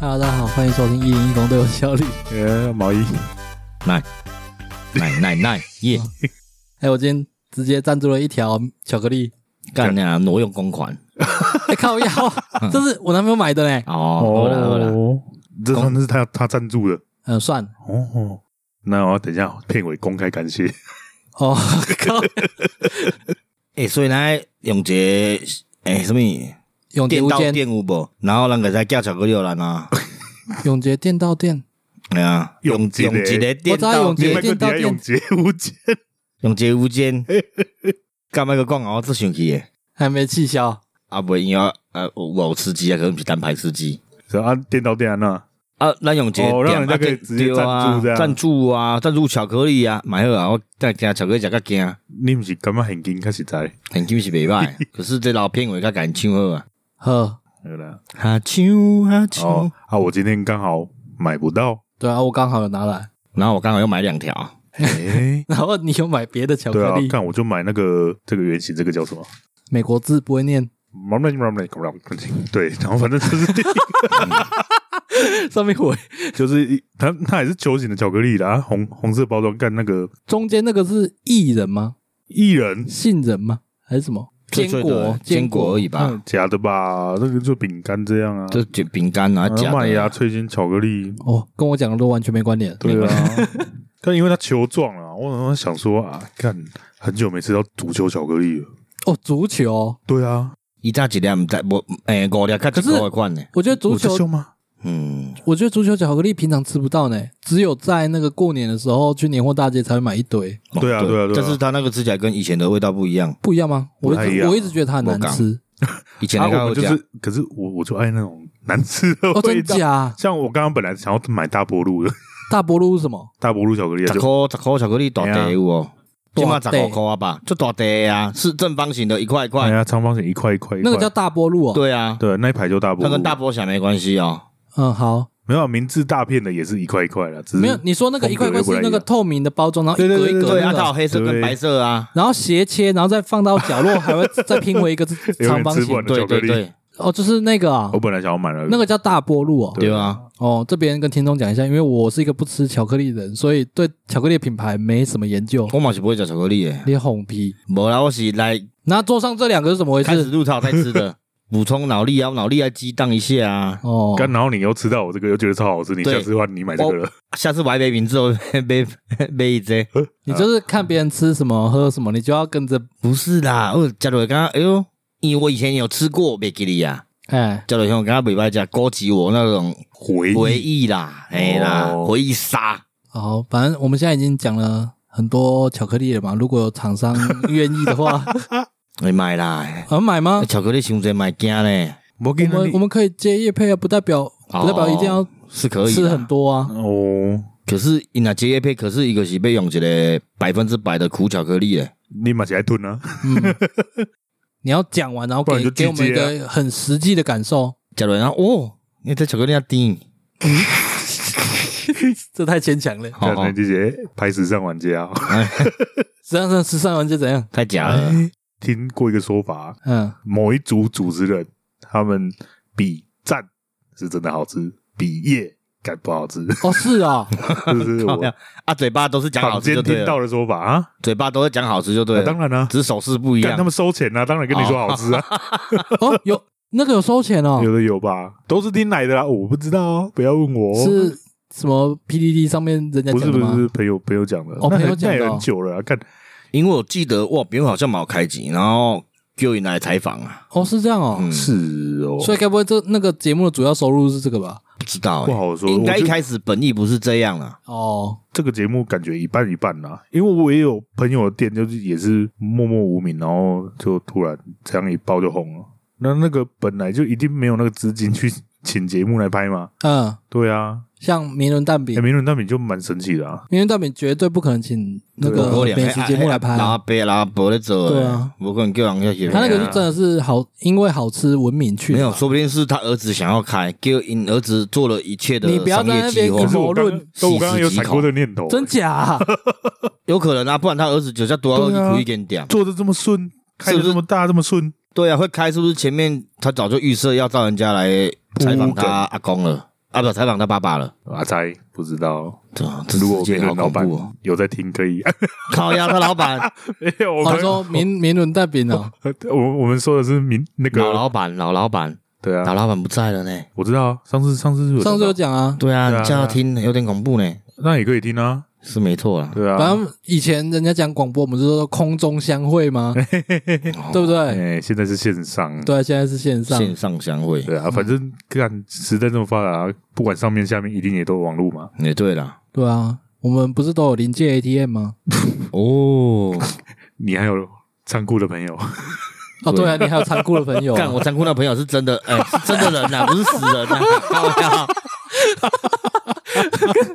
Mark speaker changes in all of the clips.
Speaker 1: Hello，大家好，欢迎收听一零一公队，我是小李。
Speaker 2: 呃，毛衣，
Speaker 3: 奶奶奶 耶！
Speaker 1: 哎、我今天直接赞助了一条巧克 力，
Speaker 3: 干你啊，挪用公款
Speaker 1: 哎、靠腰，
Speaker 3: 嗯
Speaker 1: 这是我男朋友买的 嘞。
Speaker 3: 哦，好啦好啦，
Speaker 2: 这他那是他他赞助的
Speaker 1: 嗯，算了
Speaker 2: 哦。那我要等一下片尾公开感谢，
Speaker 1: 哦， 靠，
Speaker 3: 诶，所以咱用一个诶什么
Speaker 1: 永捷
Speaker 3: 电
Speaker 1: 无
Speaker 3: 刀
Speaker 1: 间，
Speaker 3: 电有无？然后咱个再寄巧克力 啦呐，
Speaker 1: 永捷电到店，
Speaker 3: 哎呀，
Speaker 2: 用一
Speaker 3: 用
Speaker 2: 个
Speaker 3: 用一个电
Speaker 1: 我知道
Speaker 3: 刀
Speaker 1: 用一
Speaker 2: 你
Speaker 1: 个
Speaker 3: 电
Speaker 1: 电
Speaker 2: 麦克底
Speaker 1: 到
Speaker 2: 下
Speaker 1: 电
Speaker 2: 永劫无间，
Speaker 3: 用一个无间， 干嘛个讲啊？我最生气诶，
Speaker 1: 还没气消。
Speaker 3: 啊袂因为啊有吃鸡啊，可能是单排吃鸡。
Speaker 2: 是啊，电到电啊那，
Speaker 3: 啊，咱用一个啊
Speaker 2: 哦让人家可以直接赞助这样
Speaker 3: 赞助啊，赞助巧克力啊，买好啊，我再惊巧克力食较惊，
Speaker 2: 你不是感觉很紧开始在，
Speaker 3: 现金是 袂歹，可是这老片尾较敢唱好啊，
Speaker 1: 呵，
Speaker 2: 对啦。
Speaker 3: 哈唱哈唱
Speaker 2: 哦。啊，我今天刚好买不 到，
Speaker 1: 对啊，我刚好有拿来，
Speaker 3: 然后我刚好又买两条，
Speaker 2: 哎，
Speaker 1: 然后你有买别的巧
Speaker 2: 对
Speaker 1: 克
Speaker 2: 啊
Speaker 1: 力，，
Speaker 2: 看我就买那个这个原型，这个叫什么？
Speaker 1: 美国字不会念，
Speaker 2: 对，然后反正就是 电
Speaker 1: 上面我
Speaker 2: 就是一它它也是球形的巧克力啦，红红色包装，干那个
Speaker 1: 中间那个是薏仁吗？
Speaker 2: 薏仁
Speaker 1: 杏仁吗？还是什么？
Speaker 3: 脆脆的
Speaker 1: 果，坚
Speaker 3: 坚果而已吧
Speaker 1: 嗯
Speaker 2: 假的吧？那个就饼干这样啊，
Speaker 3: 就卷饼干啊，
Speaker 2: 啊
Speaker 3: 假
Speaker 2: 麦芽
Speaker 3: 的。
Speaker 2: 脆心巧克力，
Speaker 1: 哦，跟我讲的都完全没关联。
Speaker 2: 对啊，但因为它球状了，我好像想说啊，看很久没吃到足球巧克力了。
Speaker 1: 哦，足球，
Speaker 2: 对啊，
Speaker 3: 伊早一粒毋知无，诶，五粒较一箍的款呢。
Speaker 1: 我觉得足球
Speaker 2: 有这凶吗？
Speaker 3: 嗯，
Speaker 1: 我觉得足球巧克力平常吃不到呢，只有在那个过年的时候去年货大街才会买一堆，
Speaker 3: 哦
Speaker 2: 对啊对啊对啊
Speaker 3: 但是它那个吃起来跟以前的味道不一样，
Speaker 1: 不一样吗？我
Speaker 2: 不太
Speaker 1: 一
Speaker 2: 一
Speaker 1: 直
Speaker 2: 样
Speaker 1: 我一直觉得它很难吃
Speaker 3: 以前
Speaker 2: 啊，
Speaker 3: 那个
Speaker 2: 我
Speaker 3: 好
Speaker 2: 们就
Speaker 3: 吃
Speaker 2: 是，可是我我就爱那种难吃的
Speaker 1: 哦，
Speaker 2: 味
Speaker 1: 真
Speaker 2: 道。
Speaker 1: 假？
Speaker 2: 像我刚刚本来想要买大波路的
Speaker 1: 大波路是什么？
Speaker 2: 大波路巧克力啊，
Speaker 3: 十
Speaker 2: 就
Speaker 3: 箍十箍巧克力大
Speaker 2: 哎呀
Speaker 3: 袋有哦，
Speaker 1: 大
Speaker 3: 即
Speaker 1: 块
Speaker 3: 码十五箍啊吧，就大袋啊，是正方形的一块一
Speaker 2: 哎
Speaker 3: 块。
Speaker 2: 呀，长方形一块一块，一
Speaker 1: 那
Speaker 2: 块
Speaker 1: 个叫大波路哦。，
Speaker 3: 对啊，
Speaker 2: 对，那一排就大波
Speaker 3: 它
Speaker 2: 路。
Speaker 3: 跟大波侠没关系哦。
Speaker 1: 嗯，好，
Speaker 2: 没有啊明治大片的也是一块一块的，只是
Speaker 1: 没有，你说那个一块一块
Speaker 2: 风格又不
Speaker 1: 是
Speaker 2: 太
Speaker 1: 那
Speaker 2: 一样
Speaker 1: 个透明的包装，然后一格一格
Speaker 3: 对
Speaker 1: 那
Speaker 3: 啊，它有
Speaker 1: 个，
Speaker 3: 黑色跟
Speaker 2: 对
Speaker 3: 白色啊。
Speaker 1: 然后斜切，然后再放到角落，还会再拼回一个是
Speaker 2: 有
Speaker 1: 长
Speaker 2: 点
Speaker 1: 方
Speaker 2: 吃不
Speaker 1: 形
Speaker 2: 完。的
Speaker 3: 对
Speaker 2: 巧克
Speaker 3: 对
Speaker 2: 力。
Speaker 3: 对，
Speaker 1: 哦，就是那个啊
Speaker 2: 我，本来想要买了
Speaker 1: 那个叫大波路哦。
Speaker 3: 对啊，
Speaker 1: 哦，这边跟听众讲一下，因为我是一个不吃巧克力的人，所以对巧克力品牌没什么研究。
Speaker 2: 哦
Speaker 3: 我嘛是不会吃巧克力的。
Speaker 1: 你哄批。
Speaker 3: 无啦，我是来
Speaker 1: 那桌上这两个是怎么回
Speaker 3: 开始
Speaker 1: 事？
Speaker 3: 入草再吃的， 补充脑力啊，我脑力要激荡一下啊。
Speaker 1: 哦，
Speaker 2: 干，然后你又吃到我这个，又觉得超好吃，你
Speaker 3: 对
Speaker 2: 下次换你买这个了。
Speaker 3: 下次我还没名字 哦，没没一只，
Speaker 1: 你就是看别人吃什么喝什么，你就要跟着。
Speaker 3: 不是啦，我加落刚刚，哎呦，因为我以前有吃过贝吉利啊，
Speaker 1: 哎，
Speaker 3: 加落像我刚刚袂歹食，勾起我那种
Speaker 2: 回
Speaker 3: 回
Speaker 2: 忆
Speaker 3: 忆啦，哎啦，
Speaker 2: 哦
Speaker 3: 回忆杀，
Speaker 1: 好，反正我们现在已经讲了很多巧克力了嘛。如果有厂商愿意的 话，
Speaker 3: 你买啦，
Speaker 1: 我们买吗
Speaker 3: 那？巧克力熊仔买惊呢，
Speaker 2: 我
Speaker 1: 我们我们可以接叶配啊，不代表不代表一定要
Speaker 3: 是可以
Speaker 1: 吃
Speaker 3: 啦
Speaker 1: 很，多啊。
Speaker 2: 哦，
Speaker 3: 可是伊若接叶配，可是伊个是要用一个百分之百的苦巧克力诶，
Speaker 2: 你买起来吞啊！
Speaker 1: 嗯， 你要讲完，然后
Speaker 2: 不然
Speaker 1: 给
Speaker 2: 就
Speaker 1: 给我们一
Speaker 2: 拒接啊
Speaker 1: 个很实际的感受，
Speaker 3: 加落然后哦，你这巧克力要甜，
Speaker 1: 这太牵强了。
Speaker 3: 好
Speaker 2: 看
Speaker 3: 好
Speaker 2: 那，这些拍时尚玩家哦，
Speaker 1: 实际上，时尚玩家怎样？
Speaker 3: 太假了，
Speaker 2: 哎听过一个说法，啊
Speaker 1: 嗯，
Speaker 2: 某一组主持人他们比赞是真的好吃，比耶感不好 吃，
Speaker 1: 哦，是 啊，
Speaker 2: 这是
Speaker 3: 靠呀
Speaker 2: 我
Speaker 3: 啊，嘴巴都是讲好
Speaker 2: 坊
Speaker 3: 吃
Speaker 2: 间
Speaker 3: 就对
Speaker 2: 听
Speaker 3: 了
Speaker 2: 到。的说法啊。
Speaker 3: 嘴巴都在讲好吃就对
Speaker 1: 啊
Speaker 2: 那
Speaker 3: 了，
Speaker 2: 当然啦，
Speaker 3: 只是手势不一
Speaker 2: 干
Speaker 3: 样
Speaker 2: 他。们收钱啊，当然跟你说好吃 啊，
Speaker 1: 哦，有那个有收钱哦，
Speaker 2: 有的有吧，都是听来的啦，我不知道哦，不要问我哦。
Speaker 1: 是什么 PDD 上面人家
Speaker 2: 不
Speaker 1: 讲
Speaker 2: 是
Speaker 1: 的
Speaker 2: 不
Speaker 1: 吗？
Speaker 2: 是朋友朋友讲的，
Speaker 1: 哦
Speaker 2: 那
Speaker 1: 朋友
Speaker 2: 很
Speaker 1: 讲的
Speaker 2: 那也
Speaker 1: 哦
Speaker 2: 很久了啊，看
Speaker 3: 因为我记得哇，别人好像没有开机，然后就引来采访啊，
Speaker 1: 哦，是这样哦，
Speaker 3: 嗯
Speaker 2: 是哦
Speaker 1: 所以该不会这那个节目的主要收入是这个吧？
Speaker 3: 不知道、
Speaker 2: 不
Speaker 3: 欸，
Speaker 2: 好说。
Speaker 3: 应该
Speaker 2: 我
Speaker 3: 一
Speaker 2: 就
Speaker 3: 开始本意不是这样啊。
Speaker 1: 哦，
Speaker 2: 这个节目感觉一半一半啦、因为我也有朋友的店，就是也是默默无名，然后就突然这样一爆就红了。那那个本来就一定没有那个资金去请节目来拍嘛，
Speaker 1: 嗯，
Speaker 2: 对啊，
Speaker 1: 像名人蛋饼
Speaker 2: 哎，，名人蛋饼就蛮神奇的啊，
Speaker 1: 名人蛋饼绝对不可能请那
Speaker 2: 对
Speaker 1: 个美食节目来拍
Speaker 3: 哎然后
Speaker 1: 啊，
Speaker 3: 别然后不在做，
Speaker 1: 对啊，
Speaker 3: 我可能叫人家写。
Speaker 1: 他那个啊是真的是好，因为好吃闻名去
Speaker 3: 没
Speaker 1: 的
Speaker 3: 有，
Speaker 1: 吧。
Speaker 3: 说不定是他儿子想要开，结果因儿子做了一切的
Speaker 1: 你不要
Speaker 3: 商
Speaker 1: 在
Speaker 3: 业
Speaker 1: 那边
Speaker 3: 计划
Speaker 1: 一
Speaker 2: 可
Speaker 1: 直
Speaker 2: 是我刚
Speaker 1: 谋论
Speaker 2: 所以我刚刚有
Speaker 3: 细思极
Speaker 2: 闪
Speaker 3: 恐
Speaker 2: 过这个念头，
Speaker 1: 真假啊？
Speaker 3: 有可能啊，不然他儿子就叫多少
Speaker 2: 对啊
Speaker 3: 苦一点
Speaker 1: 嗯
Speaker 3: 点。
Speaker 2: 做的这么顺，开的
Speaker 3: 是不
Speaker 2: 这
Speaker 3: 是
Speaker 2: 么大，这么顺，
Speaker 3: 对啊，会开是不是前面他早就预设要找人家来采
Speaker 1: 嗯
Speaker 3: 访
Speaker 2: 铺梗
Speaker 3: 他阿公了？啊，不，采访他爸爸了。
Speaker 2: 阿猜不知道，
Speaker 3: 对啊，这
Speaker 2: 如果
Speaker 3: 世
Speaker 2: 我
Speaker 3: 界
Speaker 2: 变
Speaker 3: 好
Speaker 2: 成老
Speaker 3: 恐
Speaker 2: 板
Speaker 3: 怖哦！
Speaker 2: 有在听可以，
Speaker 3: 靠呀，他 老板，
Speaker 2: 没有我
Speaker 1: 哦，你
Speaker 2: 们
Speaker 1: 说明明伦蛋饼哦，
Speaker 2: 我们我们说的是民那
Speaker 3: 老
Speaker 2: 个
Speaker 3: 老板，老老板，
Speaker 2: 对
Speaker 1: 嗯
Speaker 3: 老
Speaker 2: 啊，
Speaker 3: 老板不在了呢。
Speaker 2: 我知道啊，上次上次是有
Speaker 1: 上次有讲啊，
Speaker 3: 对啊，
Speaker 2: 对啊
Speaker 3: 你叫他听有点恐怖呢，
Speaker 2: 那也可以听啊，
Speaker 3: 是没错啦。
Speaker 2: 对
Speaker 1: 反
Speaker 2: 啊，
Speaker 1: 正以前人家讲广播，我们就说空中相会嘛，对不对？
Speaker 2: 哎，现在是线上，
Speaker 1: 对，现在是线上，
Speaker 3: 线上相会，
Speaker 2: 对啊，反正干时代这么发达，不管上面下面一定也都有网络嘛，
Speaker 3: 也对啦。
Speaker 1: 对啊，我们不是都有临界 ATM 吗？
Speaker 3: 哦，
Speaker 2: 你还有仓库的朋友，
Speaker 1: 哦，
Speaker 3: 对
Speaker 1: 对啊，你还有残酷的朋友啊，
Speaker 3: 干我残酷那朋友是真的， 哎，是真的人呐，不是死人呐。啊靠呀，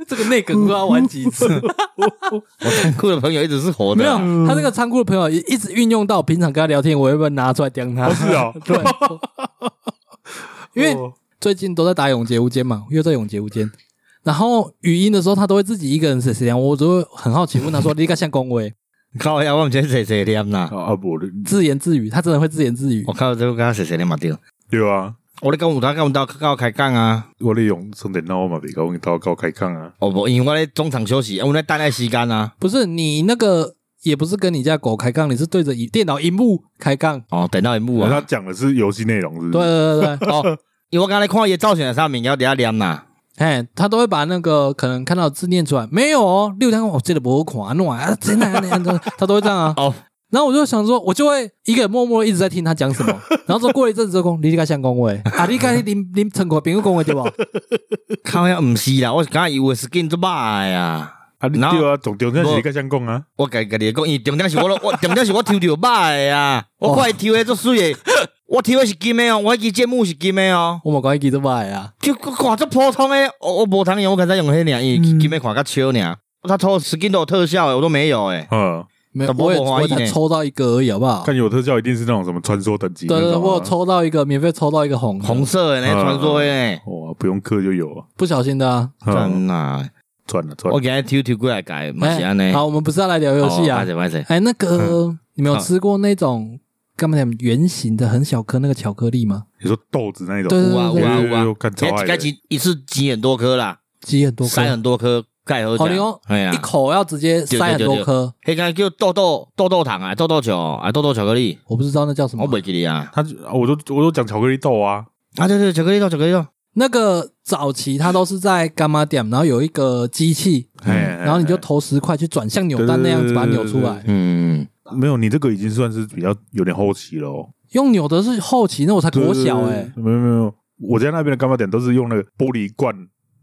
Speaker 1: 这个内梗不知道玩几次，
Speaker 3: 我残酷的朋友一直是活
Speaker 1: 没
Speaker 3: 的
Speaker 1: 有
Speaker 3: 啊。，
Speaker 1: 他那个仓库的朋友一一直运用到平常跟他聊天，我会不会拿出来刁 他？
Speaker 2: 是哦
Speaker 1: 对，因为最近都在打永劫无间嘛，又在永劫无间。然后语音的时候，他都会自己一个人谁谁聊，我就会很好奇问他说：“你该像恭维
Speaker 3: 靠呀，我们今天谁谁念呐？
Speaker 1: 哦
Speaker 2: 啊，不，
Speaker 1: 自言自语，他真的会自言自语
Speaker 3: 我。靠，这个跟他谁谁念嘛对。
Speaker 2: 对啊，
Speaker 3: 我咧讲有当讲有当到开讲啊，
Speaker 2: 我利用生电脑嘛，别跟我到高开杠啊，
Speaker 3: 哦不，因为我咧中场休息，啊我咧等待时间啊。
Speaker 1: 不是你那个，也不是跟你家狗开杠，你是对着荧电脑荧幕开杠。
Speaker 3: 哦，等到一 幕
Speaker 2: 他
Speaker 3: 啊。
Speaker 2: 讲的是游戏内容，是不是？
Speaker 1: 对啊对对对，
Speaker 3: 哦，因为我刚才看伊造型的啥物件，我等下念呐。
Speaker 1: 哎，他都会把那个可能看到的字念出来，没有哦，六天我这个不看弄啊，真的啊那样 的，他都会这样啊。
Speaker 3: 哦，
Speaker 1: 然后我就想说，我就会一个人默默一直在听他讲什 么，然后说过一阵子就讲，你该像恭维啊，你该林林陈国平恭维对吧？哦
Speaker 3: 靠呀，毋是啦，我是感觉伊有诶 skin 足歹啊。
Speaker 2: 啊，你
Speaker 3: 然后
Speaker 2: 对啊，重点那是你跟相讲啊，
Speaker 3: 我家家己讲，伊重点是我 咯，我重点是我抽着歹诶啊，我看伊抽诶足水诶，我抽诶是金诶哦，我迄支节目是金诶哦，
Speaker 1: 我冇关系这歹啊，
Speaker 3: 就看足普通诶，我我无通用，我刚才用迄尔，因
Speaker 1: 嗯
Speaker 3: 为金诶看较少尔，他抽 skin 都有特效诶，我都没有诶。
Speaker 2: 嗯，
Speaker 1: 没有
Speaker 3: 但，不
Speaker 1: 我也
Speaker 3: 过我怀疑
Speaker 1: 我才
Speaker 3: 呢
Speaker 1: 抽到一个而已，好不好？
Speaker 2: 看有特效一定是那种什么传说等级
Speaker 1: 对
Speaker 2: 那
Speaker 1: 对
Speaker 2: 种
Speaker 1: 对，
Speaker 2: 啊，
Speaker 1: 我有抽到一个免费抽到一个红的
Speaker 3: 红色诶，那
Speaker 2: 嗯
Speaker 3: 传说诶，
Speaker 2: 哇，不用氪就有啊，
Speaker 1: 不小心的啊。
Speaker 2: 嗯
Speaker 3: 真啊！
Speaker 2: 赚了赚
Speaker 3: 我
Speaker 2: 了，
Speaker 3: 今日抽抽过来改，嘛是安尼哦
Speaker 1: 哎，。好，我们不是要来聊游戏啊
Speaker 3: 歹？势歹势，
Speaker 1: 哎，那
Speaker 3: 嗯
Speaker 1: 个你们有吃过那种干嘛讲圆形的很小颗那个巧克力吗？
Speaker 2: 你说豆子那种，
Speaker 1: 对对
Speaker 3: 有啊
Speaker 1: 对对，
Speaker 3: 有啊有啊
Speaker 2: 有，干超爱的，
Speaker 3: 该集一次集很多颗啦，
Speaker 1: 挤很嗯多颗
Speaker 3: 塞，很多颗盖好
Speaker 1: 哦你
Speaker 3: 奖
Speaker 1: 讲。
Speaker 3: 哎呀
Speaker 1: 一，口要直接塞很多颗，
Speaker 3: 迄个叫豆豆豆豆糖啊，豆豆球啊，豆豆巧克力，
Speaker 1: 我不知道那叫什
Speaker 2: 哦
Speaker 3: 我
Speaker 1: 么。
Speaker 3: 袂记得啊。
Speaker 2: 他就啊我都我都讲巧克力豆啊，
Speaker 3: 啊对对，巧克力豆巧克力豆，
Speaker 1: 那个早期它都是在干嘛点，然后有一个机器，
Speaker 2: 哎，
Speaker 1: 嗯然后你就投十块去转向扭蛋那样子把它扭出来。
Speaker 3: 嗯，
Speaker 2: 没有，你这个已经算是比较有点后期了哦，
Speaker 1: 用扭的是后期，那我才国小哎、
Speaker 2: 对，对对没有没有没有，我家那边的干巴点都是用那个玻璃罐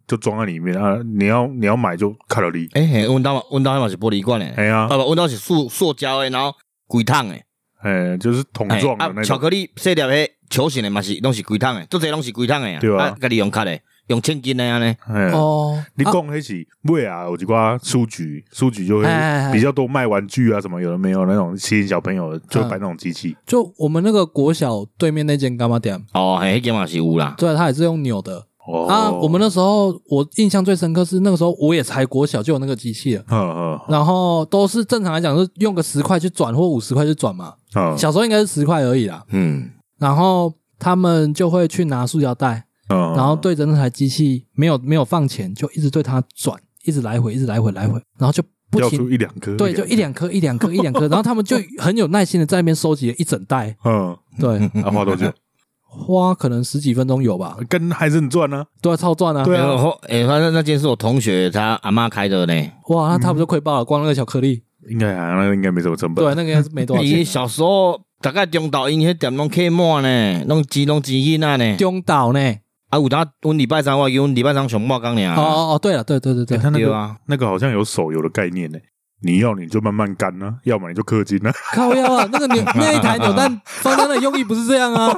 Speaker 2: 就装在里面啊，你要你要买就卡路里，
Speaker 3: 哎嘿，温到嘛，温到嘛是玻璃罐诶，
Speaker 2: 哎呀
Speaker 1: 哦
Speaker 3: 啊，不，温到是塑塑胶诶，然后规桶诶，
Speaker 2: 哎，就是桶
Speaker 3: 哎
Speaker 2: 状的
Speaker 3: 啊，
Speaker 2: 那
Speaker 3: 巧
Speaker 2: 种，
Speaker 3: 克力细粒诶，球形诶嘛是拢是规桶诶，做这拢是规桶诶，
Speaker 2: 对啊
Speaker 3: 家己用卡诶，用千斤诶安尼，
Speaker 2: 哎，
Speaker 1: 哦，
Speaker 2: 你
Speaker 1: 啊
Speaker 2: 讲那是尾啊，有一挂书局，书局就会
Speaker 1: 哎哎哎
Speaker 2: 比较多卖玩具啊，什么有的没有那种吸引小朋友的，就会摆那种机器。
Speaker 1: 就我们那个国小对面那间干嘛点，
Speaker 3: 哦，嘿，迄间嘛是有啦，
Speaker 1: 对，啊它也是用扭的、
Speaker 2: 哦，
Speaker 1: 啊。我们那时候我印象最深刻是那个时候我也才国小就有那个机器了，
Speaker 2: 嗯，嗯
Speaker 1: 然后都是正常来讲是用个十块去转或五十块去转嘛，
Speaker 2: 嗯
Speaker 1: 小时候应该是十块而已啦。
Speaker 3: 嗯，
Speaker 1: 然后他们就会去拿塑胶袋，
Speaker 2: 嗯
Speaker 1: 然后对着那台机器没有没有放钱，就一直对它转，一直来回，一直来回来回，然后就不
Speaker 2: 掉
Speaker 1: 停
Speaker 2: 出一两颗，
Speaker 1: 对，就一两 颗一两颗一两颗，然后他们就很有耐心的在那边收集了一整袋，
Speaker 2: 嗯，
Speaker 1: 对，
Speaker 2: 啊，花 多久？
Speaker 1: 花可能十几分钟有吧，
Speaker 2: 跟还是很赚呢？
Speaker 1: 都要超赚啊！
Speaker 2: 对啊
Speaker 3: 然后诶，反正那间是我同学他阿妈开的呢。
Speaker 1: 哇，
Speaker 2: 嗯
Speaker 1: 那他不就亏爆了？光那个巧克力，
Speaker 2: 应该啊，那应该没什么成
Speaker 1: 对，
Speaker 2: 本。
Speaker 1: 那个应该是没多少
Speaker 3: 伊
Speaker 1: 钱啊。
Speaker 3: 小时候大概中岛因迄店拢客满呢，拢钱拢钱囡仔呢。
Speaker 1: 中岛呢？
Speaker 3: 啊，有当阮礼拜三我叫阮礼拜三上半工
Speaker 2: 啊
Speaker 3: 尔。啊
Speaker 1: 哦哦哦，对了，对对对对
Speaker 2: 哎，他那
Speaker 3: 对
Speaker 2: 个
Speaker 3: 啊，
Speaker 2: 那个好像有手游的概念呢。你要你就慢慢干啊，要么你就氪金啊。
Speaker 1: 靠腰啊！那个扭那一台扭蛋放在那里用意不是这样 啊？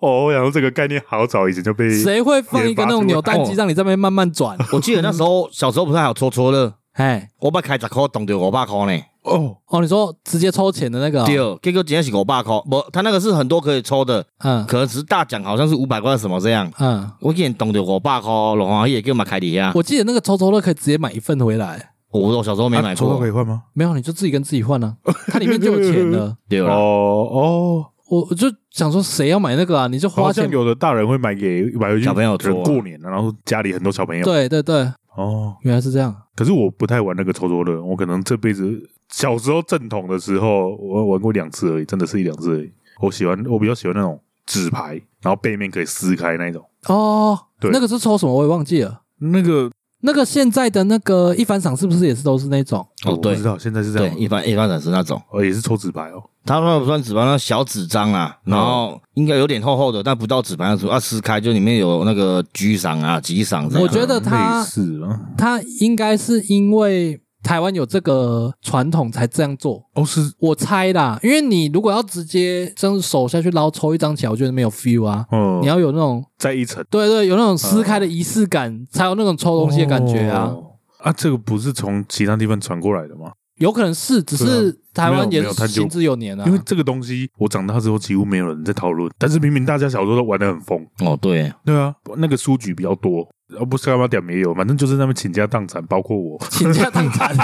Speaker 2: 哦，我想说这个概念好早以前就被
Speaker 1: 谁会放一个那种扭蛋机让你在那边慢慢转？
Speaker 3: 我记得那时候小时候不是还有搓搓乐，
Speaker 1: 哎，
Speaker 3: 我捌开十箍，动着五百箍呢。
Speaker 2: 哦，
Speaker 1: 哦，你说直接抽钱的那个哦？
Speaker 3: 对，结果今天是五百箍，无他那个是很多可以抽的，
Speaker 1: 嗯
Speaker 3: 可能只是大奖好像是五百块什么这样。
Speaker 1: 嗯，
Speaker 3: 我见动着五百箍，然后也给我们开底下。
Speaker 1: 我记得那个抽抽乐可以直接买一份回来，
Speaker 3: 我啊我小时候没买
Speaker 2: 抽到
Speaker 3: 过
Speaker 2: 可以，换吗？
Speaker 1: 没有你就自己跟自己换啊，它里面就有钱了。
Speaker 3: 对
Speaker 2: 哦
Speaker 3: 吧？
Speaker 2: 哦，
Speaker 1: 我我就想说，谁要买那个啊？你就花
Speaker 2: 好
Speaker 1: 钱
Speaker 2: 像。有的大人会买给买回去
Speaker 3: 小朋友
Speaker 2: 可能
Speaker 3: 做啊
Speaker 2: 过年，然后家里很多小朋友。
Speaker 1: 对对对，
Speaker 2: 哦，
Speaker 1: 原来是这样。
Speaker 2: 可是我不太玩那个抽抽乐，我可能这辈子小时候正统的时候，我玩过两次而已，真的是一两次而已。我喜欢，我比较喜欢那种纸牌，然后背面可以撕开那种。
Speaker 1: 哦，
Speaker 2: 对
Speaker 1: 那个是抽什么我也忘记了。
Speaker 2: 那个
Speaker 1: 那个现在的那个一番赏是不是也是都是那种？
Speaker 3: 哦
Speaker 2: 我，不
Speaker 3: 对
Speaker 2: 知道现在是这
Speaker 3: 对
Speaker 2: 样，吗，
Speaker 3: 一般一般展示那种，
Speaker 2: 哦，也是抽纸牌哦。
Speaker 3: 它那不算纸盘，那小纸张啊，然后应该有点厚厚的，但不到纸盘的时候，啊，撕开就里面有那个居赏啊、吉赏这
Speaker 1: 我
Speaker 3: 样。
Speaker 1: 觉得它
Speaker 2: 类似啊，
Speaker 1: 它应该是因为台湾有这个传统才这样做，
Speaker 2: 哦是
Speaker 1: 我猜啦。因为你如果要直接真手下去捞抽一张起来，我觉得没有 feel 啊。
Speaker 2: 哦，
Speaker 1: 你要有那种
Speaker 2: 在一层
Speaker 1: 对对，有那种撕开的仪式感，才有那种抽东西的感觉啊。
Speaker 2: 嗯哦啊，这个不是从其他地方传过来的吗？
Speaker 1: 有可能是，只
Speaker 2: 对啊
Speaker 1: 是台湾也是行之有年啊。
Speaker 2: 因为这个东西，我长大之后几乎没有人在讨论，但是明明大家小时候都玩的很疯，
Speaker 3: 哦，对，
Speaker 2: 对啊，那个书局比较多，啊，不是干嘛点没有，反正就是那么倾家荡产，包括我
Speaker 1: 倾家荡 产，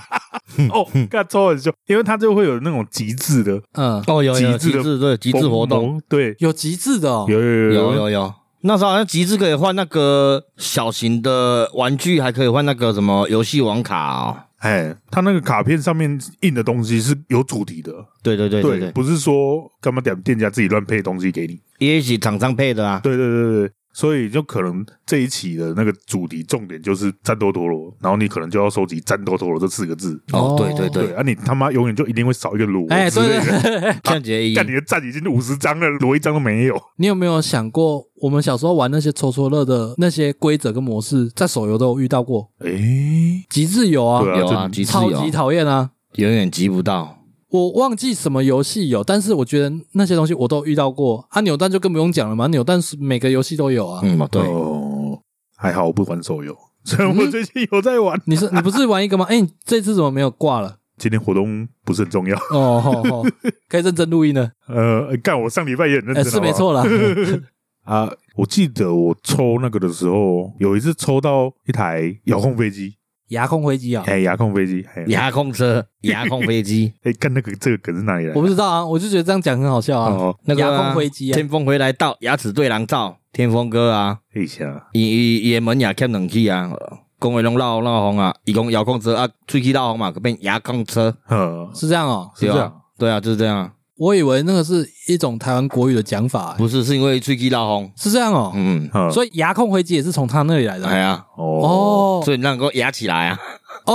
Speaker 2: 哦，干抽很凶，因为他就会有那种极致的
Speaker 1: 嗯，
Speaker 3: 哦，有
Speaker 2: 极
Speaker 3: 有极
Speaker 2: 致的
Speaker 3: 致对极致
Speaker 2: 疯
Speaker 3: 活动，
Speaker 2: 魔，对，
Speaker 1: 有极致的哦。
Speaker 2: 有有
Speaker 3: 有
Speaker 2: 有
Speaker 3: 有有。那时候好像极致可以换那个小型的玩具，还可以换那个什么游戏王卡哦。
Speaker 2: 哎，他那个卡片上面印的东西是有主题的，
Speaker 3: 对对对对对，
Speaker 2: 不是说干嘛点店家自己乱配东西给你，
Speaker 3: 也一起厂商配的啊。
Speaker 2: 对对对对对，所以就可能这一期的那个主题重点就是战斗陀螺，然后你可能就要收集战斗陀螺这四个字。
Speaker 3: 哦，对对
Speaker 2: 对
Speaker 3: 对，
Speaker 2: 啊，你他妈永远就一定会少一个螺
Speaker 1: 哎，
Speaker 2: 之
Speaker 1: 对
Speaker 2: 类
Speaker 1: 对
Speaker 2: 的。
Speaker 1: 对，对
Speaker 3: 这样结 一
Speaker 2: 干你的赞已经五十张了，螺一张都没有。
Speaker 1: 你有没有想过，我们小时候玩那些抽抽乐的那些规则跟模式，在手游都有遇到过？
Speaker 2: 哎，
Speaker 1: 极致有啊，
Speaker 2: 对啊
Speaker 3: 有啊，
Speaker 2: 这
Speaker 3: 极致
Speaker 1: 超
Speaker 3: 有
Speaker 1: 级
Speaker 3: 啊，
Speaker 1: 讨厌啊！
Speaker 3: 永远集不到。
Speaker 1: 我忘记什么游戏有，但是我觉得那些东西我都遇到过啊。扭蛋就更不用讲了嘛，扭蛋是每个游戏都有啊。
Speaker 3: 嗯，对，
Speaker 2: 哦，还好我不玩手游，虽
Speaker 1: 嗯
Speaker 2: 然我最近有在玩。
Speaker 1: 你是你不是玩一个吗？哎、你这次怎么没有挂了？
Speaker 2: 今天活动不是很重要。
Speaker 1: 哦，吼吼可以认真录音了。
Speaker 2: 呃，干我上礼拜也很认
Speaker 1: 哎、
Speaker 2: 真，
Speaker 1: 是没错啦。
Speaker 2: 啊。我记得我抽那个的时候，有一次抽到一台遥控飞机，
Speaker 1: 牙控回击啊，
Speaker 2: 哎，遥控飞机，哎，
Speaker 3: 牙控车、牙控飞机，
Speaker 2: 哎，干那个这个梗是哪里来的？
Speaker 1: 我不知道啊，我就觉得这样讲很好笑啊。
Speaker 2: 哦，
Speaker 3: 那个啊
Speaker 1: 牙控飞机啊，
Speaker 3: 天风回来到牙齿对狼照，天风哥啊，
Speaker 2: 一下，
Speaker 3: 伊伊伊的门也欠两气啊，讲话拢绕绕风啊，伊讲遥控车啊，喙齿绕风嘛，变牙控车，
Speaker 2: 呃，
Speaker 1: 是这样哦。
Speaker 2: 是这
Speaker 3: 对吧
Speaker 2: 样，
Speaker 3: 对啊，就是这样啊，
Speaker 1: 我以为那个是一种台湾国语的讲法、哎
Speaker 3: 不是是因为喙齿绕风，
Speaker 1: 是这样哦。
Speaker 3: 嗯，
Speaker 2: 呃，
Speaker 1: 所以牙控回击也是从他那里来的
Speaker 3: 哎
Speaker 1: 啊。
Speaker 3: 呀，
Speaker 2: 哦，
Speaker 1: 哦
Speaker 3: 所以你让个牙起来啊，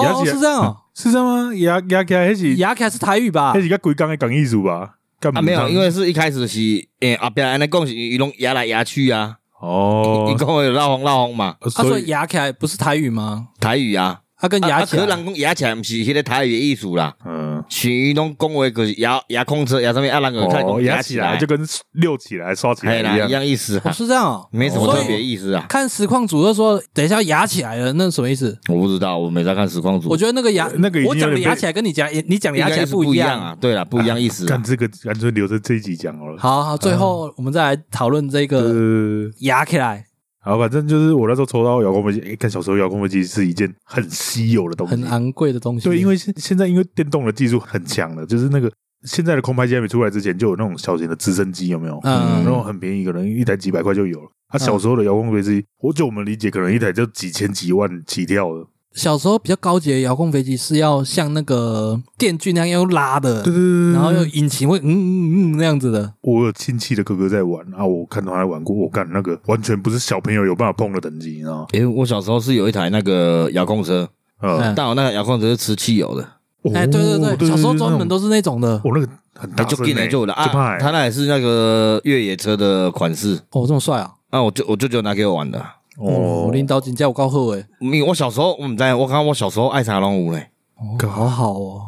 Speaker 2: 牙嗯
Speaker 1: 哦，
Speaker 2: 起来
Speaker 1: 是这样哦。
Speaker 2: 是这样吗？牙牙起来，那是
Speaker 1: 牙凯是台语吧
Speaker 2: 那？是个鬼刚的讲艺术吧？干嘛
Speaker 3: 啊没有，因为是一开始是诶阿伯安尼讲是伊拢牙来牙去啊，
Speaker 2: 哦
Speaker 3: 伊，讲话有绕风绕风嘛，
Speaker 1: 他说
Speaker 2: 所以
Speaker 1: 啊牙凯不是台语吗？
Speaker 3: 台语啊，
Speaker 1: 他跟牙
Speaker 3: 啊
Speaker 1: 起
Speaker 3: 可是
Speaker 1: 来
Speaker 3: 人讲牙起来毋是迄个台语的意思啦。
Speaker 2: 嗯，
Speaker 3: 是伊拢讲话就是牙牙控车牙上面啊，人个看
Speaker 2: 哦，
Speaker 3: 牙
Speaker 2: 牙
Speaker 3: 起
Speaker 2: 起
Speaker 3: 来
Speaker 2: 来就跟溜起来、刷起来
Speaker 3: 嘿
Speaker 2: 一
Speaker 3: 啦一
Speaker 2: 样。
Speaker 3: 样意思
Speaker 1: 哦
Speaker 3: 啊，
Speaker 1: 是这样哦。
Speaker 3: 没什么
Speaker 1: 所以
Speaker 3: 特别意思啊。
Speaker 1: 看实况组就说，等一下牙起来了，那什么意思？
Speaker 3: 我不知道，我没在看实况组，
Speaker 1: 我觉得那个牙，
Speaker 2: 那个已经
Speaker 1: 我讲
Speaker 2: 有
Speaker 1: 的
Speaker 2: 点
Speaker 1: 牙
Speaker 2: 被
Speaker 1: 起来跟你讲你讲的
Speaker 3: 应
Speaker 1: 牙
Speaker 3: 该
Speaker 1: 起来
Speaker 3: 是不
Speaker 1: 一
Speaker 3: 一
Speaker 1: 样。
Speaker 3: 啊。对了，不一样意思啊
Speaker 2: 干。这个干脆留着这一集讲好了。
Speaker 1: 好好，最后我们再来讨论这个
Speaker 2: 呃，
Speaker 1: 牙起来，
Speaker 2: 好，反正就是我那时候抽到遥控飞机，诶，看小时候遥控飞机是一件很稀有的东
Speaker 1: 很
Speaker 2: 西，
Speaker 1: 昂贵的东西。
Speaker 2: 对，因为现现在因为电动的技术很强了，就是那个现在的空拍机还没出来之前，就有那种小型的直升机，有没有？
Speaker 1: 嗯
Speaker 2: 那种很便宜，可能一台几百块就有了。他、小时候的遥控飞机，我就我们理解，可能一台就几千几万起跳的。
Speaker 1: 小时候比较高级的遥控飞机是要像那个电锯那样要拉的，
Speaker 2: 对对对。
Speaker 1: 然后又引擎会嗯嗯嗯那样子的。
Speaker 2: 我有亲戚的哥哥在玩啊，我看到他在玩过，我干那个完全不是小朋友有办法碰的等级，你知道吗？
Speaker 3: 诶，我小时候是有一台那个遥控车，
Speaker 2: 呃，
Speaker 1: 嗯
Speaker 3: 但我那个遥控车是吃汽油的，
Speaker 2: 哦
Speaker 1: 哎，对对对，小时候专门
Speaker 2: 那种
Speaker 1: 都是那种的。
Speaker 2: 我那个很大
Speaker 3: 就
Speaker 2: 声
Speaker 3: 进来
Speaker 2: 欸
Speaker 3: 就有了
Speaker 2: 就怕
Speaker 3: 啊。
Speaker 2: 欸
Speaker 3: 他那也是那个越野车的款式，
Speaker 1: 哦，这么帅啊！
Speaker 3: 啊，我舅我舅舅拿给我玩的。
Speaker 1: 哦，领导请假我告贺哎，
Speaker 3: 因为我小时候我们在，我看我小时候爱啥拢有嘞，
Speaker 1: 哦
Speaker 2: 干
Speaker 1: 好好哦，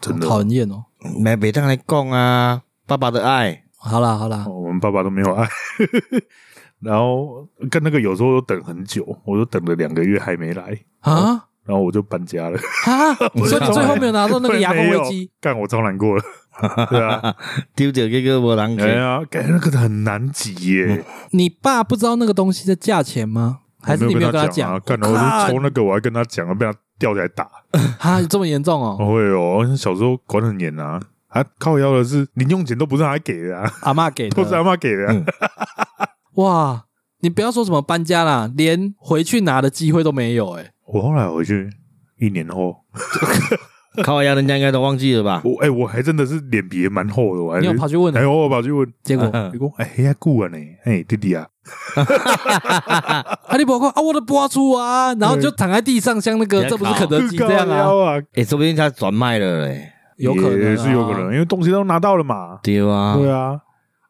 Speaker 2: 真的
Speaker 1: 好讨人厌哦。
Speaker 3: 没没当来讲啊，爸爸的爱，
Speaker 1: 好啦好啦
Speaker 2: 哦，我们爸爸都没有爱。 然后跟那个有时候都等很久，我都等了两个月还没来，
Speaker 1: 啊
Speaker 2: 然后我就搬家了。
Speaker 1: 啊！ 所以你最后没有拿到那个
Speaker 2: 没
Speaker 1: 遥控
Speaker 2: 有
Speaker 1: 飞机，，
Speaker 2: 干我超难过了。 对 啊，
Speaker 3: 丢掉这个无人
Speaker 2: 哎
Speaker 3: 给。
Speaker 2: 呀，感觉那个很难挤耶，
Speaker 1: 你爸不知道那个东西的价钱吗？嗯还是你
Speaker 2: 我
Speaker 1: 没有跟他
Speaker 2: 讲啊？
Speaker 1: 讲？
Speaker 2: 干，然后就抽那个，我还跟他讲，被他吊起来打。
Speaker 1: 啊，这么严重哦！
Speaker 2: 哦会哦，小时候管很严啊，啊，靠腰的是零用钱都不是他给的、啊，
Speaker 1: 阿嬷给
Speaker 2: 都是阿
Speaker 1: 的。
Speaker 2: 妈给的、啊
Speaker 1: 嗯。哇，你不要说什么搬家啦，连回去拿的机会都没有哎、
Speaker 2: 我后来回去一年后，
Speaker 3: 靠呀，人家应该都忘记了吧？
Speaker 2: 我哎、我还真的是脸皮也蛮厚的，我还
Speaker 1: 你
Speaker 2: 是
Speaker 1: 有跑去问
Speaker 2: 哎、
Speaker 1: 啊，
Speaker 2: 我有跑去问，
Speaker 1: 结果
Speaker 2: 你讲哎呀顾啊呢，哎弟弟啊，
Speaker 1: 啊，你不过啊，我的播出啊，然后就躺在地上，像那个
Speaker 3: 你在
Speaker 1: 这不是
Speaker 3: 烤
Speaker 1: 肯德基这样
Speaker 2: 靠
Speaker 1: 啊
Speaker 2: 腰，啊，
Speaker 3: 哎，说不定他转卖了嘞，
Speaker 1: 有可能、啊
Speaker 2: 也是有可。能，因为东西都拿到了嘛。
Speaker 3: 对啊，
Speaker 2: 对啊，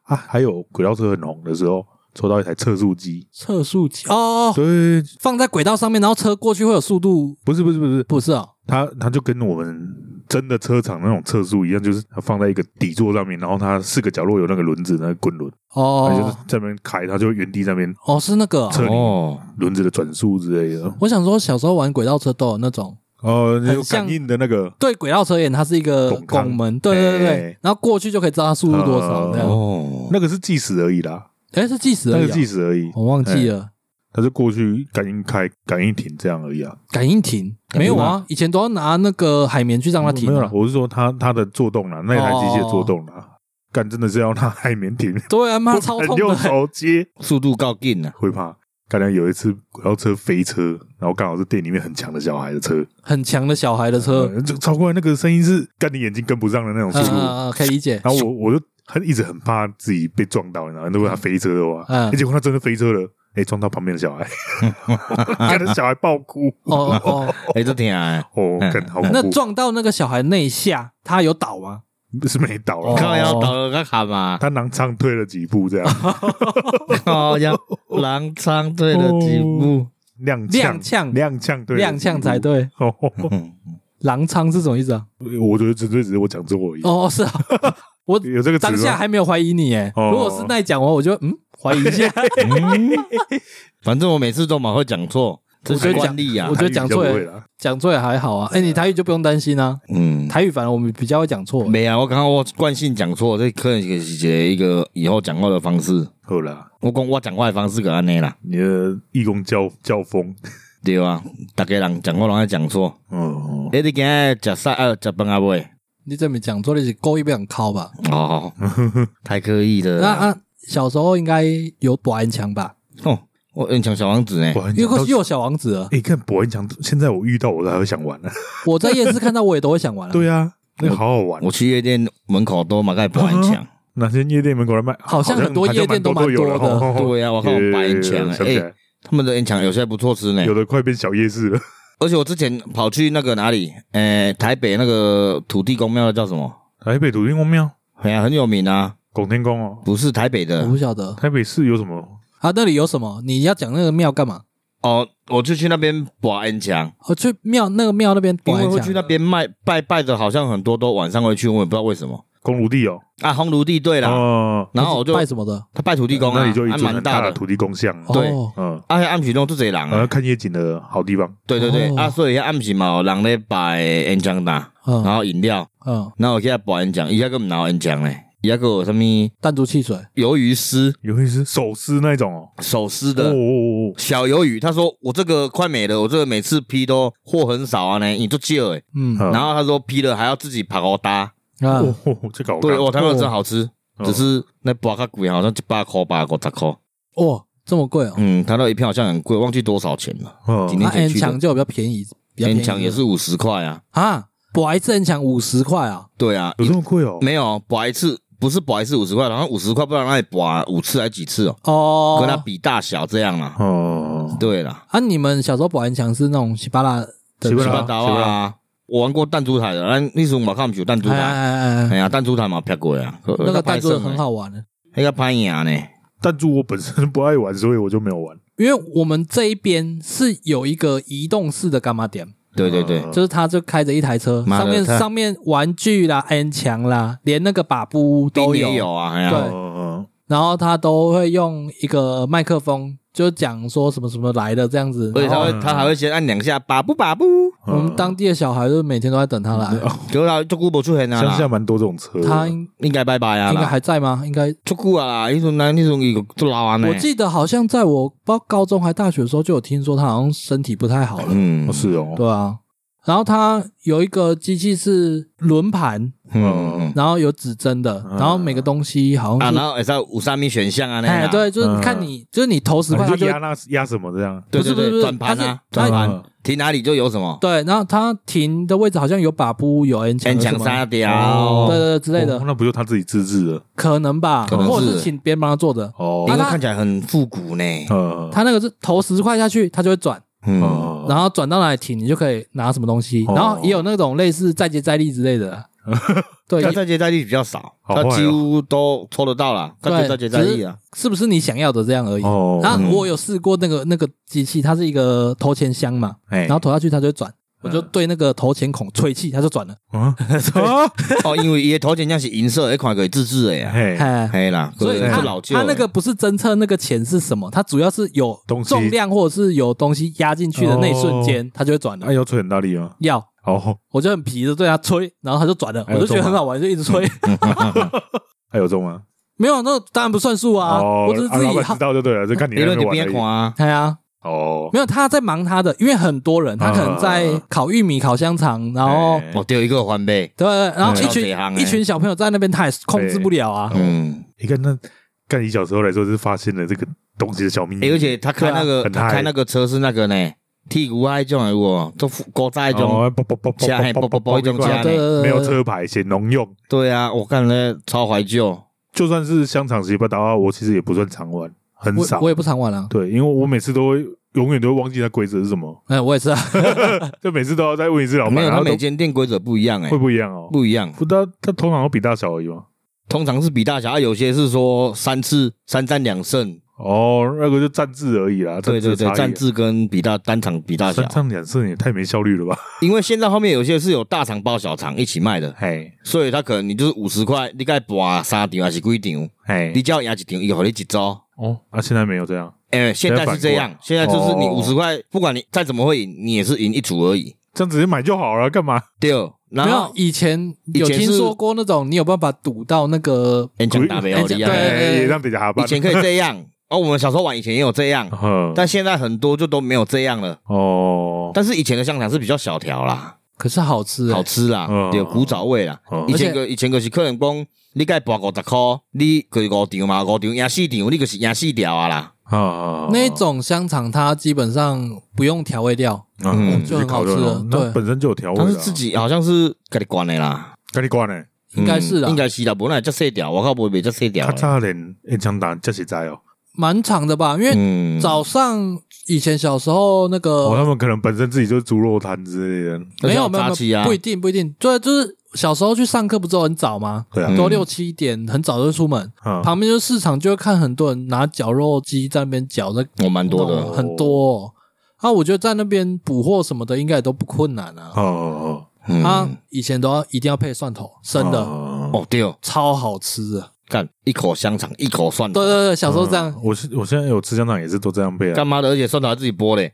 Speaker 2: 啊，还有轨道车很红的时候，抽到一台测速机，
Speaker 1: 测速器哦哦，哦
Speaker 2: 对，
Speaker 1: 放在轨道上面，然后车过去会有速度，
Speaker 2: 不是不是不是，
Speaker 1: 不是哦？
Speaker 2: 它它就跟我们真的车厂那种测速一样，就是它放在一个底座上面，然后它四个角落有那个轮子，那个滚轮，它哎就是
Speaker 1: 哦
Speaker 2: 在那边开，它就原地在那边
Speaker 1: 哦，是那个哦、
Speaker 2: 测你
Speaker 3: 哦，
Speaker 2: 轮子的转速之类的。
Speaker 1: 我想说，小时候玩轨道车都有那种
Speaker 2: 哦，那
Speaker 1: 很
Speaker 2: 有
Speaker 1: 像
Speaker 2: 感应的那个，
Speaker 1: 对轨道车而言，它是一个
Speaker 2: 拱康
Speaker 1: 拱门，对对对对
Speaker 2: 哎，
Speaker 1: 然后过去就可以知道它速度多少
Speaker 2: 呃
Speaker 1: 这样。
Speaker 3: 哦，
Speaker 2: 那个是计时而已啦，
Speaker 1: 哎，是计时
Speaker 2: 那
Speaker 1: 而
Speaker 2: 个
Speaker 1: 已
Speaker 2: 计
Speaker 1: 啊，
Speaker 2: 时而已，
Speaker 1: 我忘记了。
Speaker 2: 它是过去感应开、感应停这样而已啊。
Speaker 1: 感应停
Speaker 3: 感
Speaker 1: 没
Speaker 3: 应
Speaker 1: 有啊？以前都要拿那个海绵去让它停
Speaker 2: 哦没有啦
Speaker 1: 啊。，
Speaker 2: 我是说它它的做动啦，那台机械做动啦，干真的是要它海绵停，
Speaker 1: 对啊，妈超
Speaker 2: 很
Speaker 1: 痛
Speaker 2: 用
Speaker 1: 的。
Speaker 2: 手接。
Speaker 3: 速度够劲啊！
Speaker 2: 会怕。刚才有一次轨道车飞车，然后刚好是店里面很强的小孩的车，
Speaker 1: 很强的小孩的车，
Speaker 2: 呃就超过来那个声音是干你眼睛跟不上的那种速
Speaker 1: 嗯
Speaker 2: 度。
Speaker 1: 嗯，嗯可以理解。
Speaker 2: 然后我我就很一直很怕自己被撞到，然后如果他飞车的话，
Speaker 1: 嗯
Speaker 2: 而结果他真的飞车了，哎，撞到旁边的 小孩， 看那小孩爆哭，
Speaker 1: 哦哦哦，
Speaker 3: 哎，这听啊，
Speaker 2: 哦，更好恐
Speaker 1: 那
Speaker 2: 怖，
Speaker 1: 撞到那个小孩那一下，他有倒吗？
Speaker 2: 是没倒
Speaker 1: 哦
Speaker 2: 了，
Speaker 3: 靠呀，倒了个卡嘛，
Speaker 2: 他囊仓退了几 步这样，
Speaker 3: 靠呀，狼仓对了几
Speaker 1: 哦
Speaker 3: 步，
Speaker 2: 踉
Speaker 1: 踉
Speaker 2: 跄
Speaker 1: 跄
Speaker 2: 踉跄对
Speaker 1: 踉跄才。对。
Speaker 2: 哦，
Speaker 1: 狼仓是什么意思啊？
Speaker 2: 我觉得纯粹只是我讲错而已。
Speaker 1: 哦，是啊，我
Speaker 2: 有这个词
Speaker 1: 当下
Speaker 2: 吗？
Speaker 1: 还没有怀疑你耶。
Speaker 2: 哦
Speaker 1: 如果是那一讲完，我就嗯怀疑一 下。
Speaker 3: 嗯， 反正我每次都蛮会讲错，这
Speaker 1: 我觉
Speaker 3: 是
Speaker 1: 得讲
Speaker 3: 惯例啊呀
Speaker 1: 我。觉得讲错
Speaker 2: 台
Speaker 1: 了
Speaker 2: 语比较不会啦
Speaker 1: 讲错也还好啊。哎，你台语就不用担心啊。
Speaker 3: 嗯，
Speaker 1: 台语反而我们比较会讲错。
Speaker 3: 没啊，我刚刚我惯性讲错，这可能是一个以后讲话的方式。
Speaker 2: 好啦，
Speaker 3: 我讲我讲话的方式个安尼啦，
Speaker 2: 你的义工教教风，
Speaker 3: 对啊，大家人讲话拢爱讲错。
Speaker 2: 嗯，
Speaker 3: 哎，你今日食啥？呃，食饭啊未？
Speaker 1: 你这么讲错，你是故意不想考吧？
Speaker 3: 哦，太刻意了
Speaker 1: 那
Speaker 3: 啦。
Speaker 1: 啊，小时候应该有短音墙吧？
Speaker 3: 哦，我很强小王子呢。
Speaker 2: 我很
Speaker 1: 因
Speaker 2: 想
Speaker 1: 为
Speaker 2: 到
Speaker 1: 是，有小王子了，
Speaker 2: 哎，看博恩强，现在我遇到我都还会想 玩呢。
Speaker 1: 我在夜市看到我也都会想玩啊。
Speaker 2: 对啊，那个好好玩。
Speaker 3: 我去夜店门口都马盖保安墙。
Speaker 2: 哪些夜店门口来卖？
Speaker 1: 好像很多
Speaker 2: 好像
Speaker 1: 夜店都
Speaker 2: 蛮
Speaker 1: 蛮
Speaker 2: 有哦
Speaker 1: 多
Speaker 2: 了
Speaker 1: 的
Speaker 2: 吼吼吼
Speaker 3: 对啊，我看我
Speaker 2: 有
Speaker 3: 白烟墙
Speaker 2: 有有有
Speaker 3: 哎、
Speaker 2: 想起来
Speaker 3: 他们的烟墙有些还不错吃
Speaker 1: 哎
Speaker 3: 呢。
Speaker 2: 有的快变小夜 市了。
Speaker 3: 而且我之前跑去那个哪里，哎、台北那个土地公庙的叫什么？
Speaker 2: 台北土地公庙、
Speaker 3: 哎呀，很有名啊，
Speaker 2: 拱天宫哦，
Speaker 3: 不是台北
Speaker 1: 我
Speaker 3: 的
Speaker 1: 不晓得
Speaker 2: 台北市有什么？
Speaker 1: 啊，那里有什么？你要讲那个庙干嘛？
Speaker 3: 哦，我就去那边保烟墙，
Speaker 1: 我去庙那个庙那边
Speaker 3: 因
Speaker 1: 短
Speaker 3: 为
Speaker 1: 音
Speaker 3: 会去
Speaker 1: 墙。
Speaker 3: 那边卖拜拜的，好像很多都晚上会去，我也不知道为什么
Speaker 2: 公炉地哦，
Speaker 3: 啊，红炉地对啦，
Speaker 2: 哦，
Speaker 3: 然后我就
Speaker 1: 拜什么的？
Speaker 3: 他拜土地公啊，
Speaker 2: 那里就一
Speaker 3: 还
Speaker 2: 尊
Speaker 3: 蛮
Speaker 2: 很
Speaker 3: 大
Speaker 2: 大
Speaker 3: 的
Speaker 2: 的，土地公像，
Speaker 3: 对
Speaker 1: 哦
Speaker 2: 嗯，
Speaker 3: 啊，暗时弄做贼人
Speaker 2: 然后
Speaker 3: 啊，
Speaker 2: 看夜景的好地方。
Speaker 3: 对对对，
Speaker 1: 哦
Speaker 3: 啊，所以那暗时嘛，有人咧摆烟枪打，然
Speaker 1: 嗯
Speaker 3: 后饮料，
Speaker 1: 嗯，
Speaker 3: 然后我给他保烟墙，伊还个唔拿烟枪嘞，伊还个有啥物？
Speaker 1: 弹珠汽水。
Speaker 3: 鱿鱼丝
Speaker 2: 尤其是手撕那种哦，
Speaker 3: 手撕
Speaker 2: 哦
Speaker 3: 的
Speaker 2: 哦哦
Speaker 3: 小鱿鱼，他说我这个快没了，我这个每次批都货很少啊呢，你就借哎。
Speaker 1: 嗯
Speaker 2: 嗯
Speaker 3: 然后他说批了还要自己爬高搭，
Speaker 1: 啊
Speaker 2: 哦，哦哦，这个好
Speaker 3: 对，
Speaker 2: 看
Speaker 3: 我他嗯们真好吃，
Speaker 2: 哦
Speaker 3: 只是那拔卡贵好像一百块八五十块，
Speaker 1: 哇，这么贵哦。
Speaker 3: 嗯，他那一片好像很贵，忘记多少钱了。
Speaker 2: 嗯
Speaker 3: 今天
Speaker 1: 那
Speaker 3: 前
Speaker 1: N
Speaker 3: 去的
Speaker 1: 墙就比较便宜，比较便宜
Speaker 3: 烟墙也是五十块啊，
Speaker 1: 啊，我一次 N 墙五十块啊。
Speaker 3: 对啊，
Speaker 2: 有这么贵哦？
Speaker 3: 没有拔一次不是拔一次五十块，然后五十块不知道那里拔五次还几次哦，
Speaker 1: 哦，
Speaker 3: 跟他比大小这样啦。
Speaker 2: 哦，
Speaker 3: 对啦，
Speaker 1: 啊，你们小时候保安墙是那种稀巴烂的
Speaker 2: 稀巴
Speaker 3: 七
Speaker 2: 对
Speaker 3: 八
Speaker 2: 烂啊
Speaker 3: 刀啊，我玩过弹珠台的，咱那时候我看不有弹珠
Speaker 1: 哎哎
Speaker 3: 台。
Speaker 1: 哎哎
Speaker 3: 哎
Speaker 1: 哎，
Speaker 3: 呀，弹珠台嘛，拍过呀，
Speaker 1: 那个弹珠
Speaker 3: 拍
Speaker 1: 很
Speaker 3: 算的，
Speaker 1: 好玩的，
Speaker 3: 那个拍赢呢。
Speaker 2: 弹珠我本身不爱玩，所以我就没有玩。
Speaker 1: 因为我们这一边是有一个移动式的干嘛点，
Speaker 3: 对对对，
Speaker 2: 嗯
Speaker 1: 就是他就开着一台车，
Speaker 3: 妈的
Speaker 1: 上面
Speaker 3: 他
Speaker 1: 上面玩具啦、N 墙啦，连那个把布
Speaker 3: 冰
Speaker 1: 都
Speaker 3: 也有啊，哎
Speaker 1: 对
Speaker 3: 呀，
Speaker 2: 嗯
Speaker 1: 然后他都会用一个麦克风，就讲说什么什么来的这样子。
Speaker 3: 而且
Speaker 1: 然
Speaker 3: 他
Speaker 1: 后
Speaker 3: 会
Speaker 2: 嗯
Speaker 3: 他还会先按两下，把不把不，
Speaker 2: 嗯
Speaker 1: 我们当地的小孩就是每天都在等他 来，
Speaker 3: 就啦，就久无出现啊
Speaker 2: 乡下
Speaker 3: 啦，
Speaker 2: 蛮多这种车的，
Speaker 1: 他应
Speaker 3: 应该拜拜啊
Speaker 1: 应该
Speaker 3: 啦，
Speaker 1: 还在吗？应该
Speaker 3: 足久啊啦，迄阵咱迄阵伊个做老啊呢
Speaker 1: 我，记得好像在我不知道高中还大学的时候就有听说他好像身体不太好了，
Speaker 3: 嗯
Speaker 2: 哦，是哦，
Speaker 1: 对啊，然后它有一个机器是轮盘，
Speaker 3: 嗯，
Speaker 1: 然后有指针的，
Speaker 2: 嗯
Speaker 1: 然后每个东西好
Speaker 3: 啊，
Speaker 1: 像
Speaker 3: 然
Speaker 1: 是，
Speaker 3: 后也是有三米选项啊，那样
Speaker 1: 哎，
Speaker 3: 啊，
Speaker 1: 对，就是看你，就是你投十块，它
Speaker 2: 你
Speaker 1: 就
Speaker 2: 就
Speaker 1: 会
Speaker 2: 压那压什么这样？
Speaker 3: 对
Speaker 1: 不是不是
Speaker 3: 对
Speaker 1: 不
Speaker 3: 对，
Speaker 1: 是
Speaker 3: 转盘啊，
Speaker 1: 它是
Speaker 3: 转盘
Speaker 2: 嗯
Speaker 3: 停哪里就有什么，
Speaker 1: 对，然后它停的位置好像有把布，有 N 墙
Speaker 3: 先
Speaker 1: 什
Speaker 3: 抢
Speaker 1: 么
Speaker 3: 沙
Speaker 1: 对
Speaker 3: 雕，
Speaker 1: 对对之类
Speaker 2: 哦
Speaker 1: 的，
Speaker 2: 那不就他自己自制的
Speaker 1: 可能吧，
Speaker 3: 可能
Speaker 1: 或者
Speaker 3: 是
Speaker 1: 是请别人帮他哦做的。
Speaker 2: 哦
Speaker 3: 因
Speaker 1: 啊
Speaker 3: 为
Speaker 1: 它
Speaker 3: 看起来很复古呢，
Speaker 2: 呃，
Speaker 1: 他那个是投十块下去，它就会转，
Speaker 3: 嗯，
Speaker 2: 呃
Speaker 1: 然后转到哪里停，你就可以拿什么东西。
Speaker 2: 哦
Speaker 1: 然后也有那种类似再接再厉之类的 啦，对，
Speaker 3: 但再接再厉比较少，
Speaker 2: 好坏
Speaker 3: 它
Speaker 2: 哦
Speaker 3: 几乎都抽得到啦，
Speaker 1: 对
Speaker 3: 再接再厉啊，
Speaker 1: 是不是你想要的这样而已？
Speaker 2: 哦，
Speaker 1: 然
Speaker 3: 嗯
Speaker 1: 后我有试过那个那个机器，它是一个投钱箱嘛，
Speaker 2: 哎
Speaker 1: 然后投下去它就会转，我就
Speaker 2: 嗯
Speaker 1: 对那个投钱孔吹气，它就 转了。
Speaker 2: 啊，
Speaker 3: 哦，因为伊的头前像是银色， 迄款个自制的呀，
Speaker 2: 嘿，
Speaker 1: 哎，
Speaker 3: 嘿啦，
Speaker 1: 所以
Speaker 3: 对
Speaker 1: 它
Speaker 3: 这老旧的，
Speaker 1: 它那 个不是侦测那个钱是什么，它主要是有
Speaker 2: 东西哦
Speaker 1: 重量或者是有东西压进去的那一瞬间，它就会转
Speaker 2: 那
Speaker 1: 了。
Speaker 2: 要吹很大力吗？
Speaker 1: 要
Speaker 2: 哦，
Speaker 1: 我就很皮的对它吹，然后它就转了，
Speaker 2: 还
Speaker 1: 我
Speaker 2: 有
Speaker 1: 就觉得
Speaker 2: 中吗
Speaker 1: 很好玩，就一直吹。
Speaker 2: 嗯还有中吗？
Speaker 1: 没有，那当然不算数啊，
Speaker 2: 哦，
Speaker 1: 我只是
Speaker 2: 啊
Speaker 1: 自
Speaker 2: 老
Speaker 1: 己
Speaker 2: 板
Speaker 1: 好
Speaker 2: 知。道就对了，就看你
Speaker 3: 理
Speaker 2: 那
Speaker 3: 论
Speaker 2: 边
Speaker 3: 就
Speaker 2: 玩
Speaker 3: 边
Speaker 2: 而已
Speaker 3: 看啊，
Speaker 1: 哎呀，
Speaker 2: 哦，
Speaker 1: 没有，他在忙他的，因为很多人，他可能在烤玉米、烤香肠，然后
Speaker 2: 啊哎
Speaker 3: 哦，对，一个翻倍，
Speaker 1: 对，然后
Speaker 2: 哎
Speaker 1: 一
Speaker 3: 这行
Speaker 1: 群
Speaker 3: 哎
Speaker 1: 一群小朋友在那边，他也控制不了
Speaker 2: 哦
Speaker 1: 啊。
Speaker 3: 嗯。
Speaker 2: 你看那干你小时候来说是发现了这个东西的小秘密，
Speaker 3: 欸而且他开那
Speaker 2: 对
Speaker 3: 个、
Speaker 2: 啊很
Speaker 3: 他开
Speaker 2: 嗨
Speaker 3: 那个车是那个呢，剔骨啊，迄种的有哦，做古早迄种，
Speaker 2: 哦，啵啵啵啵
Speaker 3: 车嘿啵啵啷
Speaker 2: 啵
Speaker 3: 啵
Speaker 2: 啵
Speaker 3: 啷
Speaker 1: 对对对，
Speaker 2: 没有
Speaker 1: 对
Speaker 2: 车牌，写农用，
Speaker 3: 对啊，我看了超怀旧，
Speaker 2: 就算是香肠洗八达，我其实也不算常玩，很
Speaker 1: 我
Speaker 2: 少
Speaker 1: 我。也不常玩啊。
Speaker 2: 对，因为我每次都会永远都会忘记它规则是什么，
Speaker 1: 哎，我也是啊。
Speaker 2: 就每次都要再问一次老
Speaker 3: 没
Speaker 2: 板，
Speaker 3: 有，
Speaker 2: 哦然
Speaker 3: 他
Speaker 2: 后都
Speaker 3: 每间店规则不一样哎、
Speaker 2: 会不一样哦。
Speaker 3: 不一样，
Speaker 2: 不，它它通常都比大小而已嘛。
Speaker 3: 通常是比大小，啊、有些是说三次三战两胜，
Speaker 2: 哦，那个就战制而已啦，
Speaker 3: 对对对，
Speaker 2: 战
Speaker 3: 战
Speaker 2: 制
Speaker 3: 制跟比大单场比
Speaker 2: 差
Speaker 3: 大
Speaker 2: 异
Speaker 3: 小
Speaker 2: 三，场两胜也太没效率了吧？
Speaker 3: 因为现在后面有些是有大场包小场一起卖的，
Speaker 2: 嘿，
Speaker 3: 所以他可能你就是五十块，你该博三场还是几场，
Speaker 2: 嘿
Speaker 3: 你，只要赢一场，伊给你一招。
Speaker 2: 哦，啊，现在没有这样，
Speaker 3: 哎、现在是这样，现在
Speaker 2: 在反
Speaker 3: 就
Speaker 2: 过来
Speaker 3: 是你
Speaker 2: 哦
Speaker 3: 五十块，不管你再怎么会赢，你也是赢一组而已。
Speaker 2: 这样直接买就好了，干嘛？
Speaker 3: 对，哦然
Speaker 1: 没有
Speaker 3: 后
Speaker 1: 以前有
Speaker 3: 以前
Speaker 1: 听
Speaker 3: 是
Speaker 1: 说过那种，你有办法赌到那个
Speaker 3: 演讲打没有厉
Speaker 1: 对
Speaker 3: 害，
Speaker 2: 哎也让大家哈巴
Speaker 3: 以。前可以 这样， 哦，我们小时候玩以前也有这样，
Speaker 2: 嗯
Speaker 3: 但现在很多就都没有这样了。
Speaker 2: 哦，
Speaker 3: 但是以前的香肠是比较小条啦，
Speaker 1: 可是好吃欸，
Speaker 3: 好吃啦
Speaker 2: 嗯，
Speaker 3: 有古早味啦
Speaker 2: 嗯。
Speaker 3: 以前个以前个是可能讲，你该博五十箍，你就是五场嘛，五场赢四场，你就是赢四条啊啦。
Speaker 2: 啊啊
Speaker 1: 那种香肠，它基本上不用调味料，
Speaker 3: 嗯
Speaker 1: 就很好吃了对
Speaker 2: 那本身就有调味
Speaker 3: 他
Speaker 2: 了，
Speaker 3: 是自己好像是家己管的啦，
Speaker 2: 跟你关嘞。
Speaker 1: 应该是啊啦
Speaker 3: 嗯应，该是啦，不然叫啊细条，我靠，不会被叫细
Speaker 1: 哎
Speaker 3: 条
Speaker 2: 他。差点哎一枪打这些灾哦，
Speaker 1: 蛮长的吧？因为
Speaker 3: 嗯
Speaker 1: 早上以前小时候那
Speaker 2: 哦，
Speaker 1: 个
Speaker 2: 他们可能本身自己就是猪肉摊之类的，
Speaker 1: 没有没
Speaker 3: 而且
Speaker 1: 有
Speaker 3: 要扎
Speaker 1: 没
Speaker 3: 起
Speaker 1: 有
Speaker 3: 啊
Speaker 1: 不一定不一定，对，就是小时候去上课不是都很早吗？
Speaker 2: 对啊，
Speaker 3: 嗯
Speaker 1: 都六七点，很早就出门，
Speaker 2: 嗯
Speaker 1: 旁边就是市场，就会看很多人拿绞肉机在那边绞，那
Speaker 3: 我蛮多的，
Speaker 1: 很多哦。啊，我觉得在那边捕获什么的，应该也都不困难啊。
Speaker 2: 哦哦
Speaker 3: 嗯
Speaker 1: 啊，以前都要一定要配蒜头，生的、
Speaker 2: 哦
Speaker 3: 哦对哦，
Speaker 1: 超好吃的。
Speaker 3: 干一口香肠，一口蒜头
Speaker 1: 对，对对，小时候这样，
Speaker 2: 嗯我是我现在有吃香肠也是都这样配啊
Speaker 3: 干，嘛的？而且蒜头还自己剥嘞，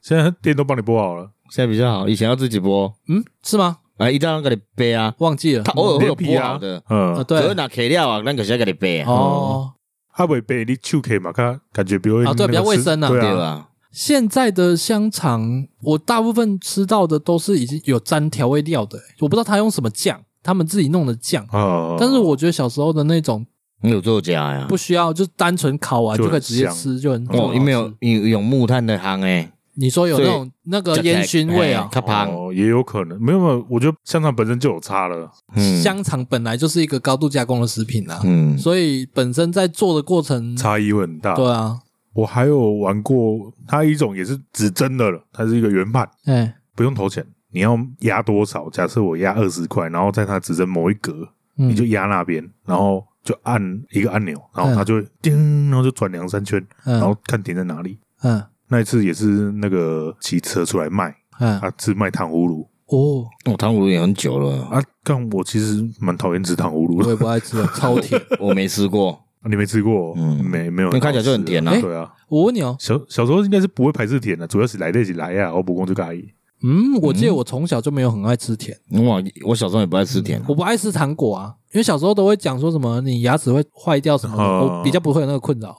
Speaker 2: 现在店都帮你剥好了，
Speaker 3: 现在比较好，以前要自己剥，
Speaker 1: 嗯，是吗？
Speaker 3: 啊，一定要给你背啊，
Speaker 1: 忘记了
Speaker 3: 他。偶尔会有剥好
Speaker 2: 连
Speaker 3: 的，
Speaker 1: 啊，
Speaker 2: 嗯，
Speaker 3: 可是
Speaker 1: 对，
Speaker 3: 拿材料啊，咱就是要给你背啊，
Speaker 1: 哦，
Speaker 2: 阿伟被你手可以嘛？看感觉比较
Speaker 1: 啊对比较卫生啊
Speaker 2: 啊，对
Speaker 3: 对
Speaker 2: 啊，
Speaker 3: 吧？
Speaker 1: 现在的香肠，我大部分吃到的都是已经有沾调味料的，我不知道他用什么酱，他们自己弄的酱。
Speaker 2: 啊，
Speaker 1: 但是我觉得小时候的那种
Speaker 3: 你有做假呀
Speaker 1: 不？需要，就单纯烤完就
Speaker 2: 就很
Speaker 1: 可以直接
Speaker 2: 香
Speaker 1: 吃，就很
Speaker 3: 哦，因为有有有木炭的行诶，
Speaker 1: 你说有那
Speaker 3: 所以
Speaker 1: 种那个烟熏味啊，
Speaker 3: 它香，
Speaker 2: 哦也有可能，没有没有，我觉得香肠本身就有差了，
Speaker 3: 嗯
Speaker 1: 香肠本来就是一个高度加工的食品啊，
Speaker 3: 嗯，
Speaker 1: 所以本身在做的过程，
Speaker 2: 差异会很大。
Speaker 1: 对啊，
Speaker 2: 我还有玩过，它一种也是指针的了，它是一个圆盘，
Speaker 1: 哎，
Speaker 2: 不用投钱，你要压多少？假设我压二十块，然后在它指针某一格，
Speaker 1: 你
Speaker 3: 嗯
Speaker 2: 你就压那边，然后就按一个按钮，然后它就
Speaker 3: 嗯
Speaker 2: 会叮，然后就转两三圈，
Speaker 1: 然
Speaker 2: 然后看点在哪里。
Speaker 1: 嗯
Speaker 2: 那一次也是那个骑车出来卖，
Speaker 1: 嗯
Speaker 2: 啊，是卖糖葫芦
Speaker 1: 哦，
Speaker 3: 我糖葫芦也很久了，
Speaker 2: 啊。但我其实蛮讨厌吃糖葫芦
Speaker 1: 我
Speaker 2: 的，
Speaker 1: 也不爱吃了，超甜。
Speaker 3: 我没吃过，
Speaker 2: 啊你没吃过？
Speaker 3: 嗯
Speaker 2: 没没有，
Speaker 3: 因为看起来就很甜啊
Speaker 2: 啊。对啊，
Speaker 1: 我问你哦，
Speaker 2: 小小时候应该是不会排斥甜的，主要是来得及来啊呀，我不光就咖喱。
Speaker 1: 嗯，我记得我从小就没有很爱吃甜，
Speaker 3: 哇，我小时候也不爱吃甜啊，
Speaker 1: 我不爱吃糖果啊，因为小时候都会讲说什么你牙齿会坏掉什么的，
Speaker 2: 嗯
Speaker 1: 我比较不会有那个困扰。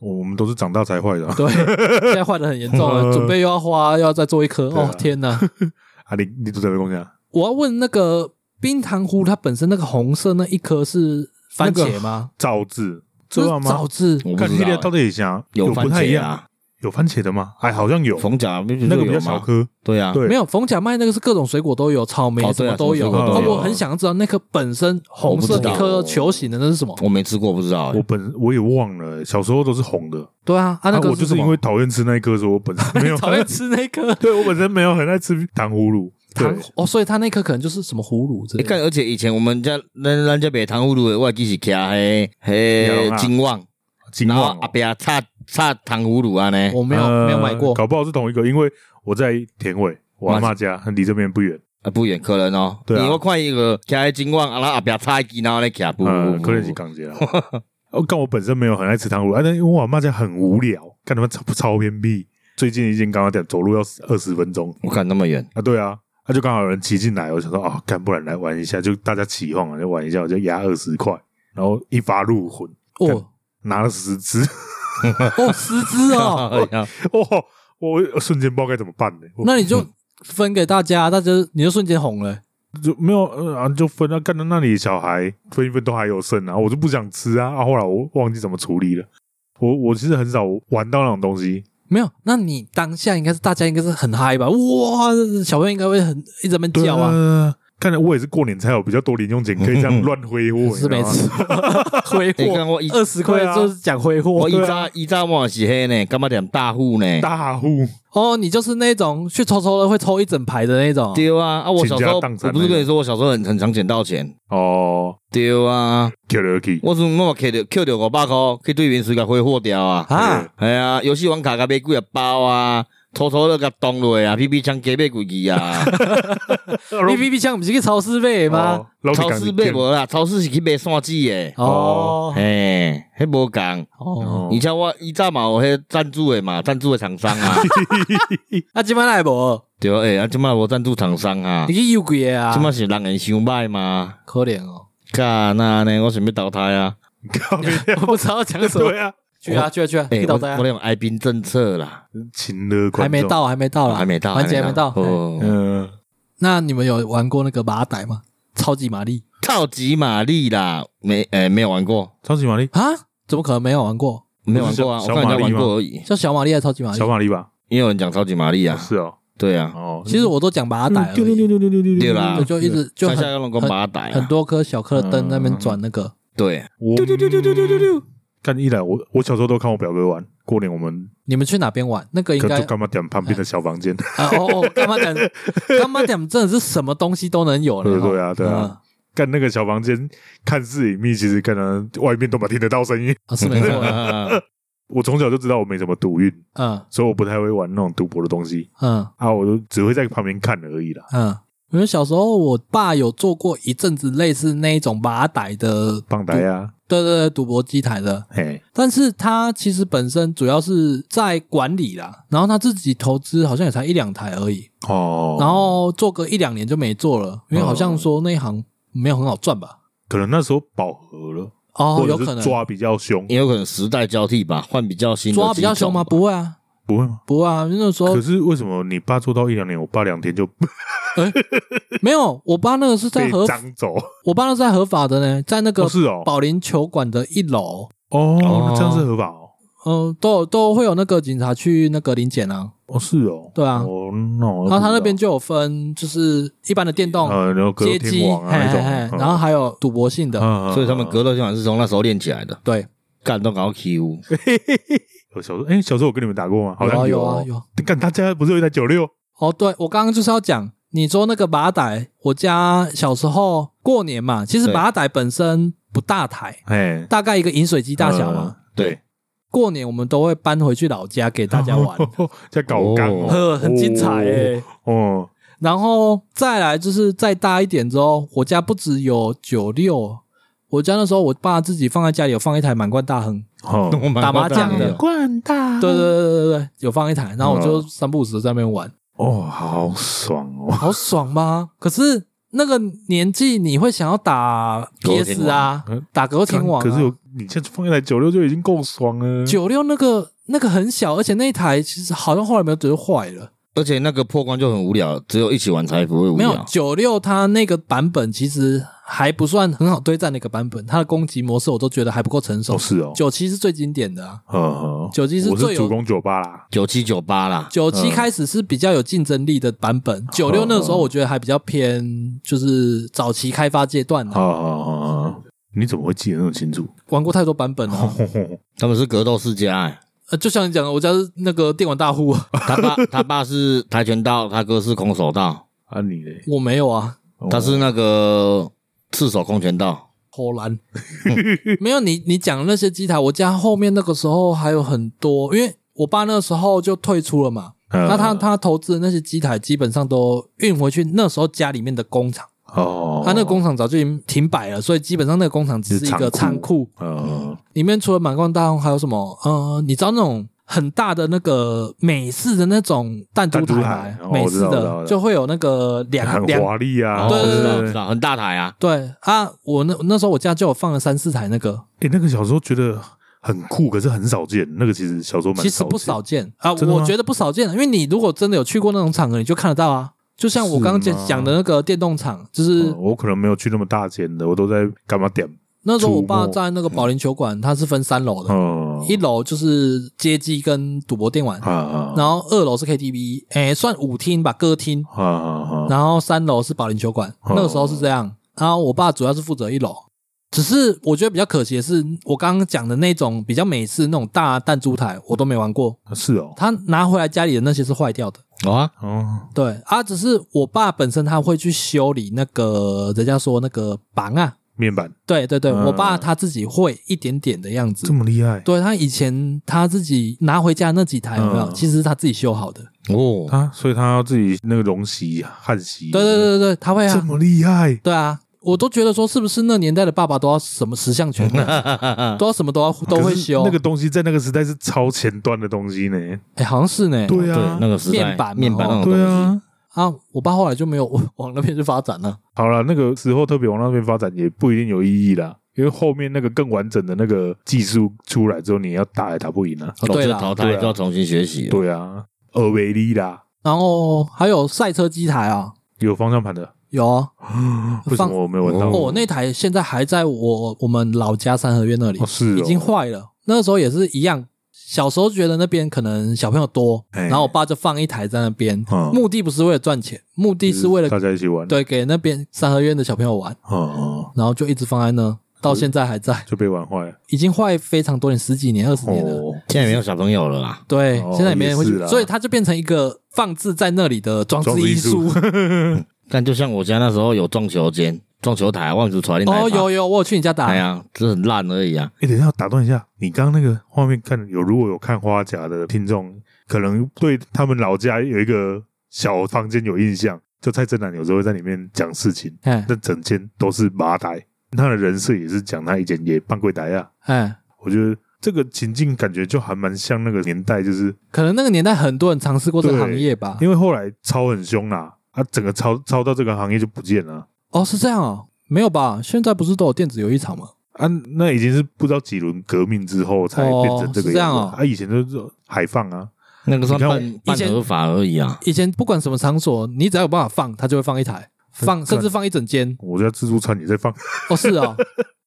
Speaker 2: 我我们都是长大才坏的啊。
Speaker 1: 对，现在坏的很严重了，准备又要花，又要再做一颗。
Speaker 2: 对啊
Speaker 1: 哦，天哪！
Speaker 2: 啊，你你都在讲啥？
Speaker 1: 我要问那个冰糖葫芦，它本身那个红色那一颗是番茄吗？
Speaker 2: 枣子知
Speaker 1: 这
Speaker 2: 道
Speaker 1: 是枣
Speaker 2: 吗？
Speaker 1: 子
Speaker 3: 我不
Speaker 2: 看
Speaker 3: 知
Speaker 2: 那
Speaker 3: 道
Speaker 2: 个
Speaker 3: 欸、
Speaker 2: 到底是啥？
Speaker 3: 有
Speaker 2: 不
Speaker 3: 番
Speaker 2: 太一
Speaker 3: 茄
Speaker 2: 样，
Speaker 3: 啊，
Speaker 2: 有番茄的吗？哎，好像有，
Speaker 3: 逢甲不是
Speaker 2: 那个
Speaker 3: 有
Speaker 2: 比较
Speaker 3: 吗
Speaker 2: 小颗。
Speaker 3: 对啊，
Speaker 2: 对，
Speaker 1: 没有逢甲卖那个是各种水果都有，草莓
Speaker 3: 哦
Speaker 1: 什
Speaker 3: 对啊
Speaker 1: 么都有。
Speaker 3: 什么
Speaker 2: 水果都有
Speaker 1: 哦我很想知道那颗本身红色
Speaker 3: 我
Speaker 1: 一
Speaker 3: 不知道
Speaker 1: 颗球形的那是什么？
Speaker 3: 我没吃过，不知道、
Speaker 1: 啊
Speaker 3: 欸
Speaker 2: 我。本我也忘了、欸小时候都是红的，
Speaker 1: 对啊，啊那
Speaker 2: 啊
Speaker 1: 个
Speaker 2: 我就是
Speaker 1: 什么
Speaker 2: 因为讨厌吃那一颗，所以我 本身没有
Speaker 1: 讨厌吃那 颗
Speaker 2: 对我本身没有很爱吃糖葫芦，对
Speaker 1: 糖哦，所以它那颗可能就是什么葫芦之
Speaker 3: 你
Speaker 1: 类
Speaker 3: 看，
Speaker 1: 的。
Speaker 3: 而且以前我们家咱咱这边糖葫芦的，我还记是徛嘿嘿
Speaker 2: 洋啊
Speaker 3: 金旺，
Speaker 2: 金
Speaker 3: 然后
Speaker 2: 旺、
Speaker 3: 阿边插插糖葫芦啊呢。
Speaker 1: 我啊没有
Speaker 2: 呃
Speaker 1: 没有买过，
Speaker 2: 搞不好是同一个，因为我在田尾，我阿妈家离这边不远，
Speaker 3: 啊，不远可能哦。
Speaker 2: 对啊
Speaker 3: 你我看一个徛在金旺，啊，然后后壁插一支，然后咧徛不
Speaker 2: 呃
Speaker 3: 不，
Speaker 2: 可能
Speaker 3: 不
Speaker 2: 是港街啦。 哦，但我本身没有很爱吃糖葫芦，啊但因为我阿妈家很无聊，干他妈超超偏僻，最近一间刚刚店走路要二十分钟
Speaker 3: 我看那么远，
Speaker 2: 啊，对啊。他、就刚好有人骑进来，我想说啊，干不然来玩一下，就大家起哄啊，就玩一下，我就压二十块，然后一发入魂，
Speaker 1: 哦
Speaker 2: 拿了十只，
Speaker 1: 哦，十只哦，
Speaker 2: 哦，我瞬间不知道该怎么办呢、我
Speaker 1: 那你就分给大家，大家你就瞬间红了。
Speaker 2: 就没有，呃啊，就分啊，干到那里小孩分一分都还有剩啊，我就不想吃啊，啊，后来我忘记怎么处理了。我我其实很少玩到那种东西，
Speaker 1: 没有，那你当下应该是大家应该是很嗨吧？哇，小朋友应该会很一直在那边
Speaker 2: 对
Speaker 1: 叫啊，
Speaker 2: 啊，看来我也是过年才有比较多零用钱可以这样乱挥 霍，
Speaker 1: 是没
Speaker 2: 吃
Speaker 1: 错，挥
Speaker 3: 你
Speaker 1: 霍
Speaker 3: 看我以
Speaker 1: 二十块
Speaker 2: 对啊
Speaker 1: 就是讲挥霍
Speaker 3: 我以前以前我是黑呢，干嘛点大户呢？
Speaker 2: 大户，
Speaker 1: 哦，你就是那种去抽抽的会抽一整排的那种，
Speaker 3: 对啊，啊，我小时
Speaker 2: 倾
Speaker 3: 候
Speaker 2: 家荡产
Speaker 3: 我不是跟你说，我小时候很很常捡到钱。
Speaker 2: 哦
Speaker 3: 对啊，
Speaker 2: k i l l e k
Speaker 3: 我怎么 Q 着 Q 着五百块去对面水甲挥霍掉啊？
Speaker 1: 啊，
Speaker 3: 哎呀，游戏王卡甲买几啊包啊，偷偷那甲挡落啊，P P 枪加买几 支啊，
Speaker 1: B B B 枪不是去超市买的吗？？
Speaker 2: 哦老
Speaker 3: 超市买无啦，超市是去买扇子的。
Speaker 1: 哦
Speaker 3: 嘿，迄无共，
Speaker 1: 哦，
Speaker 3: 而且我以前嘛有迄赞助的嘛，赞助的厂 商啊，
Speaker 1: 啊，今晚来无？
Speaker 3: 对啊，哎，啊，即摆无赞助厂商啊
Speaker 1: 你，去有鬼的啊
Speaker 3: 即？摆是人缘伤歹嘛，
Speaker 1: 可怜哦，
Speaker 3: 干那呢，我想要淘汰啊，
Speaker 2: 靠北
Speaker 1: 我不知道讲什么
Speaker 2: 对，啊，
Speaker 1: 去啊去啊去啊，
Speaker 3: 哎，
Speaker 1: 去
Speaker 3: 我
Speaker 1: 倒
Speaker 3: 我
Speaker 1: 带啊
Speaker 3: 那种哀兵政策啦，
Speaker 2: 情乐
Speaker 1: 还没，到，还没到啦，
Speaker 3: 啊还没到，
Speaker 1: 环节还没到。哎
Speaker 3: 哦，
Speaker 2: 嗯，
Speaker 1: 那你们有玩过那个马仔吗？超级玛丽
Speaker 3: 超级玛丽啦，没，哎，没有玩过，
Speaker 2: 超级玛丽，
Speaker 1: 啊？怎么可能没有玩过？
Speaker 3: 没有玩过啊，
Speaker 2: 不
Speaker 3: 我
Speaker 2: 是小小玛
Speaker 3: 看人家玩
Speaker 2: 丽吗
Speaker 3: 过而已，
Speaker 1: 叫小玛丽还是超级玛丽
Speaker 2: 小？玛丽吧，
Speaker 3: 也有人讲超级玛丽啊，
Speaker 2: 是哦，
Speaker 3: 对啊，
Speaker 2: 哦，
Speaker 1: 哎其实我都讲马仔而
Speaker 2: 丢丢
Speaker 1: 已，
Speaker 2: 丢丢丢丢丢
Speaker 3: 对
Speaker 1: 嗯
Speaker 3: 啦
Speaker 1: 我就一直就
Speaker 3: 上下
Speaker 1: 很
Speaker 3: 要弄个马仔
Speaker 1: 很
Speaker 3: 啊，
Speaker 1: 多颗小颗的灯在那边转那个。
Speaker 3: 对，
Speaker 2: 我丢丢丢丢丢丢丢。干一来，我我小时候都看我表哥玩。过年我们
Speaker 1: 你们去哪边玩？那个应
Speaker 2: 可
Speaker 1: 该
Speaker 2: 就干嘛点旁边的小房间？
Speaker 1: 啊哦哦，干妈点，干妈点真的是什么东西都能有了。
Speaker 2: 对对啊对
Speaker 1: 嗯
Speaker 2: 啊干那个小房间看似隐秘，其实可能外面都蛮听得到声音。
Speaker 1: 嗯，啊是没 错的。
Speaker 2: 我从小就知道我没什么赌运，
Speaker 1: 嗯
Speaker 2: 所以我不太会玩那种赌博的东西
Speaker 1: 嗯
Speaker 2: 啊，我就只会在旁边看而已啦。
Speaker 1: 嗯，因为小时候我爸有做过一阵子类似那一种马仔的
Speaker 2: 棒台啊，
Speaker 1: 对对对，赌博机台的，
Speaker 2: 嘿，
Speaker 1: 但是他其实本身主要是在管理啦，然后他自己投资好像也才一两台而已，
Speaker 2: 哦，
Speaker 1: 然后做个一两年就没做了，因为好像说那一行没有很好赚吧？
Speaker 2: 可能那时候饱和了，
Speaker 1: 哦，
Speaker 2: 或
Speaker 1: 有
Speaker 2: 者
Speaker 1: 可
Speaker 2: 是
Speaker 1: 能
Speaker 2: 抓比较凶，
Speaker 3: 也有可能时代交替吧，换比较新的
Speaker 1: 抓比较
Speaker 3: 几种
Speaker 1: 凶吗？
Speaker 3: 吧
Speaker 1: 不会啊，
Speaker 2: 不会吗？
Speaker 1: 不会啊，那时候
Speaker 2: 可是为什么你爸做到一两年，我爸两天就
Speaker 1: 没有，我爸那个是在
Speaker 2: 被
Speaker 1: 合，
Speaker 2: 张走？
Speaker 1: 我爸那是在合法的呢，在那个
Speaker 2: 哦，是哦，
Speaker 1: 保龄球馆的一楼，
Speaker 2: 哦，那这样是合法哦。
Speaker 1: 嗯，都有都会有那个警察去那个临检啊，
Speaker 2: 哦，是哦，
Speaker 1: 对啊
Speaker 2: 哦，那我
Speaker 1: 然后他那边就有分就是一般的电动。
Speaker 2: 呃，然后格斗
Speaker 1: 街机，
Speaker 2: 天王啊
Speaker 1: 嘿
Speaker 2: 那
Speaker 1: 嘿
Speaker 2: 种，
Speaker 1: 嘿
Speaker 2: 嗯
Speaker 1: 然后还有赌博性的，
Speaker 2: 嗯
Speaker 3: 所以他们
Speaker 2: 隔
Speaker 3: 格斗拳是从那时候练起来的，
Speaker 1: 对，
Speaker 3: 干都搞 Q，
Speaker 2: 小时候，哎，小时候我跟你们打过吗？好像
Speaker 1: 有
Speaker 2: 哦
Speaker 1: 啊有啊有啊。
Speaker 2: 干，他家不是有一台九六？
Speaker 1: 哦，对，我刚刚就是要讲，你说那个马仔，我家小时候过年嘛，其实
Speaker 3: 对
Speaker 1: 马仔本身不大台，
Speaker 2: 哎，
Speaker 1: 大概一个饮水机大小
Speaker 2: 呃嗯
Speaker 1: 嘛。
Speaker 3: 对，
Speaker 1: 过年我们都会搬回去老家给大家 玩，
Speaker 2: 嗯，在搞干哦，
Speaker 1: 呵，很精彩欸诶、
Speaker 2: 哦。
Speaker 1: 然后再来就是再大一点之后，我家不只有九六，我家那时候我爸自己放在家里有放一台满贯大亨，
Speaker 2: 哦，哦
Speaker 1: 打麻将的
Speaker 2: 冠大
Speaker 1: 对对对对对对，有放一台，然后我
Speaker 3: 嗯
Speaker 1: 就三不五时在那边玩。
Speaker 2: 哦，好爽哦！
Speaker 1: 好爽吗？可是那个年纪，你会想要打
Speaker 3: 格斗天
Speaker 1: PS 啊，打格斗天王、啊，
Speaker 2: 可是有你现在放一台九六就已经够爽了。
Speaker 1: 九六那个那个很小，而且那一台其实好像后来没有只是坏了。
Speaker 3: 而且那个破关就很无聊，只有一起玩才不会无
Speaker 1: 没有
Speaker 3: 聊。
Speaker 1: 九六，它那个版本其实还不算很好对战的一个版本，它的攻击模式我都觉得还不够成熟
Speaker 2: 哦，。是哦，
Speaker 1: 九七是最经典的啊，
Speaker 2: 呵呵，
Speaker 1: 九七
Speaker 2: 我
Speaker 1: 最
Speaker 2: 是主
Speaker 1: 有
Speaker 2: 攻酒吧啦，
Speaker 3: 九七九八啦，
Speaker 1: 九七
Speaker 2: 嗯
Speaker 1: 开始是比较有竞争力的版本，九六那个时候我觉得还比较偏就是早期开发阶段啊，
Speaker 2: 啊啊啊！啊你怎么会记得那么清楚？
Speaker 1: 玩过太多版本了、
Speaker 3: 他们是格斗世家、欸，
Speaker 1: 呃，就像你讲的，我家是那个电玩大户，
Speaker 3: 他爸他爸是跆拳道，他哥是空手道，
Speaker 2: 啊你嘞？哦
Speaker 1: 我没有啊，
Speaker 3: 他是那个赤手空拳道。
Speaker 1: 投 篮。没有你，你讲的那些机台，我家后面那个时候还有很多，因为我爸那个时候就退出了嘛。
Speaker 2: 嗯
Speaker 1: 那他他投资的那些机台基本上都运回去，那时候家里面的工厂，
Speaker 2: 哦，
Speaker 1: 他那个工厂早就已经停摆了，所以基本上那个工厂只是一个
Speaker 2: 是仓
Speaker 1: 仓库，
Speaker 2: 呃
Speaker 1: 里面除了满贯大亨还有什么？呃，你知道那种很大的那个美式的那种弹珠
Speaker 2: 弹珠
Speaker 1: 台
Speaker 2: 台
Speaker 1: 吗，
Speaker 2: 哦
Speaker 1: 美
Speaker 2: 我知
Speaker 1: 式
Speaker 2: 道我知道我
Speaker 1: 的
Speaker 2: 知道
Speaker 1: 就会有那个两
Speaker 2: 很
Speaker 1: 两
Speaker 2: 华丽啊，
Speaker 3: 哦
Speaker 1: 对
Speaker 3: 我知道，
Speaker 1: 对
Speaker 3: 我知道，很大台啊。
Speaker 1: 对啊，我那那时候我家就有放了三四台那个，
Speaker 2: 诶，那个小时候觉得很酷，可是很少见。那个其实小时候蛮
Speaker 1: 其实不
Speaker 2: 少
Speaker 1: 少见啊，
Speaker 2: 真的吗
Speaker 1: 我觉得不少见，因为你如果真的有去过那种场合，你就看得到啊。就像我刚刚
Speaker 2: 是吗
Speaker 1: 讲讲的那个电动场，就
Speaker 2: 见。
Speaker 1: 是
Speaker 2: 嗯我可能没有去那么大间的，我都在干嘛点？
Speaker 1: 那时候我爸
Speaker 2: 触摸
Speaker 1: 在那个保龄球馆，它是分三楼的，
Speaker 2: 嗯
Speaker 1: 一楼就是街机跟赌博电玩，
Speaker 2: 啊啊
Speaker 1: 然后二楼是 KTV，哎，算舞厅吧，歌厅，
Speaker 2: 啊啊啊！
Speaker 1: 然后三楼是保龄球馆。
Speaker 2: 嗯
Speaker 1: 那个时候是这样，然后我爸主要是负责一楼。只是我觉得比较可惜的是，我刚刚讲的那种比较美式那种大弹珠台，我都没玩过。
Speaker 2: 是哦，
Speaker 1: 他拿回来家里的那些是坏掉的，
Speaker 3: 有啊，
Speaker 2: 哦
Speaker 1: 对啊，只是我爸本身他会去修理那个人家说那个绑啊，
Speaker 2: 面板
Speaker 1: 对对对，
Speaker 2: 嗯
Speaker 1: 我爸他自己会一点点的样子
Speaker 2: 这。么厉害，
Speaker 1: 对他以前他自己拿回家那几台有没有？
Speaker 2: 嗯
Speaker 1: 其实是他自己修好的。
Speaker 3: 哦，
Speaker 2: 他啊所以他要自己那个溶洗、焊洗，
Speaker 1: 对对对对对，他会
Speaker 2: 这
Speaker 1: 啊，
Speaker 2: 么厉害，
Speaker 1: 对啊，我都觉得说是不是那年代的爸爸都要什么十项全 能，都要什么都要都会修
Speaker 2: 可是那。个东西在那个时代是超前端的东西呢。
Speaker 1: 哎，好像是呢。
Speaker 2: 对
Speaker 3: 对
Speaker 2: 啊，
Speaker 3: 那个时代
Speaker 1: 面板嘛
Speaker 3: 面板那种
Speaker 2: 对
Speaker 3: 东西
Speaker 2: 啊。
Speaker 1: 啊，我爸后来就没有 往那边去发展了。
Speaker 2: 好了，那个时候特别往那边发展也不一定有意义啦，因为后面那个更完整的那个技术出来之后，你要打也打不赢啊。
Speaker 1: 哦对
Speaker 3: 就
Speaker 1: 啦
Speaker 3: 淘
Speaker 2: 对
Speaker 3: 汰
Speaker 2: 啊
Speaker 3: 就要重新学习了。
Speaker 2: 对啊，尔维利啦，
Speaker 1: 然后还有赛车机台啊，
Speaker 2: 有方向盘的，
Speaker 1: 有啊
Speaker 2: 为什
Speaker 1: 放
Speaker 2: 么我没有玩到？
Speaker 1: 哦，那台现在还在我我们老家三合院那里，
Speaker 2: 哦是哦
Speaker 1: 已经坏了。那时候也是一样，小时候觉得那边可能小朋友多，
Speaker 2: 哎
Speaker 1: 然后我爸就放一台在那边，
Speaker 2: 嗯
Speaker 1: 目的不是为了赚钱，目的是为了
Speaker 2: 大家一起玩，，
Speaker 1: 对给那边三合院的小朋友玩，
Speaker 2: 嗯，
Speaker 1: 然后就一直放在那，到现在还在，
Speaker 2: 就被玩坏了。
Speaker 1: 已经坏非常多年，十几年、二十年了。
Speaker 2: 哦，
Speaker 3: 现在没有小朋友了啦，
Speaker 1: 对，
Speaker 2: 哦
Speaker 1: 现在也没人会
Speaker 2: 也是
Speaker 1: 去，
Speaker 2: 啦
Speaker 1: 所以它就变成一个放置在那里的装置艺术
Speaker 2: 装。
Speaker 3: 但就像我家那时候有撞球间、撞球台，忘记传令台 吧。
Speaker 1: 哦，有有，我有去你家打
Speaker 3: 哎，呀，这很烂而已啊。
Speaker 2: 哎，等一下，打断一下，你刚刚那个画面看有，如果有看花甲的听众，可能对他们老家有一个小房间有印象，就蔡正南有时候会在里面讲事情，
Speaker 1: 哎
Speaker 2: 那整间都是麻袋，他的人设也是讲他以前也扮柜台啊。
Speaker 1: 哎，
Speaker 2: 我觉得这个情境感觉就还蛮像那个年代，就是
Speaker 1: 可能那个年代很多人尝试过这个
Speaker 2: 对
Speaker 1: 行业吧。
Speaker 2: 因为后来抄很凶啦，啊，整个抄抄到这个行业就不见了啊
Speaker 1: 哦，是这样哦，没有吧？现在不是都有电子游戏场吗？
Speaker 2: 啊，那已经是不知道几轮革命之后才变成这
Speaker 1: 哦
Speaker 2: 个
Speaker 1: 是这
Speaker 2: 样
Speaker 1: 样哦
Speaker 2: 子、啊，以前都是海放啊，
Speaker 3: 那个算
Speaker 2: 你看我
Speaker 3: 半半
Speaker 1: 以前
Speaker 3: 合法而已啊。
Speaker 1: 以前不管什么场所，你只要有办法放，它就会放一台，放
Speaker 2: 嗯
Speaker 1: 甚至放一整间。
Speaker 2: 我家自助餐也在放，
Speaker 1: 哦，是 哦。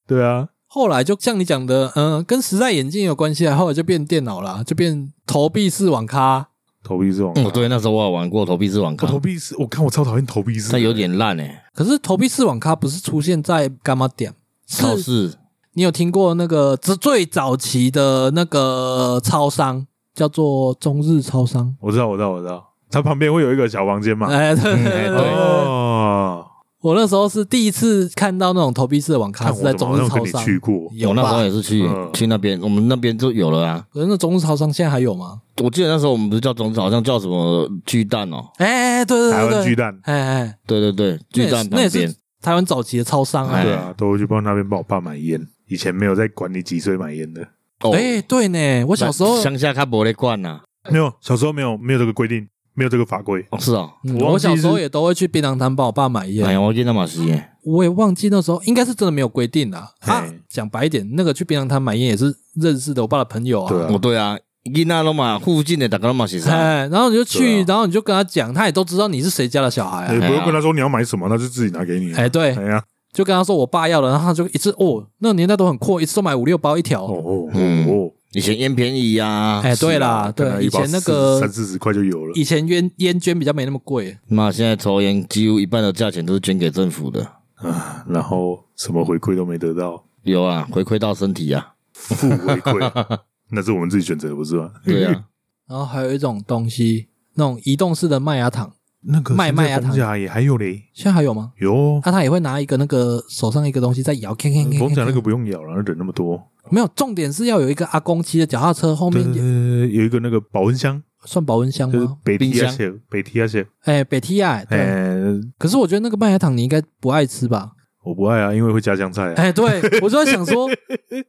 Speaker 2: 对啊，
Speaker 1: 后来就像你讲的，嗯、跟时代眼镜有关系啊。后来就变电脑啦，就变投币式网咖。
Speaker 2: 投币式
Speaker 1: 嗯
Speaker 2: 网咖，
Speaker 3: 哦，对，那时候我有玩过投币式网
Speaker 2: 我
Speaker 3: 咖，
Speaker 1: 哦
Speaker 2: 投币式，我看我超讨厌投币式，
Speaker 3: 但有点烂哎。
Speaker 1: 可是投币式网咖不是出现在干嘛点？
Speaker 3: 超
Speaker 1: 是
Speaker 3: 市
Speaker 1: 你有听过那个最最早期的那个超商叫做中日超商？
Speaker 2: 我知道，我知道，我知道，它旁边会有一个小房间嘛，
Speaker 1: 哎，对对对
Speaker 3: 哎
Speaker 1: 对
Speaker 3: 对
Speaker 1: 对
Speaker 2: 哦，
Speaker 1: 我那时候是第一次看到那种投币式的网咖
Speaker 2: 看
Speaker 1: 是
Speaker 2: 我
Speaker 1: 在
Speaker 2: 怎么
Speaker 1: 中
Speaker 2: 好
Speaker 1: 日
Speaker 2: 像跟
Speaker 1: 超商，
Speaker 2: 你去过，
Speaker 1: 有
Speaker 3: 有那时候
Speaker 1: 吧？
Speaker 3: 也是去
Speaker 2: 嗯
Speaker 3: 去那边，我们那边就有了啊。
Speaker 1: 可是那中日超商现在还有吗？
Speaker 3: 我记得那时候我们不是叫种子，好像叫什么巨蛋哦，
Speaker 1: 哎哎哎，对对
Speaker 2: 台
Speaker 1: 对
Speaker 2: 湾
Speaker 1: 对，
Speaker 2: 巨蛋，
Speaker 1: 哎哎，
Speaker 3: 对对对，
Speaker 1: 那
Speaker 3: 巨
Speaker 1: 也
Speaker 3: 蛋
Speaker 1: 是那也
Speaker 3: 旁
Speaker 1: 是
Speaker 3: 边。
Speaker 1: 台湾早期的超商啊
Speaker 3: 哎。
Speaker 2: 对啊，都会去帮那边帮我爸买烟，以前没有在管你几岁买烟的。
Speaker 3: 哦，
Speaker 1: 哎，对呢，我小时候，
Speaker 3: 乡下看玻璃罐呐，
Speaker 2: 没有，小时候没有没有这个规定，没有这个法规。
Speaker 3: 哦是哦，
Speaker 1: 嗯
Speaker 2: 我忘
Speaker 1: 我
Speaker 2: 记
Speaker 1: 小时候
Speaker 2: 是
Speaker 1: 也都会去槟榔摊帮我爸买
Speaker 3: 哎
Speaker 1: 烟。
Speaker 3: 呀，我记得那嘛是耶，
Speaker 1: 我也忘记那时候应该是真的没有规定啦。啊
Speaker 2: 嘿，
Speaker 1: 讲白一点，那个去槟榔摊买烟也是认识的我爸的朋友啊。
Speaker 2: 对啊
Speaker 3: 哦，对啊，囡仔拢嘛，附近的大家拢嘛是啥？
Speaker 1: 哎，然后你就
Speaker 2: 对
Speaker 1: 去
Speaker 2: 啊，
Speaker 1: 然后你就跟他讲，他也都知道你是谁家的小孩
Speaker 2: 也
Speaker 1: 啊。
Speaker 2: 不用跟他说你要买什么，他就自己拿给你。
Speaker 1: 哎，对，
Speaker 2: 哎呀，
Speaker 1: 就跟他说我爸要了，然后他就一次哦，那个年代都很阔，一次都买五六包一条
Speaker 2: 哦。哦
Speaker 3: 嗯
Speaker 2: 哦，
Speaker 3: 以前烟便宜啊，
Speaker 1: 哎，对啦，
Speaker 2: 大概
Speaker 1: 对，
Speaker 2: 一
Speaker 1: 以
Speaker 2: 包
Speaker 1: 前那
Speaker 2: 40
Speaker 1: 个
Speaker 2: 三四十块就有了。
Speaker 1: 以前烟烟捐比较没那么贵，
Speaker 3: 妈，现在抽烟几乎一半的价钱都是捐给政府的。
Speaker 2: 啊，然后什么回馈都没得到，
Speaker 3: 有啊，回馈到身体啊。
Speaker 2: 负回 馈，那是我们自己选择的，不是吗？
Speaker 3: 对啊，
Speaker 1: 然后还有一种东西，那种移动式的麦芽糖，
Speaker 2: 那个
Speaker 1: 卖卖啊
Speaker 2: 冯甲也还有嘞，
Speaker 1: 现在还有吗？
Speaker 2: 有哦
Speaker 1: 啊，他也会拿一个那个手上一个东西在摇，看看看。
Speaker 2: 冯甲
Speaker 1: 看
Speaker 2: 那嗯个不用咬了，人那么多。
Speaker 1: 没有，重点是要有一个阿公骑的脚踏车，后
Speaker 2: 对
Speaker 1: 面
Speaker 2: 对对，
Speaker 1: 也
Speaker 2: 对有一个那个保温箱，
Speaker 1: 算保温箱
Speaker 2: 就是
Speaker 1: 吗？
Speaker 2: 北提
Speaker 3: 冰
Speaker 2: 亚
Speaker 3: 箱
Speaker 2: 蟹，北提亚蟹，
Speaker 1: 哎，北提亚，对。
Speaker 2: 呃，
Speaker 1: 可是我觉得那个麦芽糖你应该不爱吃吧？
Speaker 2: 我不爱啊，因为会加香菜啊。
Speaker 1: 哎，对，我就在想说，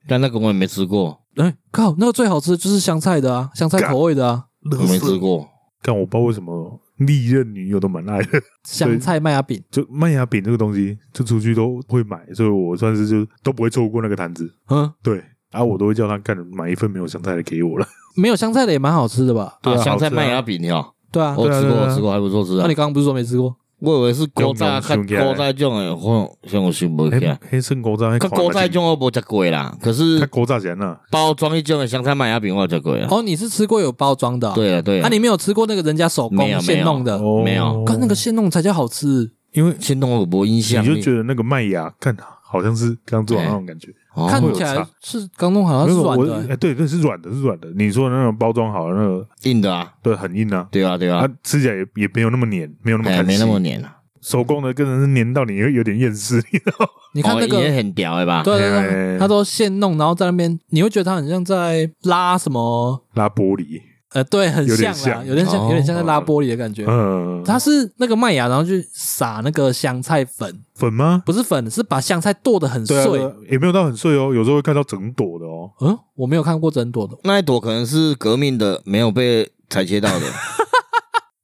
Speaker 3: 但那个我也没吃过，
Speaker 1: 哎，靠，那个最好吃的就是香菜的啊，香菜口味的啊，
Speaker 3: 我没吃过。
Speaker 2: 但我不知道为什么历任女友都蛮爱的，
Speaker 1: 香菜麦芽饼。
Speaker 2: 就麦芽饼这个东西，就出去都会买，所以我算是就都不会错过那个摊子。
Speaker 1: 嗯，
Speaker 2: 对啊，我都会叫他干买一份没有香菜的给我了。
Speaker 1: 没有香菜的也蛮好吃的吧？
Speaker 2: 对啊
Speaker 3: 啊，香
Speaker 2: 好
Speaker 3: 菜
Speaker 2: 吃啊
Speaker 3: 麦芽饼哦，
Speaker 1: 对啊，
Speaker 3: 我
Speaker 2: 对啊
Speaker 3: 吃
Speaker 2: 对
Speaker 3: 过，
Speaker 2: 啊
Speaker 3: 我吃过，还不错吃
Speaker 1: 那
Speaker 3: 啊
Speaker 1: 你。刚刚不是说没吃过？
Speaker 3: 我以为是古早较
Speaker 2: 用用
Speaker 3: 古早种诶，我像我想无起来。
Speaker 2: 黑圣狗炸，
Speaker 3: 较古早种我无食过啦，可
Speaker 2: 他
Speaker 3: 是
Speaker 2: 狗炸啊钱了，
Speaker 3: 包装一种的香菜麦芽饼我有食过啊。
Speaker 1: 哦，你是吃过有包装的啊？
Speaker 3: 对啊，对
Speaker 1: 啊，
Speaker 3: 啊，
Speaker 1: 你没有吃过那个人家手
Speaker 3: 没有
Speaker 1: 工
Speaker 3: 没
Speaker 1: 现
Speaker 3: 有
Speaker 1: 弄的，
Speaker 2: 哦
Speaker 3: 没有
Speaker 1: 看那个现弄才叫好吃。
Speaker 2: 因为
Speaker 3: 先弄我无印象，
Speaker 2: 你就觉得那个麦芽，看好像是刚做好那种感觉，
Speaker 3: 哦
Speaker 1: 看
Speaker 2: 会有
Speaker 1: 起来
Speaker 2: 差
Speaker 1: 是刚弄好，它
Speaker 2: 没
Speaker 1: 是
Speaker 2: 有
Speaker 1: 软
Speaker 2: 我
Speaker 1: 的欸、
Speaker 2: 哎，对对是软的，是软的。你说的那种包装好的那个，
Speaker 3: 硬的啊，
Speaker 2: 对，很硬啊，
Speaker 3: 对啊，对啊
Speaker 2: 它，吃起来也也没有那么黏，没有那么
Speaker 3: 哎，
Speaker 2: 弹
Speaker 3: 没
Speaker 2: 性
Speaker 3: 那，么黏啊。
Speaker 2: 手工的更是黏到你会有点厌世，你知道吗
Speaker 1: 你看那个，
Speaker 3: 哦也很屌的吧？
Speaker 1: 对啊
Speaker 2: 哎
Speaker 1: 对
Speaker 2: 哎哎
Speaker 1: 对，它都现弄，然后在那边，你会觉得它很像在拉什么？
Speaker 2: 拉玻璃，
Speaker 1: 呃，对，很
Speaker 2: 有点
Speaker 1: 像啦，
Speaker 2: 像
Speaker 1: 有点像，
Speaker 3: 哦
Speaker 1: 有点像在拉玻璃的感觉。
Speaker 2: 嗯，
Speaker 1: 它是那个麦芽，然后去撒那个香菜粉，
Speaker 2: 粉吗？
Speaker 1: 不是粉，是把香菜剁得很
Speaker 2: 对啊，
Speaker 1: 碎
Speaker 2: 对。啊也没有到很碎哦，有时候会看到整朵的哦。
Speaker 1: 嗯，我没有看过整朵的，
Speaker 3: 那一朵可能是革命的，没有被裁切到 的，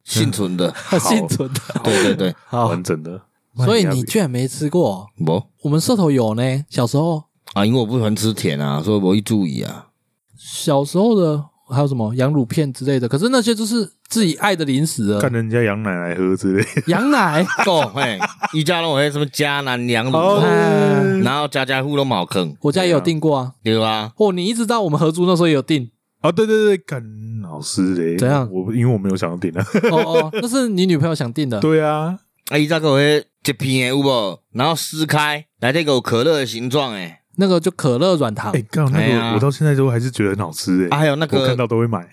Speaker 3: 幸存的。
Speaker 1: 它幸存 的。
Speaker 3: 对对对，
Speaker 1: 好
Speaker 2: 完，整的。
Speaker 1: 哦所以
Speaker 2: 麦芽
Speaker 1: 你
Speaker 2: 饼
Speaker 1: 居然没吃过哦？
Speaker 3: 不
Speaker 1: 我们社头有呢，小时候，
Speaker 3: 啊，因为我不喜欢吃甜啊，所以我会注意啊。
Speaker 1: 小时候的还有什么羊乳片之类的，可是那些就是自己爱的零食了
Speaker 2: 看。人家羊奶奶喝之类，
Speaker 1: 羊 奶，
Speaker 3: 够哦嘿， 一家拢有迄什么迦南羊乳，
Speaker 2: 哦
Speaker 1: 哎
Speaker 3: 然后家家户都冇坑，
Speaker 1: 我家也有订过啊。
Speaker 3: 对吧？
Speaker 1: 哦，你一直到我们合租那时候也有订。
Speaker 2: 啊，对对对，干老师嘞，
Speaker 1: 怎样
Speaker 2: 我因为我没有想要点啊。
Speaker 1: 哦哦，那是你女朋友想订的。
Speaker 2: 对啊，
Speaker 3: 啊，伊再个有迄一片的有无？然后撕开，来这个可乐的形状诶，
Speaker 1: 那个就可乐软糖
Speaker 2: 哎，，刚那
Speaker 3: 哎
Speaker 2: 个
Speaker 3: 呀
Speaker 2: 我到现在都还是觉得很好吃
Speaker 3: 啊，
Speaker 2: 哎，
Speaker 3: 还有
Speaker 2: 我
Speaker 3: 那
Speaker 2: 看
Speaker 3: 个
Speaker 2: 到都会买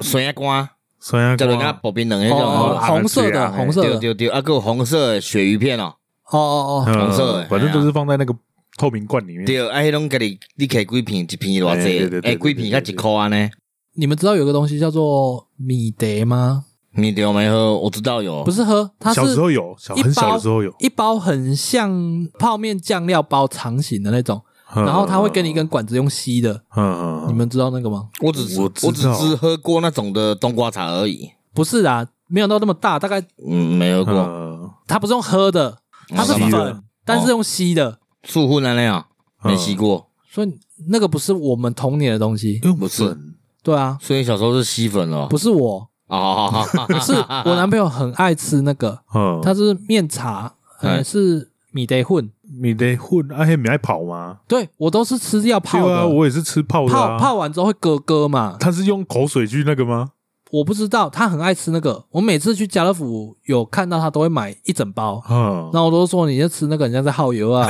Speaker 3: 酸鸭瓜，
Speaker 2: 酸鸭
Speaker 3: 叫人家
Speaker 2: 瓜。
Speaker 3: 薄冰冷迄
Speaker 1: 哦
Speaker 3: 种，，
Speaker 1: 红色的，
Speaker 2: 啊
Speaker 1: 红色的
Speaker 3: 对，对对，啊，还有红色的鳕鱼片哦，
Speaker 1: 哦哦哦，
Speaker 2: 嗯
Speaker 3: 红色的
Speaker 2: 反正
Speaker 3: 哎呀
Speaker 2: 都是放在那个透明罐里面。
Speaker 3: 对，啊，迄种家己你摕几片，一片偌
Speaker 2: 哎嗯对对
Speaker 3: 济，
Speaker 2: 对
Speaker 3: 哎，
Speaker 2: 对
Speaker 3: 几片才一箍安尼，
Speaker 1: 你们知道有个东西叫做米德吗？
Speaker 3: 你对没喝？我知道有，
Speaker 1: 不是喝，它是
Speaker 2: 小时候有，小
Speaker 1: 一包
Speaker 2: 很小的时候有，
Speaker 1: 一包很像泡面酱料包长形的那种，然后它会给你一根管子用吸的，
Speaker 2: 嗯嗯，嗯，嗯
Speaker 1: 你们知道那个吗？
Speaker 3: 我只知
Speaker 2: 我
Speaker 3: 我
Speaker 2: 知道
Speaker 3: 只知喝过那种的冬瓜茶而已，
Speaker 1: 不是啊，没有到那么大，大概
Speaker 3: 嗯，没喝过。
Speaker 2: 嗯
Speaker 1: 它不是用喝的，它是
Speaker 2: 吸的
Speaker 1: 粉，但是用吸的，
Speaker 3: 醋混安尼啊，
Speaker 2: 嗯
Speaker 3: 没吸过，
Speaker 1: 所以那个不是我们童年的东西。
Speaker 2: 因为
Speaker 3: 不是
Speaker 2: 粉
Speaker 1: 对啊，
Speaker 3: 所以小时候是吸粉哦。
Speaker 1: 不是我，
Speaker 3: 哦，好好
Speaker 2: 啊
Speaker 3: 好
Speaker 1: 是我男朋友很爱吃那个，
Speaker 2: 嗯，
Speaker 1: 他是面茶，呃，
Speaker 3: 哎
Speaker 1: 是米得混。
Speaker 2: 你得混，啊，黑米爱跑吗？
Speaker 1: 对我都是吃要泡
Speaker 2: 对啊，
Speaker 1: 的，
Speaker 2: 我也是吃泡的啊
Speaker 1: 泡泡完之后会咯咯嘛。
Speaker 2: 他是用口水去那个吗？
Speaker 1: 我不知道，他很爱吃那个。我每次去家乐福有看到他都会买一整包，
Speaker 2: 嗯，
Speaker 1: 那我都说你在吃那个，人家在耗油 啊。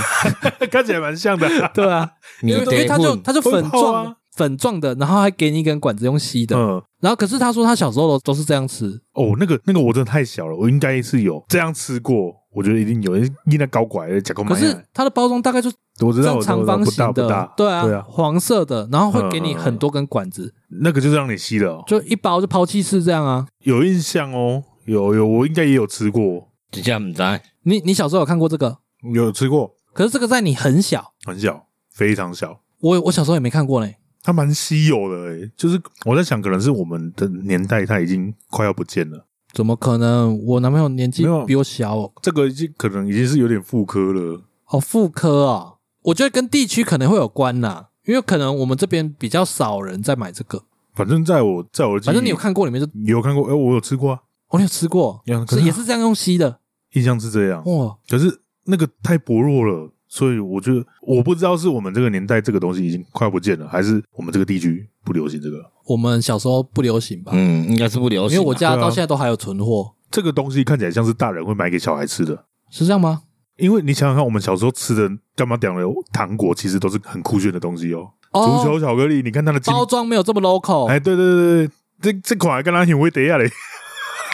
Speaker 2: 看起来蛮像的。
Speaker 1: 对啊，
Speaker 3: 你
Speaker 1: 因为因为
Speaker 3: 得
Speaker 1: 他就
Speaker 3: 混
Speaker 1: 他就粉
Speaker 2: 会泡
Speaker 1: 状
Speaker 2: 啊
Speaker 1: 的粉状的，然后还给你一根管子用吸的。
Speaker 2: 嗯，
Speaker 1: 然后可是他说他小时候都是这样吃，
Speaker 2: 哦，那个那个我真的太小了，我应该是有这样吃过，我觉得一定有，因为那高拐的假公
Speaker 1: 可
Speaker 2: 买
Speaker 1: 是它的包装大概就
Speaker 2: 我知
Speaker 1: 正
Speaker 2: 道，我知道
Speaker 1: 长
Speaker 2: 我知道
Speaker 1: 方
Speaker 2: 不
Speaker 1: 形
Speaker 2: 大不
Speaker 1: 的
Speaker 2: 大，，
Speaker 1: 对啊，
Speaker 2: 对啊，
Speaker 1: 黄色的，然后会给你很多根管子，
Speaker 2: 那个就是让你吸的哦，
Speaker 1: 就一包就抛弃式这样啊。
Speaker 2: 有印象哦，有有，我应该也有吃过，
Speaker 3: 真正唔知。
Speaker 1: 你你小时候有看过这个？
Speaker 2: 有吃过，
Speaker 1: 可是这个在你很小，
Speaker 2: 很小，非常小，
Speaker 1: 我我小时候也没看过嘞。
Speaker 2: 它蛮稀有的诶、就是我在想，可能是我们的年代它已经快要不见了，
Speaker 1: 怎么可能？我男朋友年纪
Speaker 2: 没有
Speaker 1: 比我小哦，
Speaker 2: 这个已经可能已经是有点复刻了，
Speaker 1: 哦，妇科哦，我觉得跟地区可能会有关啦，因为可能我们这边比较少人在买这个。
Speaker 2: 反正在我在我的记忆
Speaker 1: 反正你有看过里面就，
Speaker 2: 有看过，哎、我有吃过啊，
Speaker 1: 哦，你有吃过，
Speaker 2: 有可
Speaker 1: 是
Speaker 2: 是
Speaker 1: 也是这样用吸的，
Speaker 2: 印象是这样。
Speaker 1: 哇，
Speaker 2: 可是那个太薄弱了，所以我觉得我不知道是我们这个年代这个东西已经快不见了，还是我们这个地区不流行这个。
Speaker 1: 我们小时候不流行吧？
Speaker 3: 嗯，应该是不流
Speaker 1: 啊因
Speaker 3: 行啊。
Speaker 1: 为我家
Speaker 2: 对啊
Speaker 1: 到现在都还有存货，
Speaker 2: 这个东西看起来像是大人会买给小孩吃的，
Speaker 1: 是这样吗？
Speaker 2: 因为你想想看，我们小时候吃的干嘛讲的糖果，其实都是很酷炫的东西哦。足
Speaker 1: 哦，
Speaker 2: 球巧克力，你看它的金，
Speaker 1: 包装没有这么 local。
Speaker 2: 哎，对对对对，这这款还跟它很会得下嘞。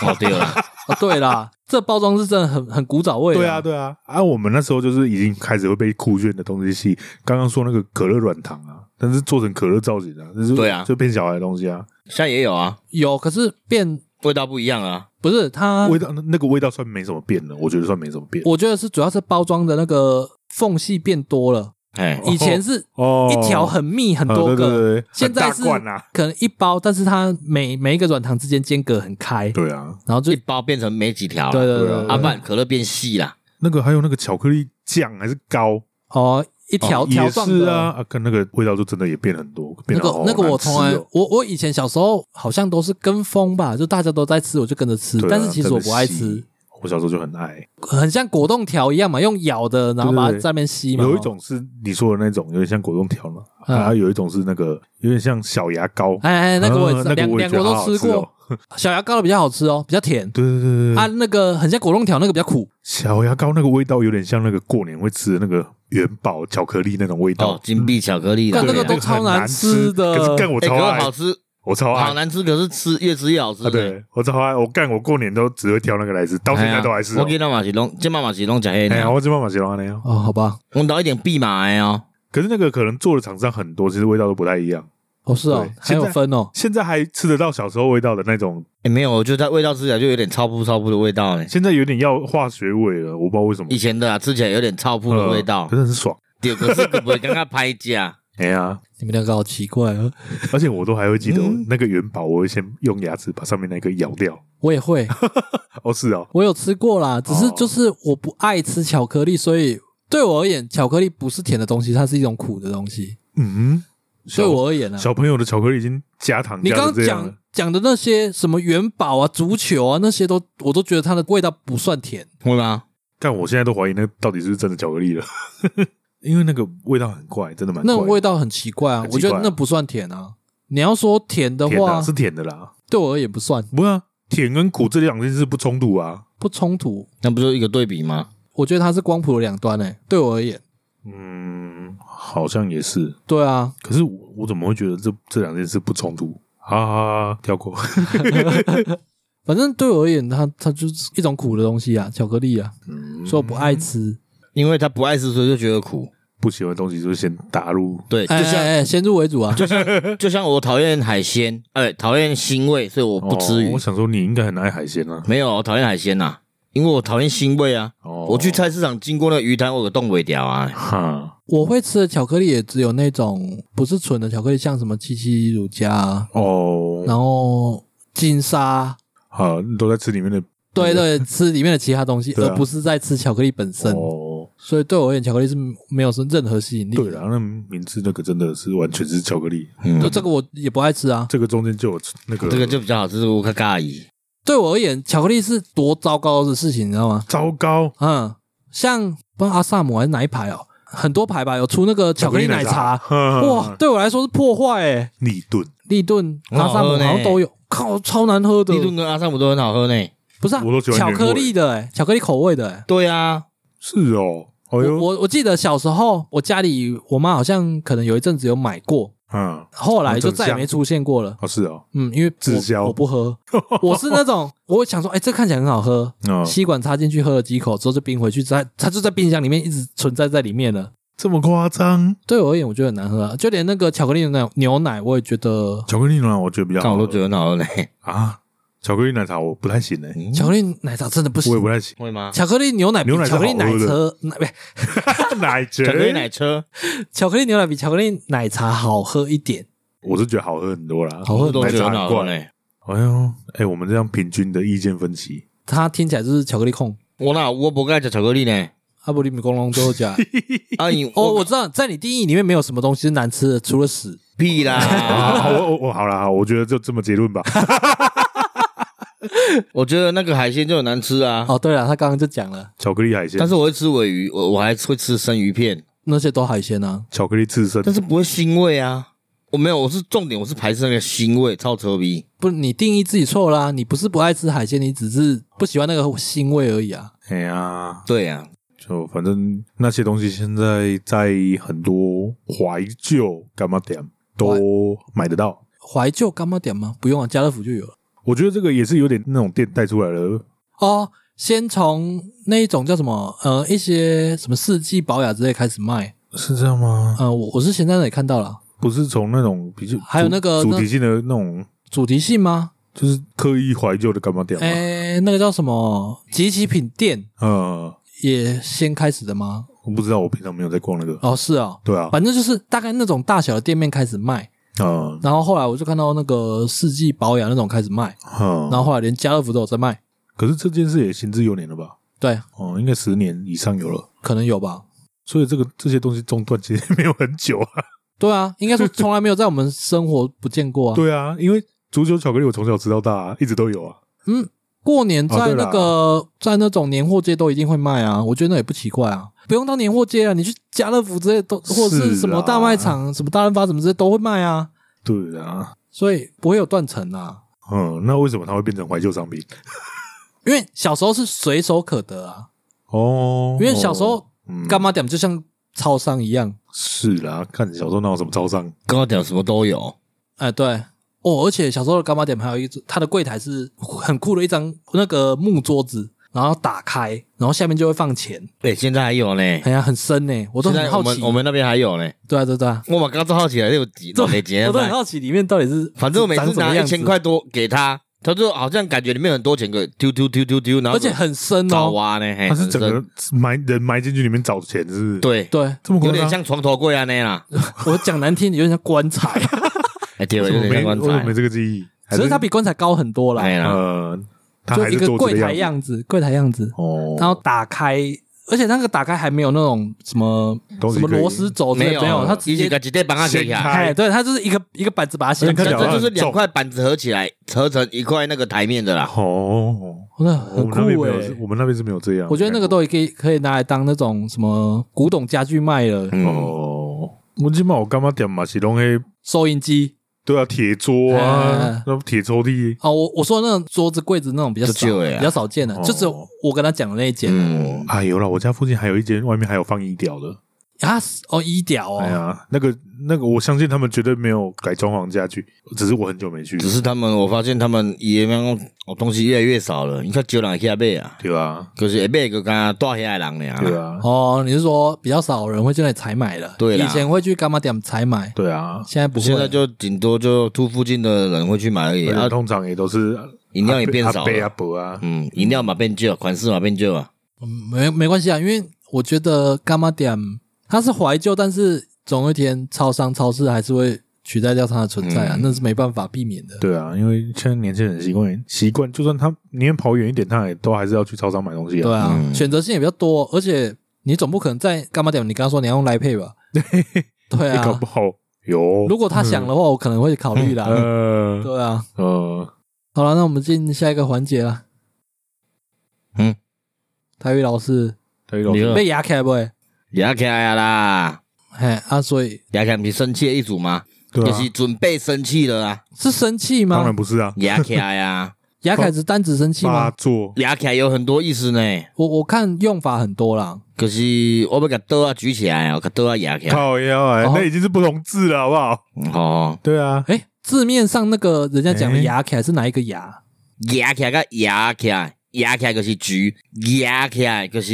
Speaker 3: 哦，对了，
Speaker 1: 哦，对啦， 这包装是真的很很古早味。
Speaker 2: 对啊，，对啊，啊，我们那时候就是已经开始会被酷炫的东西吸引。刚刚说那个可乐软糖啊，但是做成可乐造型啊，但是
Speaker 3: 对啊
Speaker 2: 就变小孩的东西啊，
Speaker 3: 现在也有啊，
Speaker 1: 有，可是变
Speaker 3: 味道不一样啊。
Speaker 1: 不是它，
Speaker 2: 味道那那个味道算没什么变的，我觉得算没什么变。
Speaker 1: 我觉得是主要是包装的那个缝隙变多了，
Speaker 3: 哎，
Speaker 1: 以前是
Speaker 2: 哦
Speaker 1: 一条很密很多
Speaker 2: 啊对对
Speaker 1: 个，
Speaker 2: 对对
Speaker 1: 现在
Speaker 2: 很
Speaker 1: 是
Speaker 2: 大罐啊，
Speaker 1: 可能一包，但是它每每一个软糖之间间隔很开，
Speaker 2: 对啊，
Speaker 1: 然后就
Speaker 3: 一包变成没几条了。
Speaker 1: 对对
Speaker 2: 对
Speaker 1: 对
Speaker 2: 啊
Speaker 3: 啊，
Speaker 1: 对
Speaker 3: 不然可乐变细啦。
Speaker 2: 那个还有那个巧克力酱还是糕，
Speaker 1: 哦，一条条
Speaker 2: 也
Speaker 1: 状
Speaker 2: 是
Speaker 1: 的
Speaker 2: 啊，。啊，看那个味道就真的也变很多，
Speaker 1: 那
Speaker 2: 变得
Speaker 1: 个
Speaker 2: 好
Speaker 1: 那个我从来
Speaker 2: 难吃哦
Speaker 1: 我我以前小时候好像都是跟风吧，就大家都在吃，我就跟着吃
Speaker 2: 对啊，
Speaker 1: 但是其实我不爱
Speaker 2: 真的
Speaker 1: 吃
Speaker 2: 吸，，我小时候就很爱。
Speaker 1: 很像果冻条一样嘛，用咬的，然后
Speaker 2: 对对
Speaker 1: 把它
Speaker 2: 对
Speaker 1: 在那边吸嘛。
Speaker 2: 有一种是你说的那种，有点像果冻条嘛，
Speaker 1: 哦嗯
Speaker 2: 然后有一种是那个有点像小牙膏
Speaker 1: 哦，，哎哎，那个我也
Speaker 2: 啊
Speaker 1: 吃，两
Speaker 2: 我也
Speaker 1: 两
Speaker 2: 觉
Speaker 1: 个
Speaker 2: 得
Speaker 1: 我都
Speaker 2: 好好
Speaker 1: 吃
Speaker 2: 吃
Speaker 1: 过
Speaker 2: 哦。，
Speaker 1: 小牙膏的比较好吃哦，比较甜
Speaker 2: 对对对对
Speaker 1: 啊，
Speaker 2: 对，
Speaker 1: 那个很像果冻条，那个比较苦。
Speaker 2: 小牙膏那个味道有点像那个过年会吃的那个元宝巧克力那种味
Speaker 3: 哦
Speaker 2: 道，，
Speaker 3: 金币巧克力啦，
Speaker 1: 干
Speaker 2: 对
Speaker 1: 那个
Speaker 3: 对
Speaker 1: 都
Speaker 3: 啊
Speaker 1: 超
Speaker 2: 很
Speaker 1: 难
Speaker 2: 难吃
Speaker 1: 吃的
Speaker 2: 可是干我
Speaker 3: 哎，可
Speaker 2: 超
Speaker 3: 乐
Speaker 2: 爱
Speaker 3: 好，吃，
Speaker 2: 我超爱
Speaker 3: 好。难吃，可是吃越吃越好吃
Speaker 2: 啊，
Speaker 3: 呢。
Speaker 2: 对我超爱，我干我过年都只会挑那个来吃，到现在都还是
Speaker 3: 哎呀
Speaker 2: 哦
Speaker 3: 我。啊今仔嘛是拢，今嘛嘛是拢食迄
Speaker 2: 哎呀，
Speaker 3: 个。
Speaker 2: 我这妈妈喜欢那样，
Speaker 1: 哦，好吧，
Speaker 3: 我们倒一点蓖麻的哦，
Speaker 2: 可是那个可能做的厂商很多，其实味道都不太一样。
Speaker 1: 哦是哦
Speaker 2: 对，
Speaker 1: 还有分哦，
Speaker 2: 现在还吃得到小时候味道的那种，
Speaker 3: 哎，没有，我觉得它味道吃起来就有点超扑超扑的味道呢。
Speaker 2: 现在有点要化学味了，我不知道为什么
Speaker 3: 以。前的啊，吃起来有点超扑的
Speaker 2: 呃
Speaker 3: 味道
Speaker 2: 可，是很爽。
Speaker 3: 对，可是不会刚刚拍价。
Speaker 2: 哎呀，
Speaker 1: 你们两个好奇怪哦，
Speaker 2: 而且我都还会记得
Speaker 3: 嗯
Speaker 2: 那个元宝，我会先用牙齿把上面那个咬掉。
Speaker 1: 我也会，
Speaker 2: 哦，是哦，
Speaker 1: 我有吃过啦，只是
Speaker 2: 哦
Speaker 1: 就是我不爱吃巧克力，所以对我而言，巧克力不是甜的东西，它是一种苦的东西。
Speaker 2: 嗯，
Speaker 1: 对我而言啊，
Speaker 2: 小朋友的巧克力已经加糖
Speaker 1: 你
Speaker 2: 加
Speaker 1: 刚
Speaker 2: 成
Speaker 1: 刚
Speaker 2: 这样
Speaker 1: 讲
Speaker 2: 了。
Speaker 1: 讲的那些什么元宝啊、足球啊那些都，我都觉得它的味道不算甜。
Speaker 3: 会吗？
Speaker 2: 但我现在都怀疑那到底是不是真的巧克力了， 因为那个味道很怪，真的蛮
Speaker 1: 那
Speaker 2: 怪的
Speaker 1: 味道很奇怪啊，
Speaker 2: 很奇
Speaker 1: 我觉
Speaker 2: 怪
Speaker 1: 得
Speaker 2: 啊
Speaker 1: 那不算甜啊。你要说甜
Speaker 3: 哦
Speaker 1: 的
Speaker 2: 甜
Speaker 1: 话，
Speaker 2: 的是甜的啦。
Speaker 1: 对我而言不算，
Speaker 2: 不是啊，甜跟苦这两件事不冲突啊。
Speaker 1: 不冲突。
Speaker 3: 那不就一个对比吗？
Speaker 1: 我觉得它是光谱的两端诶、对我而言，
Speaker 2: 嗯，好像也是。
Speaker 1: 对啊，
Speaker 2: 可是我我怎么会觉得这这两件事不冲突？哈哈哈，跳过。
Speaker 1: 反正对我而言，它它就是一种苦的东西啊，巧克力啊，
Speaker 2: 嗯，
Speaker 1: 所以我不爱吃。
Speaker 3: 因为他不爱吃，所以就觉得苦。
Speaker 2: 不喜欢的东西就先打入。
Speaker 3: 对，就
Speaker 1: 哎
Speaker 3: 像
Speaker 1: 哎哎，先入为主啊，
Speaker 3: 就像我讨厌海鲜，哎，讨厌腥味，所以我不吃
Speaker 2: 哦
Speaker 3: 鱼
Speaker 2: 我。想说你应该很爱海鲜啊。
Speaker 3: 没有，我讨厌海鲜呐，因为我讨厌腥味啊。
Speaker 2: 哦，
Speaker 3: 我去菜市场经过那个鱼摊，我有冻尾条啊。
Speaker 2: 哈。
Speaker 1: 我会吃的巧克力也只有那种不是纯的巧克力，像什么七七乳加啊，
Speaker 2: 哦，
Speaker 1: 然后金沙，
Speaker 2: 好，你都在吃里面的。
Speaker 1: 对对，吃里面的其他东西，
Speaker 2: 对啊
Speaker 1: 而不是在吃巧克力本身。
Speaker 2: 哦，
Speaker 1: 所以对我而言，巧克力是没有任何吸引力。
Speaker 2: 对了，，那名字那个真的是完全是巧克力，
Speaker 3: 嗯
Speaker 1: 就，这个我也不爱吃啊。
Speaker 2: 这个中间就有那个
Speaker 3: 这个就比较好吃，这个我看咖喱。
Speaker 1: 对我而言，巧克力是多糟糕的事情，你知道吗？
Speaker 2: 糟糕
Speaker 1: 嗯，像不知道阿萨姆还是哪一排哦，很多排吧，有出那个巧克力奶茶，
Speaker 2: 嗯
Speaker 1: 哇，，对我来说是破坏诶、
Speaker 2: 立顿，
Speaker 1: 利顿、
Speaker 3: 很
Speaker 1: 阿
Speaker 3: 好
Speaker 1: 萨姆
Speaker 3: 喝
Speaker 1: 好
Speaker 3: 呢
Speaker 1: 像都有，靠，超难喝的。
Speaker 3: 利顿跟阿萨姆都很好喝呢。
Speaker 1: 不是、啊
Speaker 2: 我都喜，欢
Speaker 1: 巧
Speaker 2: 原味
Speaker 1: 克力的、欸，巧克力口味的、欸。
Speaker 3: 对啊，
Speaker 2: 是哦，哦
Speaker 1: 我
Speaker 2: 哟，
Speaker 1: 我我记得小时候，我家里我妈好像可能有一阵子有买过，
Speaker 2: 嗯，
Speaker 1: 后来就
Speaker 2: 哦整箱
Speaker 1: 再也没出现过了。
Speaker 2: 哦是哦，
Speaker 1: 嗯，因为
Speaker 2: 滞
Speaker 1: 我
Speaker 2: 销
Speaker 1: 我不喝，我是那种我会想说，哎、这看起来很好喝，
Speaker 2: 嗯，
Speaker 1: 吸管插进去喝了几口之后就冰回去，它它就在冰箱里面一直存在在里面了。
Speaker 2: 这么夸张？
Speaker 1: 对我而言，我觉得很难喝啊，就连那个巧克力牛奶牛奶，我也觉得
Speaker 2: 巧克力呢？我觉得比较
Speaker 3: 看
Speaker 2: 好
Speaker 3: 我
Speaker 2: 喝，
Speaker 3: 都觉得很好喝呢。
Speaker 2: 啊，巧克力奶茶我不太行哎，
Speaker 3: 嗯
Speaker 1: 巧克力奶茶真的不
Speaker 2: 我也
Speaker 1: 行
Speaker 2: 不。太 行。
Speaker 3: 会吗？
Speaker 1: 巧克力牛奶比
Speaker 2: 牛奶是
Speaker 1: 巧
Speaker 2: 好
Speaker 1: 克力
Speaker 2: 喝的
Speaker 1: 奶车，奶不是
Speaker 2: 奶茶，
Speaker 3: 巧克力奶车，
Speaker 1: 巧克力牛奶比巧克力奶茶好喝一点。
Speaker 2: 我是觉得好喝很多啦，
Speaker 1: 好喝
Speaker 3: 我都
Speaker 2: 奶
Speaker 3: 觉得
Speaker 2: 茶
Speaker 3: 很
Speaker 2: 很
Speaker 3: 好喝
Speaker 2: 怪。
Speaker 3: 呢。
Speaker 2: 哎呦，哎，我们这样平均的意见分歧，
Speaker 1: 它听起来就是巧克力控
Speaker 3: 我那我不爱吃巧克力呢。
Speaker 1: 啊不，你们公龙都假。
Speaker 3: 啊，你
Speaker 1: 哦，
Speaker 3: 我
Speaker 1: 我知道，在你定义里面没有什么东西是难吃的，除了屎。
Speaker 3: 屁啦！
Speaker 2: 啊，我我我好啦，好我觉得就这么结 论吧。
Speaker 3: 我觉得那个海鲜就很难吃啊，
Speaker 1: 哦，对了，他刚刚就讲了，
Speaker 2: 巧克力海鲜
Speaker 3: 但，是我会吃尾鱼，我我还会吃生鱼片，
Speaker 1: 那些都海鲜啊。
Speaker 2: 巧克力刺身，
Speaker 3: 但是不会腥味啊。我没有，我是重点，我是排斥那个腥味，超扯逼。
Speaker 1: 不，你定义自己错啦、你不是不爱吃海鲜，你只是不喜欢那个腥味而已啊。
Speaker 2: 哎呀，
Speaker 3: 对啊，
Speaker 2: 就反正那些东西现在在很多怀旧干嘛点都买得到。
Speaker 1: 怀旧干嘛点吗？不用啊，家乐福就有了。
Speaker 2: 我觉得这个也是有点那种店带出来的，
Speaker 1: 哦，先从那一种叫什么呃一些什么四季宝雅之类开始卖。
Speaker 2: 是这样吗？
Speaker 1: 呃，我我是前在那里看到了
Speaker 2: 不是从那种比较，
Speaker 1: 还有那个
Speaker 2: 主主
Speaker 1: 那
Speaker 2: 题性的那种，
Speaker 1: 主题性吗？
Speaker 2: 就是刻意怀旧的干嘛点啊吗？
Speaker 1: 哎、那个叫什么集齐品店
Speaker 2: 呃，
Speaker 1: 也先开始的吗？
Speaker 2: 我不知道，我平常没有在逛那个。
Speaker 1: 哦，是哦，
Speaker 2: 对啊，
Speaker 1: 反正就是大概那种大小的店面开始卖，
Speaker 2: 嗯
Speaker 1: 然后后来我就看到那个四季保养那种开始卖，然
Speaker 2: 嗯，
Speaker 1: 后后来连家乐福都有在卖，
Speaker 2: 可是这件事也行之有年了吧？
Speaker 1: 对，
Speaker 2: 哦，应该十年以上有了。
Speaker 1: 可能有吧。
Speaker 2: 所以这个这些东西中断其实没有很久啊。
Speaker 1: 对啊，应该 说从来没有在我们生活不见过啊。
Speaker 2: 对啊，因为足球巧克力我从小吃到大、啊，一直都有啊。
Speaker 1: 嗯，过年
Speaker 2: 哦
Speaker 1: 在
Speaker 2: 对啦
Speaker 1: 那个、在那种年货街都一定会卖啊，我觉得那也不奇怪啊。不用到年货街啊，你去家乐福之类都，或者是什么大卖场、什么大润发什么之类都会卖啊，
Speaker 2: 对啊，
Speaker 1: 所以不会有断层啊。
Speaker 2: 嗯，那为什么它会变成怀旧商品？
Speaker 1: 因为小时候是随手可得啊，
Speaker 2: 哦，
Speaker 1: 因为小时候
Speaker 2: 嗯
Speaker 1: 干嘛点就像超商一样，
Speaker 2: 是啦，看小时候哪有什么招商？
Speaker 3: 刚刚讲什么都有，
Speaker 1: 哎、对哦，而且小时候的干妈点还有一只，它的柜台是很酷的一张那个木桌子，然后打开，然后下面就会放钱，
Speaker 3: 哎、现在还有呢。
Speaker 1: 哎呀，很深呢、我都
Speaker 3: 现
Speaker 1: 很
Speaker 3: 在我
Speaker 1: 好
Speaker 3: 们
Speaker 1: 奇，
Speaker 3: 我们那边还有呢。
Speaker 1: 对啊对啊对啊，
Speaker 3: 我把刚刚好奇了，有几
Speaker 1: 对
Speaker 3: 哪节
Speaker 1: 我都很
Speaker 3: 在？
Speaker 1: 好奇里面到底是
Speaker 3: 反正我每
Speaker 1: 长
Speaker 3: 次
Speaker 1: 什么
Speaker 3: 拿
Speaker 1: 样
Speaker 3: 一
Speaker 1: 子
Speaker 3: 千，块多给他，他就好像感觉里面很多钱，给丢丢丢丢丢，然后
Speaker 1: 而且很深
Speaker 3: 早
Speaker 1: 哦，
Speaker 3: 挖呢，嘿
Speaker 2: 它是整
Speaker 3: 很
Speaker 2: 个
Speaker 3: 深
Speaker 2: 埋人埋进去里面找钱，是不是？，
Speaker 3: 对，
Speaker 1: 对
Speaker 2: 这么
Speaker 3: 有
Speaker 2: 夸
Speaker 3: 点
Speaker 2: 张？
Speaker 3: 像床头柜啊那样啦。
Speaker 1: 我讲难听，有点像棺材，
Speaker 3: 哎，对，
Speaker 2: 为
Speaker 3: 有
Speaker 2: 什么
Speaker 3: 点像
Speaker 2: 没
Speaker 3: 棺
Speaker 2: 为什么没
Speaker 3: 材。
Speaker 2: 这个记忆？还
Speaker 1: 只是它比棺材高很多啦，
Speaker 3: 哎呀，
Speaker 2: 呃，它
Speaker 1: 就
Speaker 2: 还
Speaker 1: 一
Speaker 2: 是
Speaker 1: 个
Speaker 2: 做
Speaker 1: 柜
Speaker 2: 这
Speaker 1: 台
Speaker 2: 个样子
Speaker 1: 样子，柜台样子，
Speaker 2: 哦，
Speaker 1: 然后打开，而且那个打开还没有那种什么
Speaker 2: 东西
Speaker 1: 什么
Speaker 2: 可以
Speaker 1: 螺丝轴之
Speaker 3: 没
Speaker 1: 类的，
Speaker 3: 有，
Speaker 1: 没有，它直
Speaker 3: 以前
Speaker 1: 接
Speaker 3: 把几对绑啊起
Speaker 2: 掀
Speaker 3: 来，
Speaker 2: 开
Speaker 1: 哎，对，它就是一个一个板子把它掀
Speaker 2: 而
Speaker 1: 开
Speaker 2: 且看
Speaker 3: 这
Speaker 2: 起来好像
Speaker 3: 这就是
Speaker 2: 很重
Speaker 3: 两块板子合起来合成一块那个台面的啦。
Speaker 2: 哦，
Speaker 1: 真的
Speaker 2: 我
Speaker 1: 很
Speaker 2: 们那边
Speaker 1: 酷
Speaker 2: 没
Speaker 1: 哎、
Speaker 2: 有这，我们那边是没有这样。
Speaker 1: 我觉得那个都也可以可以拿来当那种什么古董家具卖了，
Speaker 3: 嗯，
Speaker 2: 哦，我起码我干嘛点嘛是拢黑
Speaker 1: 收音机
Speaker 2: 对啊，铁桌
Speaker 1: 哎
Speaker 2: 啊，那铁抽屉
Speaker 1: 哦，我我说的那种桌子柜子那种比较
Speaker 3: 这
Speaker 1: 少，
Speaker 3: 就有呀
Speaker 1: 比较少见的，
Speaker 2: 哦
Speaker 1: 就只有我跟他讲的那一间、
Speaker 3: 嗯，
Speaker 2: 啊，有了，我家附近还有一间，外面还有放衣吊的。
Speaker 1: 啊，哦，一屌哦，
Speaker 2: 哎呀，那个那个，我相信他们绝对没有改装潢家具，只是我很久没去，
Speaker 3: 只是他们，我发现他们也哦东西越来越少了。你看，酒人去那买啊，
Speaker 2: 对吧？
Speaker 3: 就是会买个刚带遐的人
Speaker 2: 对
Speaker 3: 俩。
Speaker 2: 啊，
Speaker 1: 哦，你是说比较少人会进来采买了？
Speaker 3: 对啦
Speaker 1: 以前会去干嘛点采买，
Speaker 2: 对啊，
Speaker 1: 现在不会
Speaker 3: 现
Speaker 1: 了，
Speaker 3: 在就顶多就住附近的人会去买而已
Speaker 2: 而且
Speaker 3: 啊，
Speaker 2: 通常也都是
Speaker 3: 饮料也变
Speaker 2: 阿
Speaker 3: 少
Speaker 2: 伯阿
Speaker 3: 了。
Speaker 2: 伯啊，
Speaker 3: 嗯，饮料嘛变旧，款式嘛变旧啊。
Speaker 1: 嗯没没关系啊，因为我觉得干嘛点它是怀旧，但是总有一天超商超市还是会取代掉它的存在啊，
Speaker 3: 嗯
Speaker 1: 那是没办法避免的。
Speaker 2: 对啊，因为现在年轻人习惯习惯，就算他宁愿跑远一点，他也都还是要去超商买东西啊。
Speaker 1: 对啊，
Speaker 3: 嗯
Speaker 1: 选择性也比较多，而且你总不可能在干嘛点？你刚刚说你要用来配 吧？对
Speaker 2: 欸搞
Speaker 1: 啊
Speaker 2: 不，好有
Speaker 1: 如果他想的话，我可能会考虑啦。
Speaker 2: 呃
Speaker 1: 对啊，
Speaker 2: 呃，
Speaker 1: 好了，那我们进下一个环节了。
Speaker 3: 嗯，
Speaker 1: 台语老师
Speaker 2: 对老师
Speaker 3: 你说嗯
Speaker 1: 被牙开不会？
Speaker 3: 牙开啊啦，
Speaker 1: 嘿啊，所以
Speaker 3: 牙开不是生气的一组吗？
Speaker 2: 对
Speaker 3: 就
Speaker 2: 啊
Speaker 3: 是，准备生气了啊，
Speaker 1: 是生气
Speaker 2: 当然
Speaker 1: 吗？
Speaker 2: 不是啊，
Speaker 3: 牙 开呀，
Speaker 1: 牙凯是单指生气
Speaker 2: 发
Speaker 1: 吗？
Speaker 2: 作
Speaker 3: 牙开有很多意思呢。
Speaker 1: 我我看用法很多啦。
Speaker 3: 可是我要把刀啊举起来，我把刀啊牙开。
Speaker 2: 靠腰哎
Speaker 1: 哦，
Speaker 2: 那已经是不同字了，好不好？
Speaker 3: 嗯哦，
Speaker 2: 对啊，
Speaker 1: 哎，字面上那个人家讲的
Speaker 2: 诶
Speaker 1: 牙凯是哪一个牙？
Speaker 3: 牙开个牙开，牙开就是举，牙开就是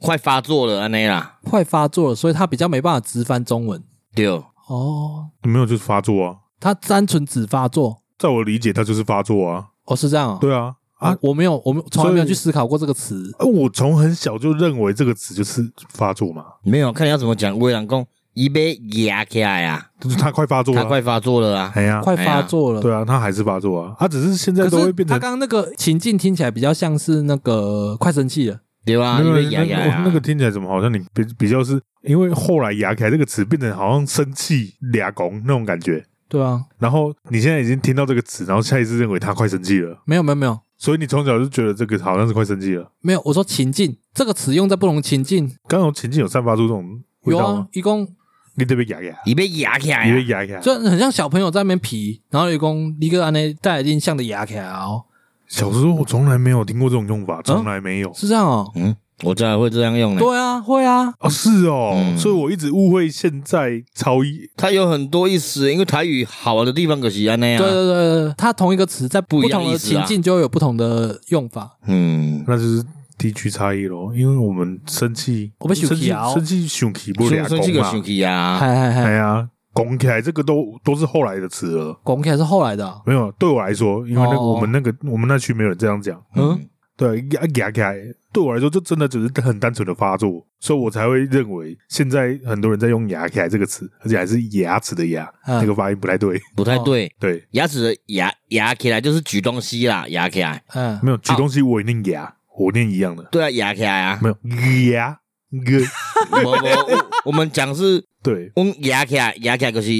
Speaker 3: 快发作了安尼啦。
Speaker 1: 快发作了，所以他比较没办法直翻中文。
Speaker 3: 对，
Speaker 1: 哦，
Speaker 2: 没有就是发作啊，
Speaker 1: 他单纯只发作。
Speaker 2: 在我理解，他就是发作啊，
Speaker 1: 哦，是这样哦。
Speaker 2: 对啊啊
Speaker 1: 我我没有，我们从来
Speaker 2: 所以
Speaker 1: 没有去思考过这个词。
Speaker 2: 啊我从很小就认为这个词就是发作嘛，
Speaker 3: 没有看你要怎么讲。有的人讲伊要牙开啊，
Speaker 2: 就是他快发作
Speaker 3: 他
Speaker 2: 了，
Speaker 3: 快发作了啊。
Speaker 2: 哎呀，
Speaker 1: 快发作了。
Speaker 2: 对啊，他还是发作啊，他只是现在
Speaker 1: 可
Speaker 2: 都会
Speaker 1: 是
Speaker 2: 变
Speaker 1: 他
Speaker 2: 成
Speaker 1: 刚刚那个情境听起来比较像是那个快生气了，
Speaker 3: 对啊，
Speaker 2: 那
Speaker 3: 因
Speaker 2: 个
Speaker 3: 为牙牙
Speaker 2: 那个
Speaker 3: 呀
Speaker 2: 那个听起来怎么好像你比比较是因为后来“牙凯”这个词变成好像生气俩拱那种感觉，
Speaker 1: 对啊，
Speaker 2: 然后你现在已经听到这个词，然后下意识认为他快生气了，
Speaker 1: 没有没有没有
Speaker 2: 所以你从小就觉得这个好像是快生气了。
Speaker 1: 没有，我说情境这个词用在不同情境，
Speaker 2: 刚好情境有散发出这种味
Speaker 1: 有
Speaker 2: 道吗？
Speaker 1: 啊，一共
Speaker 2: 你得被牙牙，
Speaker 3: 伊要牙起来
Speaker 2: 你被牙
Speaker 3: 啊，
Speaker 2: 牙，
Speaker 1: 就很像小朋友在那边皮，然后有讲你个安尼戴眼镜像的牙起来哦，
Speaker 2: 小时候我从来没有听过这种用法，从来没有。
Speaker 1: 是这样哦？
Speaker 3: 嗯，我真的会这样用
Speaker 2: 嗯
Speaker 3: 的。
Speaker 1: 对啊，会啊，
Speaker 2: 哦，是哦，
Speaker 3: 嗯
Speaker 2: 所以我一直误会现在超一
Speaker 3: 它有很多意思，因为台语好玩的地方可是安尼
Speaker 2: 哎
Speaker 1: 对
Speaker 3: 啊。
Speaker 1: 对对对，它同一个词在
Speaker 3: 不
Speaker 1: 不
Speaker 3: 一样
Speaker 1: 同
Speaker 3: 意
Speaker 1: 的
Speaker 3: 思啊
Speaker 1: 情境就会有不同的用法。
Speaker 3: 嗯，
Speaker 2: 那就是地区差异咯，因为我们生气，
Speaker 1: 我被生
Speaker 2: 生
Speaker 1: 气
Speaker 2: 气
Speaker 1: 啊哦
Speaker 2: 生气生气不俩
Speaker 3: 生生气
Speaker 2: 公
Speaker 3: 就
Speaker 2: 嘛
Speaker 3: 生，气啊，
Speaker 1: 嗨嗨嗨，
Speaker 2: 哎呀，拱起来这个都都是后来的词了。
Speaker 1: 拱起来是后来的啊，
Speaker 2: 没有，对我来说，因为那个
Speaker 1: 哦
Speaker 2: 我们那个我们那区没有人这样讲，
Speaker 1: 嗯，
Speaker 2: 对，压压起来，对我来说就真的只是很单纯的发作，所以我才会认为现在很多人在用“牙起来”这个词，而且还是牙齿的牙，
Speaker 1: 嗯
Speaker 2: 那个发音不太对。
Speaker 3: 不太对。
Speaker 2: 对，
Speaker 3: 牙齿的牙牙起来就是举东西啦，牙起来。
Speaker 1: 嗯，
Speaker 2: 没有举东西我也念牙，我念一样的，
Speaker 3: 对啊，牙起来 啊。
Speaker 2: 没有牙个。
Speaker 3: 我我我我们讲是，
Speaker 2: 对，
Speaker 3: 我们牙起来，牙起来就是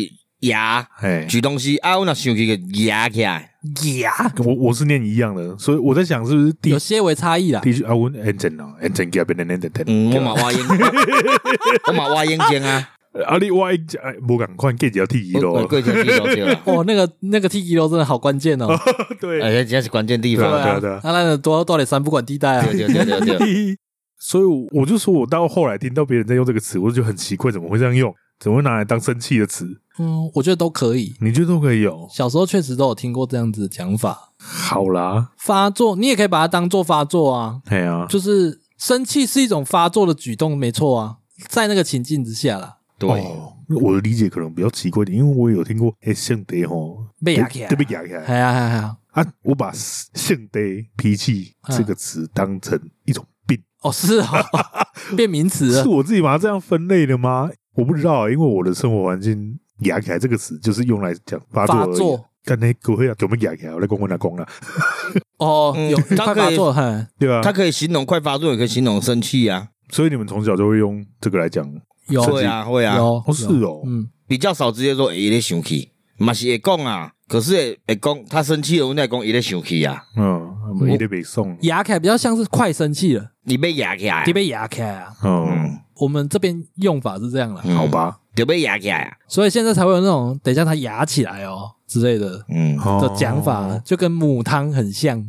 Speaker 3: 牙
Speaker 2: 哎，
Speaker 3: 举东西啊，我若生气就牙起来。
Speaker 1: 牙
Speaker 2: 我我是念一样的，所以我在想是不是地
Speaker 1: 有些微差异啦。
Speaker 2: 地区啊？我 engine 啊，engine 给变成 engine，
Speaker 3: 嗯，我嘛挖眼， 我嘛挖眼睛啊，
Speaker 2: 啊你我一哎，无赶快 get 掉 T
Speaker 3: 我我
Speaker 2: 咯，
Speaker 3: 过去去了对 了。
Speaker 1: 哦，那个那个 T 一楼真的好关键哦，
Speaker 2: 对，
Speaker 3: 哎，这是关键地
Speaker 2: 对
Speaker 3: 方。
Speaker 2: 啊对啊
Speaker 1: 那那多到底三不管地带啊
Speaker 3: 对，对对对
Speaker 2: 哦
Speaker 3: 对，
Speaker 2: 所以我我就说，我到后来听到别人在用这个词，我就觉得很奇怪，怎么会这样用？怎么会拿来当生气的词？
Speaker 1: 嗯，我觉得都可以。
Speaker 2: 你觉得都可以有？
Speaker 1: 小时候确实都有听过这样子的讲法，
Speaker 2: 好啦，
Speaker 1: 发作你也可以把它当做发作啊，
Speaker 2: 哎呀、
Speaker 1: 就是生气是一种发作的举动，没错啊，在那个情境之下啦，
Speaker 3: 对。
Speaker 2: 哦，我的理解可能比较奇怪一点，因为我有听过哎，性地吼
Speaker 1: 被压起来
Speaker 2: 对被压起来
Speaker 1: 哎呀哎呀，
Speaker 2: 啊，我把性地脾气这个词当成一种病，
Speaker 1: 哦是哦，变名词
Speaker 2: 是
Speaker 1: 了，
Speaker 2: 我自己把它这样分类的吗？我不知道、啊因为我的生活环境。压起来这个词就是用来讲发作而
Speaker 1: 发
Speaker 2: 已
Speaker 1: 作。
Speaker 2: 干那狗会啊，怎么压起来？我来讲我来讲啦，
Speaker 1: 哦
Speaker 3: 嗯
Speaker 1: 有
Speaker 3: 它
Speaker 1: 快
Speaker 3: 可
Speaker 1: 发
Speaker 3: 以
Speaker 1: 作，嘿，
Speaker 2: 对啊
Speaker 3: 它，可以形容快发作，也可以形容生气啊，
Speaker 2: 所以你们从小就会用这个来讲
Speaker 1: 有
Speaker 3: 会啊会啊，
Speaker 1: 有
Speaker 2: 哦，是
Speaker 1: 有
Speaker 2: 哦，
Speaker 1: 嗯，
Speaker 3: 比较少直接说伊咧生气，嘛是会讲啊，可是会会讲他生气了，阮来讲伊咧生气啊，
Speaker 2: 嗯，我一定北送，
Speaker 1: 牙起来比较像是快生气了，
Speaker 3: 你被压起来啊
Speaker 1: 你，被牙起来啊，
Speaker 2: 嗯，
Speaker 3: 嗯，
Speaker 1: 我们这边用法是这样啦，
Speaker 3: 嗯
Speaker 2: 好，吧，
Speaker 3: 就被压起来啊，
Speaker 1: 所以现在才会有那种等一下它牙起来哦之类的
Speaker 3: 嗯，
Speaker 1: 的讲法，
Speaker 2: 哦，
Speaker 1: 就跟母汤很像。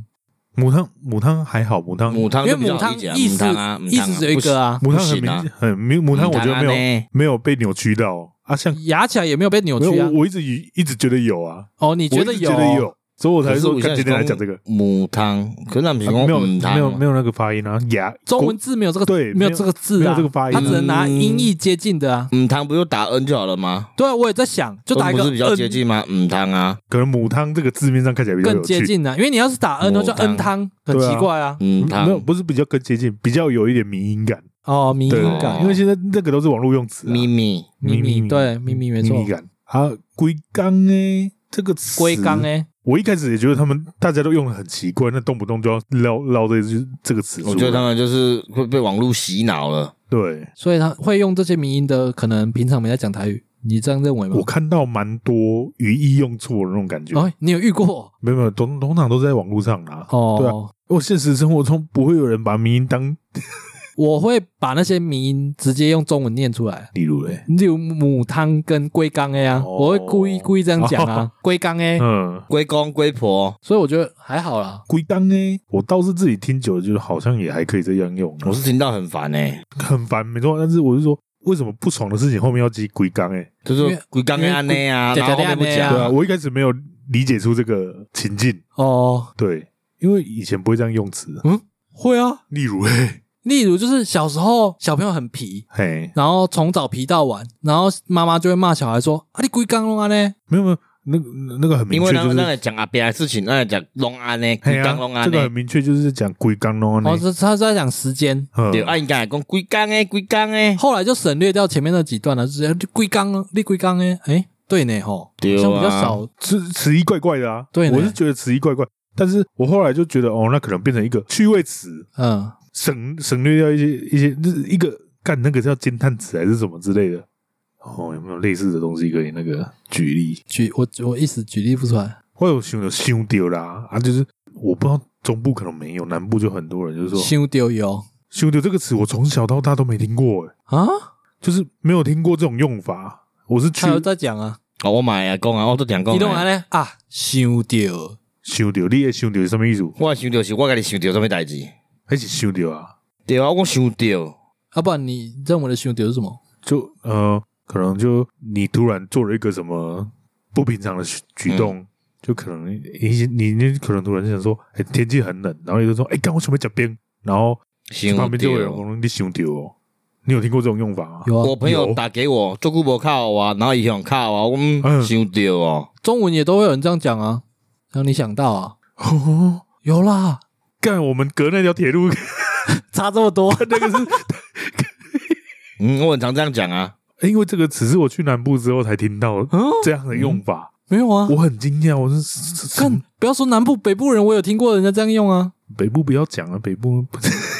Speaker 2: 母汤母汤还好，母汤
Speaker 3: 母汤
Speaker 1: 因
Speaker 3: 就
Speaker 1: 为
Speaker 3: 比较
Speaker 1: 母
Speaker 3: 好理
Speaker 1: 汤
Speaker 3: 解啊
Speaker 1: 意思、
Speaker 3: 母汤啊，
Speaker 1: 意思只有一个
Speaker 3: 啊，
Speaker 1: 啊，
Speaker 2: 母汤
Speaker 3: 不
Speaker 2: 很
Speaker 3: 行啊嗯
Speaker 2: 明很明，母汤我觉得没有
Speaker 3: 有，
Speaker 2: 没有被扭曲到啊，像
Speaker 1: 牙起来也没有被扭
Speaker 2: 没
Speaker 1: 曲
Speaker 2: 有
Speaker 1: 啊。
Speaker 2: 我我一直以一直觉得有啊，
Speaker 1: 哦，你觉
Speaker 2: 我
Speaker 1: 得
Speaker 2: 一直
Speaker 1: 有？
Speaker 2: 觉得有，所以我才
Speaker 3: 可是
Speaker 2: 说
Speaker 3: 我现
Speaker 2: 干
Speaker 3: 在
Speaker 2: 今天来讲这个，啊
Speaker 3: 母汤，可是那不
Speaker 2: 没
Speaker 3: 是讲
Speaker 2: 有
Speaker 3: 母汤
Speaker 2: 没有没
Speaker 3: 有，
Speaker 2: 有那个发音啊，牙
Speaker 1: 嗯中文字没有这个
Speaker 2: 对
Speaker 1: 没有
Speaker 2: 没有
Speaker 1: 这个字
Speaker 2: 没
Speaker 1: 啊，
Speaker 2: 有这个发音嗯
Speaker 1: 它只能拿音译接近的啊。
Speaker 3: 母汤不就打 N 就好了吗？
Speaker 1: 对啊，我也在想，就打一
Speaker 3: 不
Speaker 1: 个
Speaker 3: 是比较
Speaker 1: N
Speaker 3: 接近吗？母汤啊，
Speaker 2: 可能母汤这个字面上看起来比较
Speaker 1: 更
Speaker 2: 有
Speaker 1: 接
Speaker 2: 趣，
Speaker 1: 近啊，因为你要是打 N 的话就
Speaker 3: 母汤
Speaker 1: N 汤，很
Speaker 2: 对啊
Speaker 1: 奇怪啊。
Speaker 3: 母
Speaker 2: 没有
Speaker 3: 汤，
Speaker 2: 不是比较更接近，比较有一点迷音感，
Speaker 1: 哦，迷
Speaker 2: 对
Speaker 1: 你
Speaker 3: 音
Speaker 1: 感
Speaker 2: 因为现在这个都是网络用词啊，
Speaker 3: 咪咪，
Speaker 1: 咪咪对咪咪没错
Speaker 2: 咪咪感啊，龟缸哎，这个词
Speaker 1: 龟缸哎，
Speaker 2: 我一开始也觉得他们大家都用的很奇怪，那动不动就要唠唠这句这个词出来。
Speaker 3: 我觉得他们就是会被网络洗脑了。
Speaker 2: 对
Speaker 1: 所以他会用这些迷音的，可能平常没在讲台语，你这样认为吗
Speaker 2: 我？看到蛮多语义用错的那种感觉，
Speaker 1: 哦，你有遇过？
Speaker 2: 没有没有，通通常都是在网络上啦。对啊，
Speaker 1: 哦，
Speaker 2: 我现实生活中不会有人把迷音当
Speaker 1: 我会把那些迷音直接用中文念出来。
Speaker 2: 例如嘞，
Speaker 1: 例如母汤跟龟缸哎呀，
Speaker 2: 哦
Speaker 1: 我会故意故意这样讲啊，龟缸哎，
Speaker 2: 嗯，
Speaker 3: 龟公龟婆，
Speaker 1: 所以我觉得还好啦。
Speaker 2: 龟当呢，我倒是自己听久了，觉得好像也还可以这样用啊，
Speaker 3: 我是听到很烦哎、
Speaker 2: 很烦没错，但是我是说。为什么不爽的事情后面要记龟缸？哎，
Speaker 3: 就是鬼刚刚安内啊，
Speaker 1: 因为
Speaker 3: 然后后面不
Speaker 1: 对啊
Speaker 2: 对啊，
Speaker 3: 讲，
Speaker 2: 我一开始没有理解出这个情境，
Speaker 1: 哦，
Speaker 2: 对，因为以前不会这样用词。
Speaker 1: 会啊。
Speaker 2: 例如嘞，
Speaker 1: 例如就是小时候小朋友很皮，
Speaker 2: 嘿，
Speaker 1: 然后从早皮到晚，然后妈妈就会骂小孩说：“啊，你龟缸弄啊呢
Speaker 2: 没有没有，那个那个很明
Speaker 3: 因为
Speaker 2: 确
Speaker 3: 那
Speaker 2: 就是，
Speaker 3: 那个讲阿伯的事情，那个讲龙安内，
Speaker 2: 嘿
Speaker 3: 鬼刚龙
Speaker 2: 啊，
Speaker 3: 安
Speaker 2: 这个很
Speaker 3: 内，
Speaker 2: 明确就是在讲鬼刚龙？”
Speaker 1: 哦，
Speaker 2: 啊
Speaker 1: 这他是在讲时间。
Speaker 2: 那，
Speaker 3: 对，
Speaker 2: 嗯，
Speaker 3: 啊应该讲鬼刚诶，鬼刚诶，
Speaker 1: 后来就省略掉前面那几段了，就是你龟缸啊，你龟缸哎，哎，对呢吼，
Speaker 3: 对啊
Speaker 1: 好像比较少。
Speaker 2: 词词义怪怪的啊，
Speaker 1: 对呢
Speaker 2: 我是觉得词义怪怪，但是我后来就觉得哦，那可能变成一个趣味词，
Speaker 1: 嗯，
Speaker 2: 省省略掉一些一些，就是一个干那个叫惊叹词还是什么之类的。哦，有没有类似的东西可以那个举例？
Speaker 1: 举我我一时举例不出来，
Speaker 2: 我有想到想丢啦啊，就是我不知道中部可能没有，南部就很多人就是说
Speaker 1: 修丢油
Speaker 2: “想丢”这个词，我从小到大都没听过、欸，
Speaker 1: 啊，
Speaker 2: 就是没有听过这种用法。我是去
Speaker 1: 他有在讲啊，
Speaker 3: 哦，我买啊，讲啊，我都听讲。
Speaker 1: 你懂安呢啊，修丢
Speaker 2: 想丢，你也想丢是什么意思？
Speaker 3: 我想到是我家己想到什么代志？
Speaker 2: 还是想丢啊？
Speaker 3: 对啊，我想到，
Speaker 1: 啊，不然你认为的修丢是什么？
Speaker 2: 就呃，可能就你突然做了一个什么不平常的举
Speaker 1: 嗯
Speaker 2: 举动，就可能你你你可能突然想说，哎、天气很冷，然后你就说，哎、刚我准备讲冰，然后
Speaker 3: 想
Speaker 2: 旁边就有人
Speaker 3: 到。
Speaker 2: 说你想丢哦，你有听过这种用法吗？
Speaker 1: 有啊
Speaker 3: 我，朋友打给我，做久无靠我啊，然后伊想靠我，我嗯
Speaker 2: 嗯
Speaker 3: 想到哦，
Speaker 1: 中文也都会有人这样讲啊，让你想到啊，
Speaker 2: 哦，
Speaker 1: 有啦，
Speaker 2: 干，我们隔那条铁路，
Speaker 1: 差这么多，
Speaker 2: 那个是
Speaker 3: 嗯，我很常这样讲啊，
Speaker 2: 因为这个只是我去南部之后才听到
Speaker 1: 嗯，
Speaker 2: 这样的用法，
Speaker 1: 没有啊，
Speaker 2: 我很惊讶，我是是是
Speaker 1: 看不要说南部北部人，我有听过人家这样用啊，
Speaker 2: 北部不要讲了，北部不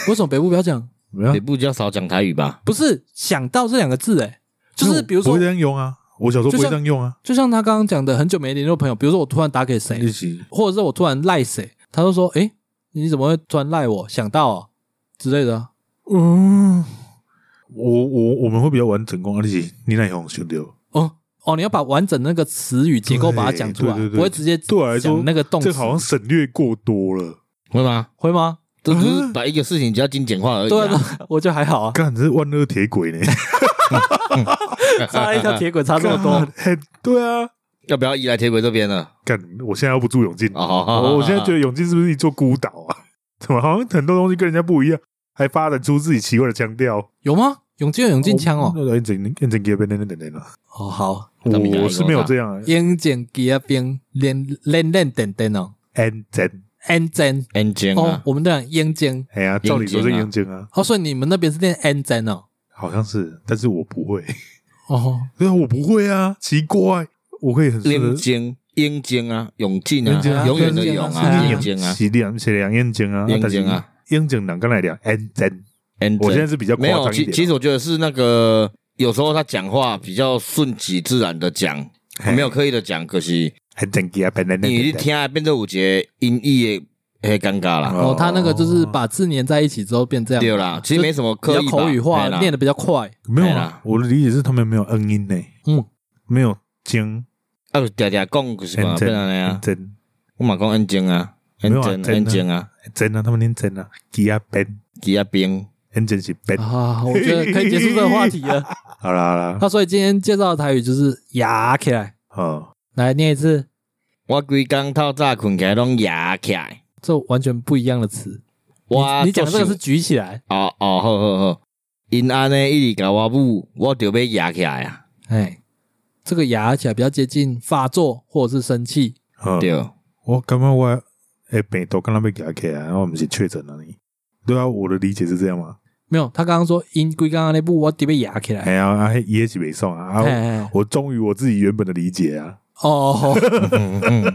Speaker 1: 为什么北部不要讲？
Speaker 2: 没有啊
Speaker 3: 北，部比较少讲台语吧？
Speaker 1: 不是想到这两个字、欸，就是比如
Speaker 2: 我
Speaker 1: 说
Speaker 2: 不会这，样用啊，我小时候不
Speaker 1: 就
Speaker 2: 会
Speaker 1: 像
Speaker 2: 这样用啊，
Speaker 1: 就像他刚刚讲的，很久没联络朋友，比如说我突然打给谁，
Speaker 2: 一起
Speaker 1: 或者是我突然赖谁，他就说，诶、你怎么会突然赖我？想到、哦、之类的啊、
Speaker 2: 嗯，我我我们会比较完整工，而且你那样兄弟，
Speaker 1: 哦哦，你要把完整那个词语结构把它讲出来，
Speaker 2: 对对对对
Speaker 1: 不会直接
Speaker 2: 对我来说
Speaker 1: 讲那个动词
Speaker 2: 这，好像省略过多了。
Speaker 3: 会吗？
Speaker 1: 会吗？
Speaker 3: 这只
Speaker 2: 嗯
Speaker 3: 是把一个事情只要精简化而已、
Speaker 1: 对啊，
Speaker 3: 啊。
Speaker 1: 对啊我觉得还好啊，
Speaker 2: 干，这是万恶铁轨呢？
Speaker 1: 差了一条铁轨差这么多，
Speaker 2: 干嘿对啊，
Speaker 3: 要不要移来铁轨这边啊呢？
Speaker 2: 干，我现在要不住永进，
Speaker 3: 哦，好好好
Speaker 2: 我我现在觉得永进是不是一座孤岛啊？怎么好像很多东西跟人家不一样，还发展出自己奇怪的腔调？
Speaker 1: 有吗？永进永进枪哦，
Speaker 2: 那眼睛眼睛给变等等等了。
Speaker 1: 哦好，
Speaker 3: 咱们家
Speaker 2: 我是没有这样啊，
Speaker 1: 永进给那边连连连点点哦，
Speaker 2: 眼睛
Speaker 1: 安真
Speaker 3: 安静
Speaker 1: 哦
Speaker 3: 啊，，
Speaker 1: 我们都讲英精
Speaker 2: 哎呀，照理说是
Speaker 3: 眼睛
Speaker 2: 眼
Speaker 3: 啊
Speaker 2: 睛啊，
Speaker 1: 哦，所以你们那边是念安真哦，
Speaker 2: 好像是，但是我不会，
Speaker 1: 哦
Speaker 2: 对啊，我不会啊，奇怪，我可以很顺
Speaker 3: 眼
Speaker 2: 的
Speaker 3: 睛，眼睛啊，永进啊
Speaker 2: 眼睛，啊
Speaker 3: 永远的永啊，
Speaker 1: 眼
Speaker 3: 眼
Speaker 2: 睛
Speaker 3: 睛啊，
Speaker 2: 是两是两眼睛啊，
Speaker 3: 眼睛啊，
Speaker 2: 眼睛两刚来两眼睛，
Speaker 3: 眼
Speaker 2: 哎
Speaker 3: 睛
Speaker 2: 我现在是比较夸
Speaker 3: 没
Speaker 2: 张
Speaker 3: 有，
Speaker 2: 一
Speaker 3: 其其
Speaker 2: 点哦
Speaker 3: 实我觉得是那个，有时候他讲话比较顺其自然的讲，
Speaker 2: 嘿
Speaker 3: 没有刻意的讲，可惜
Speaker 2: 啊，眼睛给啊，本来
Speaker 3: 你一听变成有一个音译的很尴尬啦，
Speaker 1: 哦，他那个就是把字粘在一起之后变这样，
Speaker 3: 对啦，其实没什么
Speaker 1: 比
Speaker 3: 刻
Speaker 1: 较
Speaker 3: 意吧
Speaker 1: 口语化
Speaker 3: 嘿，啦
Speaker 1: 念的比较快，
Speaker 2: 没有
Speaker 3: 哎
Speaker 2: 啊
Speaker 3: 呀，
Speaker 2: 我的理解是他们没有嗯音呢，
Speaker 1: 嗯，
Speaker 2: 没有睛，
Speaker 3: 啊，嗲嗲讲就是
Speaker 2: 眼
Speaker 3: 嘛，
Speaker 2: 睛
Speaker 3: 变成那样啊
Speaker 2: 眼，睛
Speaker 3: 我嘛讲眼睛啊，眼
Speaker 2: 没有啊
Speaker 3: 睛
Speaker 2: 真啊
Speaker 3: 眼睛啊，
Speaker 2: 真啊，他们念真啊，给啊本，
Speaker 3: 吉啊边，
Speaker 2: 眼睛是本，
Speaker 1: 啊，我觉得可以结束这个话题了。
Speaker 2: 好啦好啦，
Speaker 1: 那所以今天介绍的台语就是牙起来，
Speaker 3: 啊
Speaker 2: 哦，
Speaker 1: 来念一次，
Speaker 3: 我规工透早困起来拢牙起来，
Speaker 1: 这完全不一样的词。
Speaker 3: 我
Speaker 1: 你你讲的这个
Speaker 3: 就是
Speaker 1: 举起来，
Speaker 3: 哦哦，好好好，因安尼一直甲我母，我就要牙起来啊，
Speaker 1: 哎，这个牙起来比较接近发作或者是生气。
Speaker 2: 哦
Speaker 3: 对，
Speaker 2: 我感觉我诶病毒刚刚被夹起来，然后我们是确诊了你，对啊，我的理解是这样嘛，
Speaker 1: 没有，他刚刚说因龟刚刚那部我得被牙起来
Speaker 2: 哎。呀，啊，那也是没送啊
Speaker 1: 哎
Speaker 2: 啊，
Speaker 1: 哎哎
Speaker 2: 我忠于我自己原本的理解啊，
Speaker 1: 哦，
Speaker 3: 嗯嗯，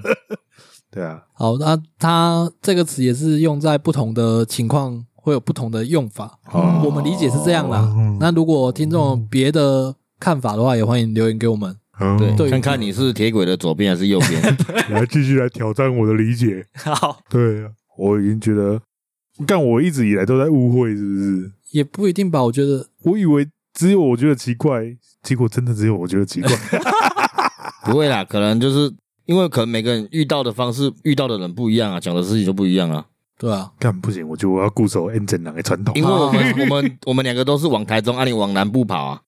Speaker 2: 对啊。
Speaker 1: 好，那它这个词也是用在不同的情况会有不同的用法。
Speaker 2: 哦
Speaker 1: 我们理解是这样啦。
Speaker 2: 嗯
Speaker 1: 那如果听众有别的看法的话，也欢迎留言给我们。
Speaker 2: 嗯
Speaker 1: 对
Speaker 3: 对，看看你是铁轨的左边还是右边，
Speaker 2: 来继续来挑战我的理解。
Speaker 1: 好，
Speaker 2: 对，啊我已经觉得，但我一直以来都在误会，是不是？
Speaker 1: 也不一定吧。我觉得
Speaker 2: 我以为只有我觉得奇怪，结果真的只有我觉得奇 怪。
Speaker 3: 不会啦，可能就是因为可能每个人遇到的方式、遇到的人不一样啊，讲的事情就不一样啊。
Speaker 1: 对啊，
Speaker 2: 干不行，我觉得我要固守 N 正郎的传统啊
Speaker 3: 因。为我们我们我们两个都是往台中，啊，你往南部跑啊，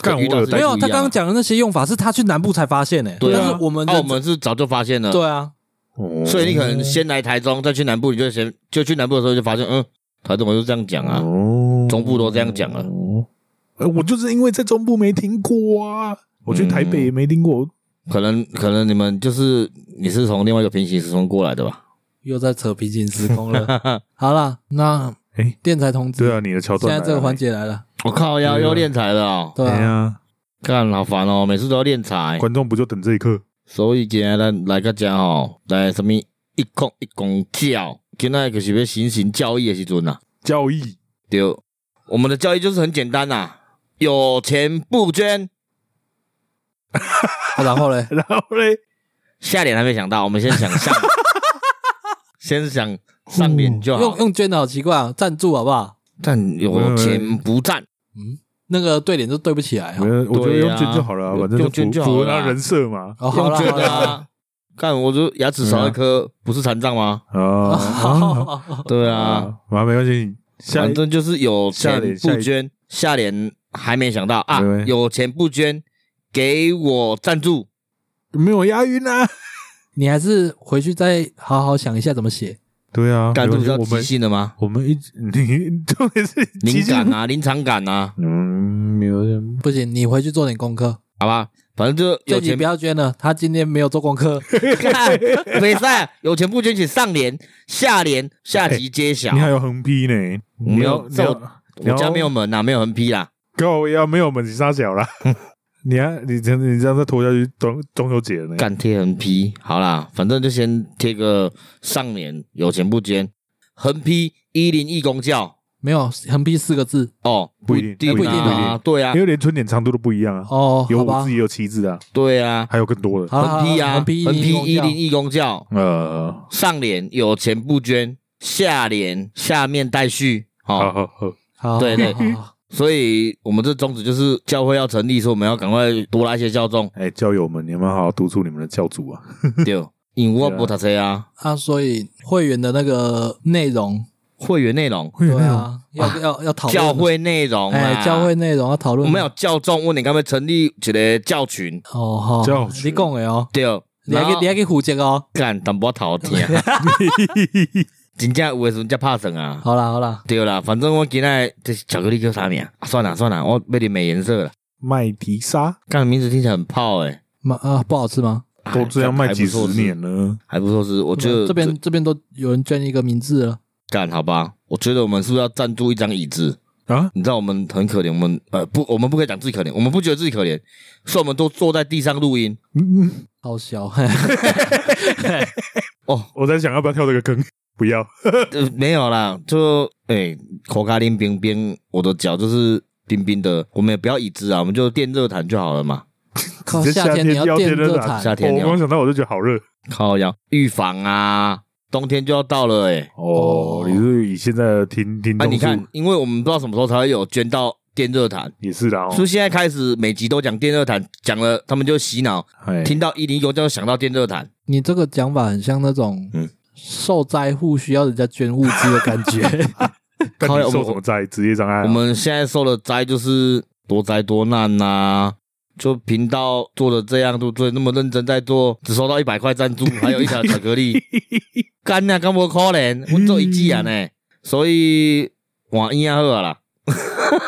Speaker 2: 干
Speaker 3: 可遇到
Speaker 2: 我有
Speaker 3: 事情
Speaker 1: 没有
Speaker 3: 不一样啊
Speaker 1: 他刚刚，讲的那些用法是他去南部才发现诶、
Speaker 3: 对啊
Speaker 1: 但是我们
Speaker 3: 那我们是早就发现了，
Speaker 1: 对啊，嗯
Speaker 2: 哦
Speaker 3: 所以你可能先来台中，再去南部，你就先就去南部的时候就发现，嗯，台中我就这样讲
Speaker 1: 嗯
Speaker 3: 啊，
Speaker 2: 哦
Speaker 3: 中部都这样讲了
Speaker 2: 哦呃我就是因为在中部没听过啊，我去台北也没听过。
Speaker 3: 可能可能你们就是你是从另外一个平行时空过来的 吧？
Speaker 1: 又在扯平行时空 了。好啦，那
Speaker 2: 哎
Speaker 1: 电台通知，
Speaker 2: 对啊，你的桥
Speaker 1: 现
Speaker 2: 段
Speaker 1: 在这个环
Speaker 2: 节，
Speaker 1: 节来了，
Speaker 3: 我靠，要又练财了哦，
Speaker 1: 对
Speaker 2: 哎
Speaker 1: 啊，
Speaker 2: 呀，
Speaker 3: 干好烦哦，每次都要练财。
Speaker 2: 观众不就等这一刻？
Speaker 3: 所以今天咱来个遮吼，来什么一公一公教，今仔就是要行行教义的时阵啊，
Speaker 2: 教义
Speaker 3: 对，我们的教育就是很简单呐、啊有钱不捐。
Speaker 1: 啊然后嘞，
Speaker 2: 然后嘞，
Speaker 3: 下联还没想到，我们先想 上，先想上联
Speaker 2: 啊
Speaker 3: 就
Speaker 1: 用
Speaker 3: 好。
Speaker 1: 用捐的好奇怪啊，赞助好不好？
Speaker 3: 但有钱不占，
Speaker 1: 嗯，那个对脸就对不起来
Speaker 2: 我
Speaker 1: 哦
Speaker 2: 觉。得我觉得
Speaker 3: 对
Speaker 2: 用
Speaker 3: 啊
Speaker 2: 捐就好了啊，反正
Speaker 3: 用捐
Speaker 2: 符
Speaker 3: 就
Speaker 2: 符合
Speaker 3: 好了啊
Speaker 2: 他人设嘛。
Speaker 1: 哦，好
Speaker 3: 用
Speaker 1: 啦
Speaker 3: 捐
Speaker 1: 好
Speaker 3: 的
Speaker 1: 啦，
Speaker 3: 啊。看，我就牙齿少一颗，不是残障吗？
Speaker 2: 啊
Speaker 1: 好，
Speaker 3: 对
Speaker 1: 哦
Speaker 3: 啊，
Speaker 2: 啊，完没关系，下
Speaker 3: 反正就是有
Speaker 2: 下
Speaker 3: 钱
Speaker 2: 联下
Speaker 3: 不
Speaker 2: 一
Speaker 3: 捐。下联还没想到啊
Speaker 2: 没问，题
Speaker 3: 有钱不捐，给我赞助。
Speaker 2: 没有押韵啊。
Speaker 1: 你还是回去再好好想一下怎么写。
Speaker 2: 对啊，
Speaker 3: 感
Speaker 2: 没
Speaker 3: 度
Speaker 2: 关系
Speaker 3: 比较
Speaker 2: 我
Speaker 3: 即
Speaker 2: 们
Speaker 3: 兴的吗？
Speaker 2: 我们一直你重点是
Speaker 3: 灵
Speaker 2: 即兴
Speaker 3: 感啊，临场感啊，
Speaker 2: 嗯，有点
Speaker 1: 不行，你回去做点功课。
Speaker 3: 好吧，反正就有
Speaker 1: 这集
Speaker 3: 钱
Speaker 1: 不要捐了，他今天没有做功 课。
Speaker 3: 看， 没赛有钱不捐请上联、下联，下集揭晓
Speaker 2: 你。还有横批呢，
Speaker 3: 我
Speaker 2: 你要
Speaker 3: 没有
Speaker 2: 你
Speaker 3: 在
Speaker 2: 要
Speaker 3: 我家没有门啊呐，没有横批啦。
Speaker 2: 高要没有门是杀小啦。你看你这样你这样再拖下去，中中秋节了呢。
Speaker 3: 干贴横批，好啦，反正就先贴个上联，有钱不捐，横批一零一公教
Speaker 1: 没有横批四个字
Speaker 3: 哦，
Speaker 2: 不一
Speaker 3: 一
Speaker 2: 定
Speaker 1: 不一定
Speaker 3: 啊，
Speaker 2: 不
Speaker 3: 对啊
Speaker 2: 因，为连春联长度都不一样啊，
Speaker 1: 哦，
Speaker 2: 有
Speaker 1: 好
Speaker 2: 五
Speaker 1: 吧
Speaker 2: 字，也有七字啊，
Speaker 3: 对啊，
Speaker 2: 还有更多的。
Speaker 1: 好啦
Speaker 3: 横批啊，
Speaker 1: 横
Speaker 3: 横
Speaker 1: 批
Speaker 3: 批一零一公教，
Speaker 2: 呃，
Speaker 3: 上联有钱不捐，下联下面待续，
Speaker 2: 好
Speaker 3: 哦，
Speaker 2: 好好，，
Speaker 1: 好，
Speaker 3: 对对
Speaker 1: 好，好好
Speaker 3: 所以我们这宗旨就是教会要成立，所以我们要赶快多拉一些教众
Speaker 2: 哎，教友们，你们好好督促你们的教主啊。
Speaker 3: 对，因为我不读册啊，
Speaker 1: 啊，所以会员的那个内容，
Speaker 3: 会员内容、
Speaker 1: 对啊，要要要讨论
Speaker 3: 教，会内容啊，
Speaker 1: 哎，教会内容要讨
Speaker 3: 我
Speaker 1: 论，
Speaker 3: 们有教众问你该不该成立一个教群，
Speaker 1: 哦，好
Speaker 2: 教，
Speaker 1: 你讲的哦，
Speaker 3: 对，
Speaker 1: 你还
Speaker 3: 然
Speaker 1: 给
Speaker 3: 后
Speaker 1: 你还给胡杰哦，
Speaker 3: 干淡薄头疼， 真正有的时阵才怕生啊。
Speaker 1: 好啦好啦，
Speaker 3: 对啦，反正我今仔这巧克力叫啥名？啊算了算了，我被你美颜色了。
Speaker 2: 麦迪莎
Speaker 3: 干名字听起来很泡哎、
Speaker 1: 嘛啊，不好吃吗？
Speaker 3: 欸，
Speaker 2: 都这样卖几十年啊
Speaker 3: 了，
Speaker 2: 了，
Speaker 3: 还不错是。我觉得
Speaker 1: 这边这边都有人捐一个名字了，
Speaker 3: 干好吧，我觉得我们是不是要赞助一张椅子？
Speaker 2: 啊，
Speaker 3: 你知道我们很可怜，我们呃不，我们不可以讲自己可怜，我们不觉得自己可怜，所以我们都坐在地上录音。
Speaker 2: 嗯，
Speaker 1: 好 小，
Speaker 3: 哦，
Speaker 2: 我在想要不要跳这个坑， 不要，
Speaker 3: 呃、没有啦，就哎、口咖喱冰冰，我的脚就是冰冰的，我们也不要椅子啊，我们就电热毯就好了嘛。
Speaker 1: 靠，
Speaker 2: 直接
Speaker 1: 夏
Speaker 2: 夏
Speaker 1: 天你
Speaker 2: 天
Speaker 1: 要
Speaker 2: 要
Speaker 1: 电
Speaker 2: 电
Speaker 1: 热
Speaker 2: 热毯
Speaker 1: 毯
Speaker 3: 夏天
Speaker 2: 哦我
Speaker 3: 要
Speaker 2: 光想到我就觉得好热。
Speaker 3: 靠腰预防啊，冬天就要到了哎、
Speaker 2: 哦，你是以现在的听听
Speaker 3: 啊，
Speaker 2: 众
Speaker 3: 你看
Speaker 2: 数，
Speaker 3: 因为我们不知道什么时候才会有捐到电热毯，
Speaker 2: 也是啦，哦
Speaker 3: 所以现在开始每集都讲电热毯，讲了他们就洗脑，
Speaker 2: 哎，
Speaker 3: 听到一零一就想到电热毯。
Speaker 1: 你这个讲法很像那种
Speaker 3: 嗯
Speaker 1: 受灾户需要人家捐物资的感觉。
Speaker 2: 但
Speaker 3: 靠
Speaker 2: 你
Speaker 3: 呀
Speaker 2: 受
Speaker 3: 我
Speaker 2: 什么灾？职业障碍啊？
Speaker 3: 我们现在受的灾就是多灾多难呐、就频道做的这样，对不对？那么认真在做，只收到一百块赞助，还有一条巧 克力，干呐、干不可怜，我做一
Speaker 1: 嗯
Speaker 3: 季啊呢，所以换音乐好啊啦，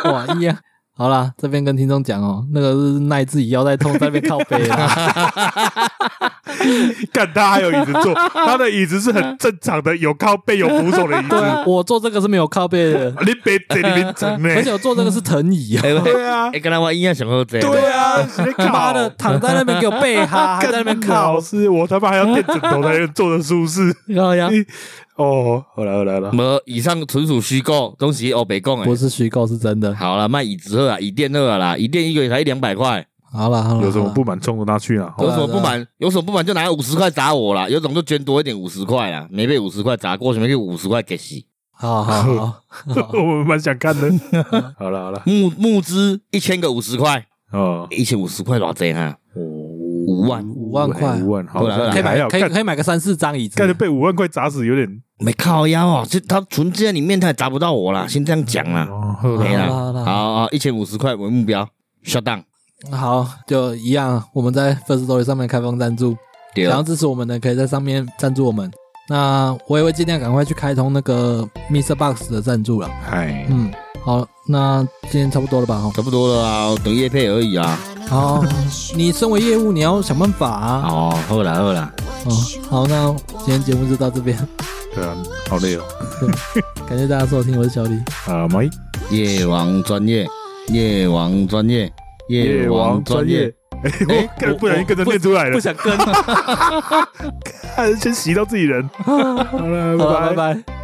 Speaker 1: 哇一样。好啦，这边跟听众讲哦，那个是奈自己腰带痛在那边靠背啦。
Speaker 2: 干他还有椅子 坐，他的椅子是很正常的，有靠背有扶手的椅子
Speaker 1: 对。啊，我做这个是没有靠背的，
Speaker 2: 你别在里面 整呢，
Speaker 1: 而且我做这个是藤椅啊。
Speaker 3: 哎、欸，
Speaker 2: 对啊，
Speaker 3: 刚才我音乐想喝这样，
Speaker 2: 对啊，你
Speaker 1: 妈
Speaker 2: 妈
Speaker 1: 的，躺在那边给我背 哈，还在那边靠
Speaker 2: 老。师，我他妈还要垫枕头才能坐得舒 适。
Speaker 1: 靠
Speaker 3: 啊
Speaker 1: 呀
Speaker 2: 哦，好了好了好了，
Speaker 3: 没，以上纯属虚构，东西欧北共
Speaker 1: 不
Speaker 3: 诶。
Speaker 1: 是虚构，是真的。
Speaker 3: 好了，卖椅子二啊，椅垫二啦，椅垫一个也才一两百块，
Speaker 1: 好啦 好啦，
Speaker 2: 有什么
Speaker 1: 好啦
Speaker 2: 不满冲着他去啊？
Speaker 1: 对
Speaker 3: 有
Speaker 1: 啊
Speaker 3: 什么不满？有什么不满就拿五十块砸我啦，有种就捐多一点五十块啦，没被五十块砸过，什么被五十块给洗。
Speaker 1: 好好 好，
Speaker 2: 哦我们蛮想看的。好了好了，
Speaker 3: 募募资一千个五十块，
Speaker 2: 哦，
Speaker 3: 一千五十块多少啊哈？
Speaker 2: 五
Speaker 3: 五万，
Speaker 1: 五万块
Speaker 2: 五万，好
Speaker 3: 好啦好啦
Speaker 1: 可以
Speaker 2: 还
Speaker 1: 买
Speaker 2: 好，
Speaker 1: 可以
Speaker 2: 干
Speaker 1: 可以买个三四张椅子。
Speaker 2: 干着被五万块砸死，有点
Speaker 3: 没靠腰哦，这他存在里面他也砸不到我啦，先这样讲啦。
Speaker 2: 哦，好
Speaker 1: 好
Speaker 3: 没
Speaker 2: 啦
Speaker 1: 啦
Speaker 3: 啦，
Speaker 1: 好啦，
Speaker 3: 好啊，一千五十块为目标，shut down。
Speaker 1: 好，就一样，我们在 First Story 上面开放赞助，
Speaker 3: 对
Speaker 1: 想要支持我们的可以在上面赞助我们。那我也会尽量赶快去开通那个 Mr. Box 的赞助了。
Speaker 2: 哎，
Speaker 1: 嗯，好，那今天差不多了吧？哈，
Speaker 3: 差不多了啊，等叶配而已啊。
Speaker 1: 好，你身为业务，你要想办法啊。
Speaker 3: 哦，好啦好啦，
Speaker 1: 哦，好，那今天节目就到这边，
Speaker 2: 对啊，好累哦，
Speaker 1: 感谢大家收听，我是小李，
Speaker 2: 啊，没。
Speaker 3: 夜王专业，夜王专业，夜王专业。。
Speaker 2: 哎、我干不小心跟着念出来了，
Speaker 1: 想跟，
Speaker 2: 看先洗到自己人。好了，
Speaker 1: 好
Speaker 2: 拜
Speaker 1: 了，
Speaker 2: 拜
Speaker 1: 拜。拜。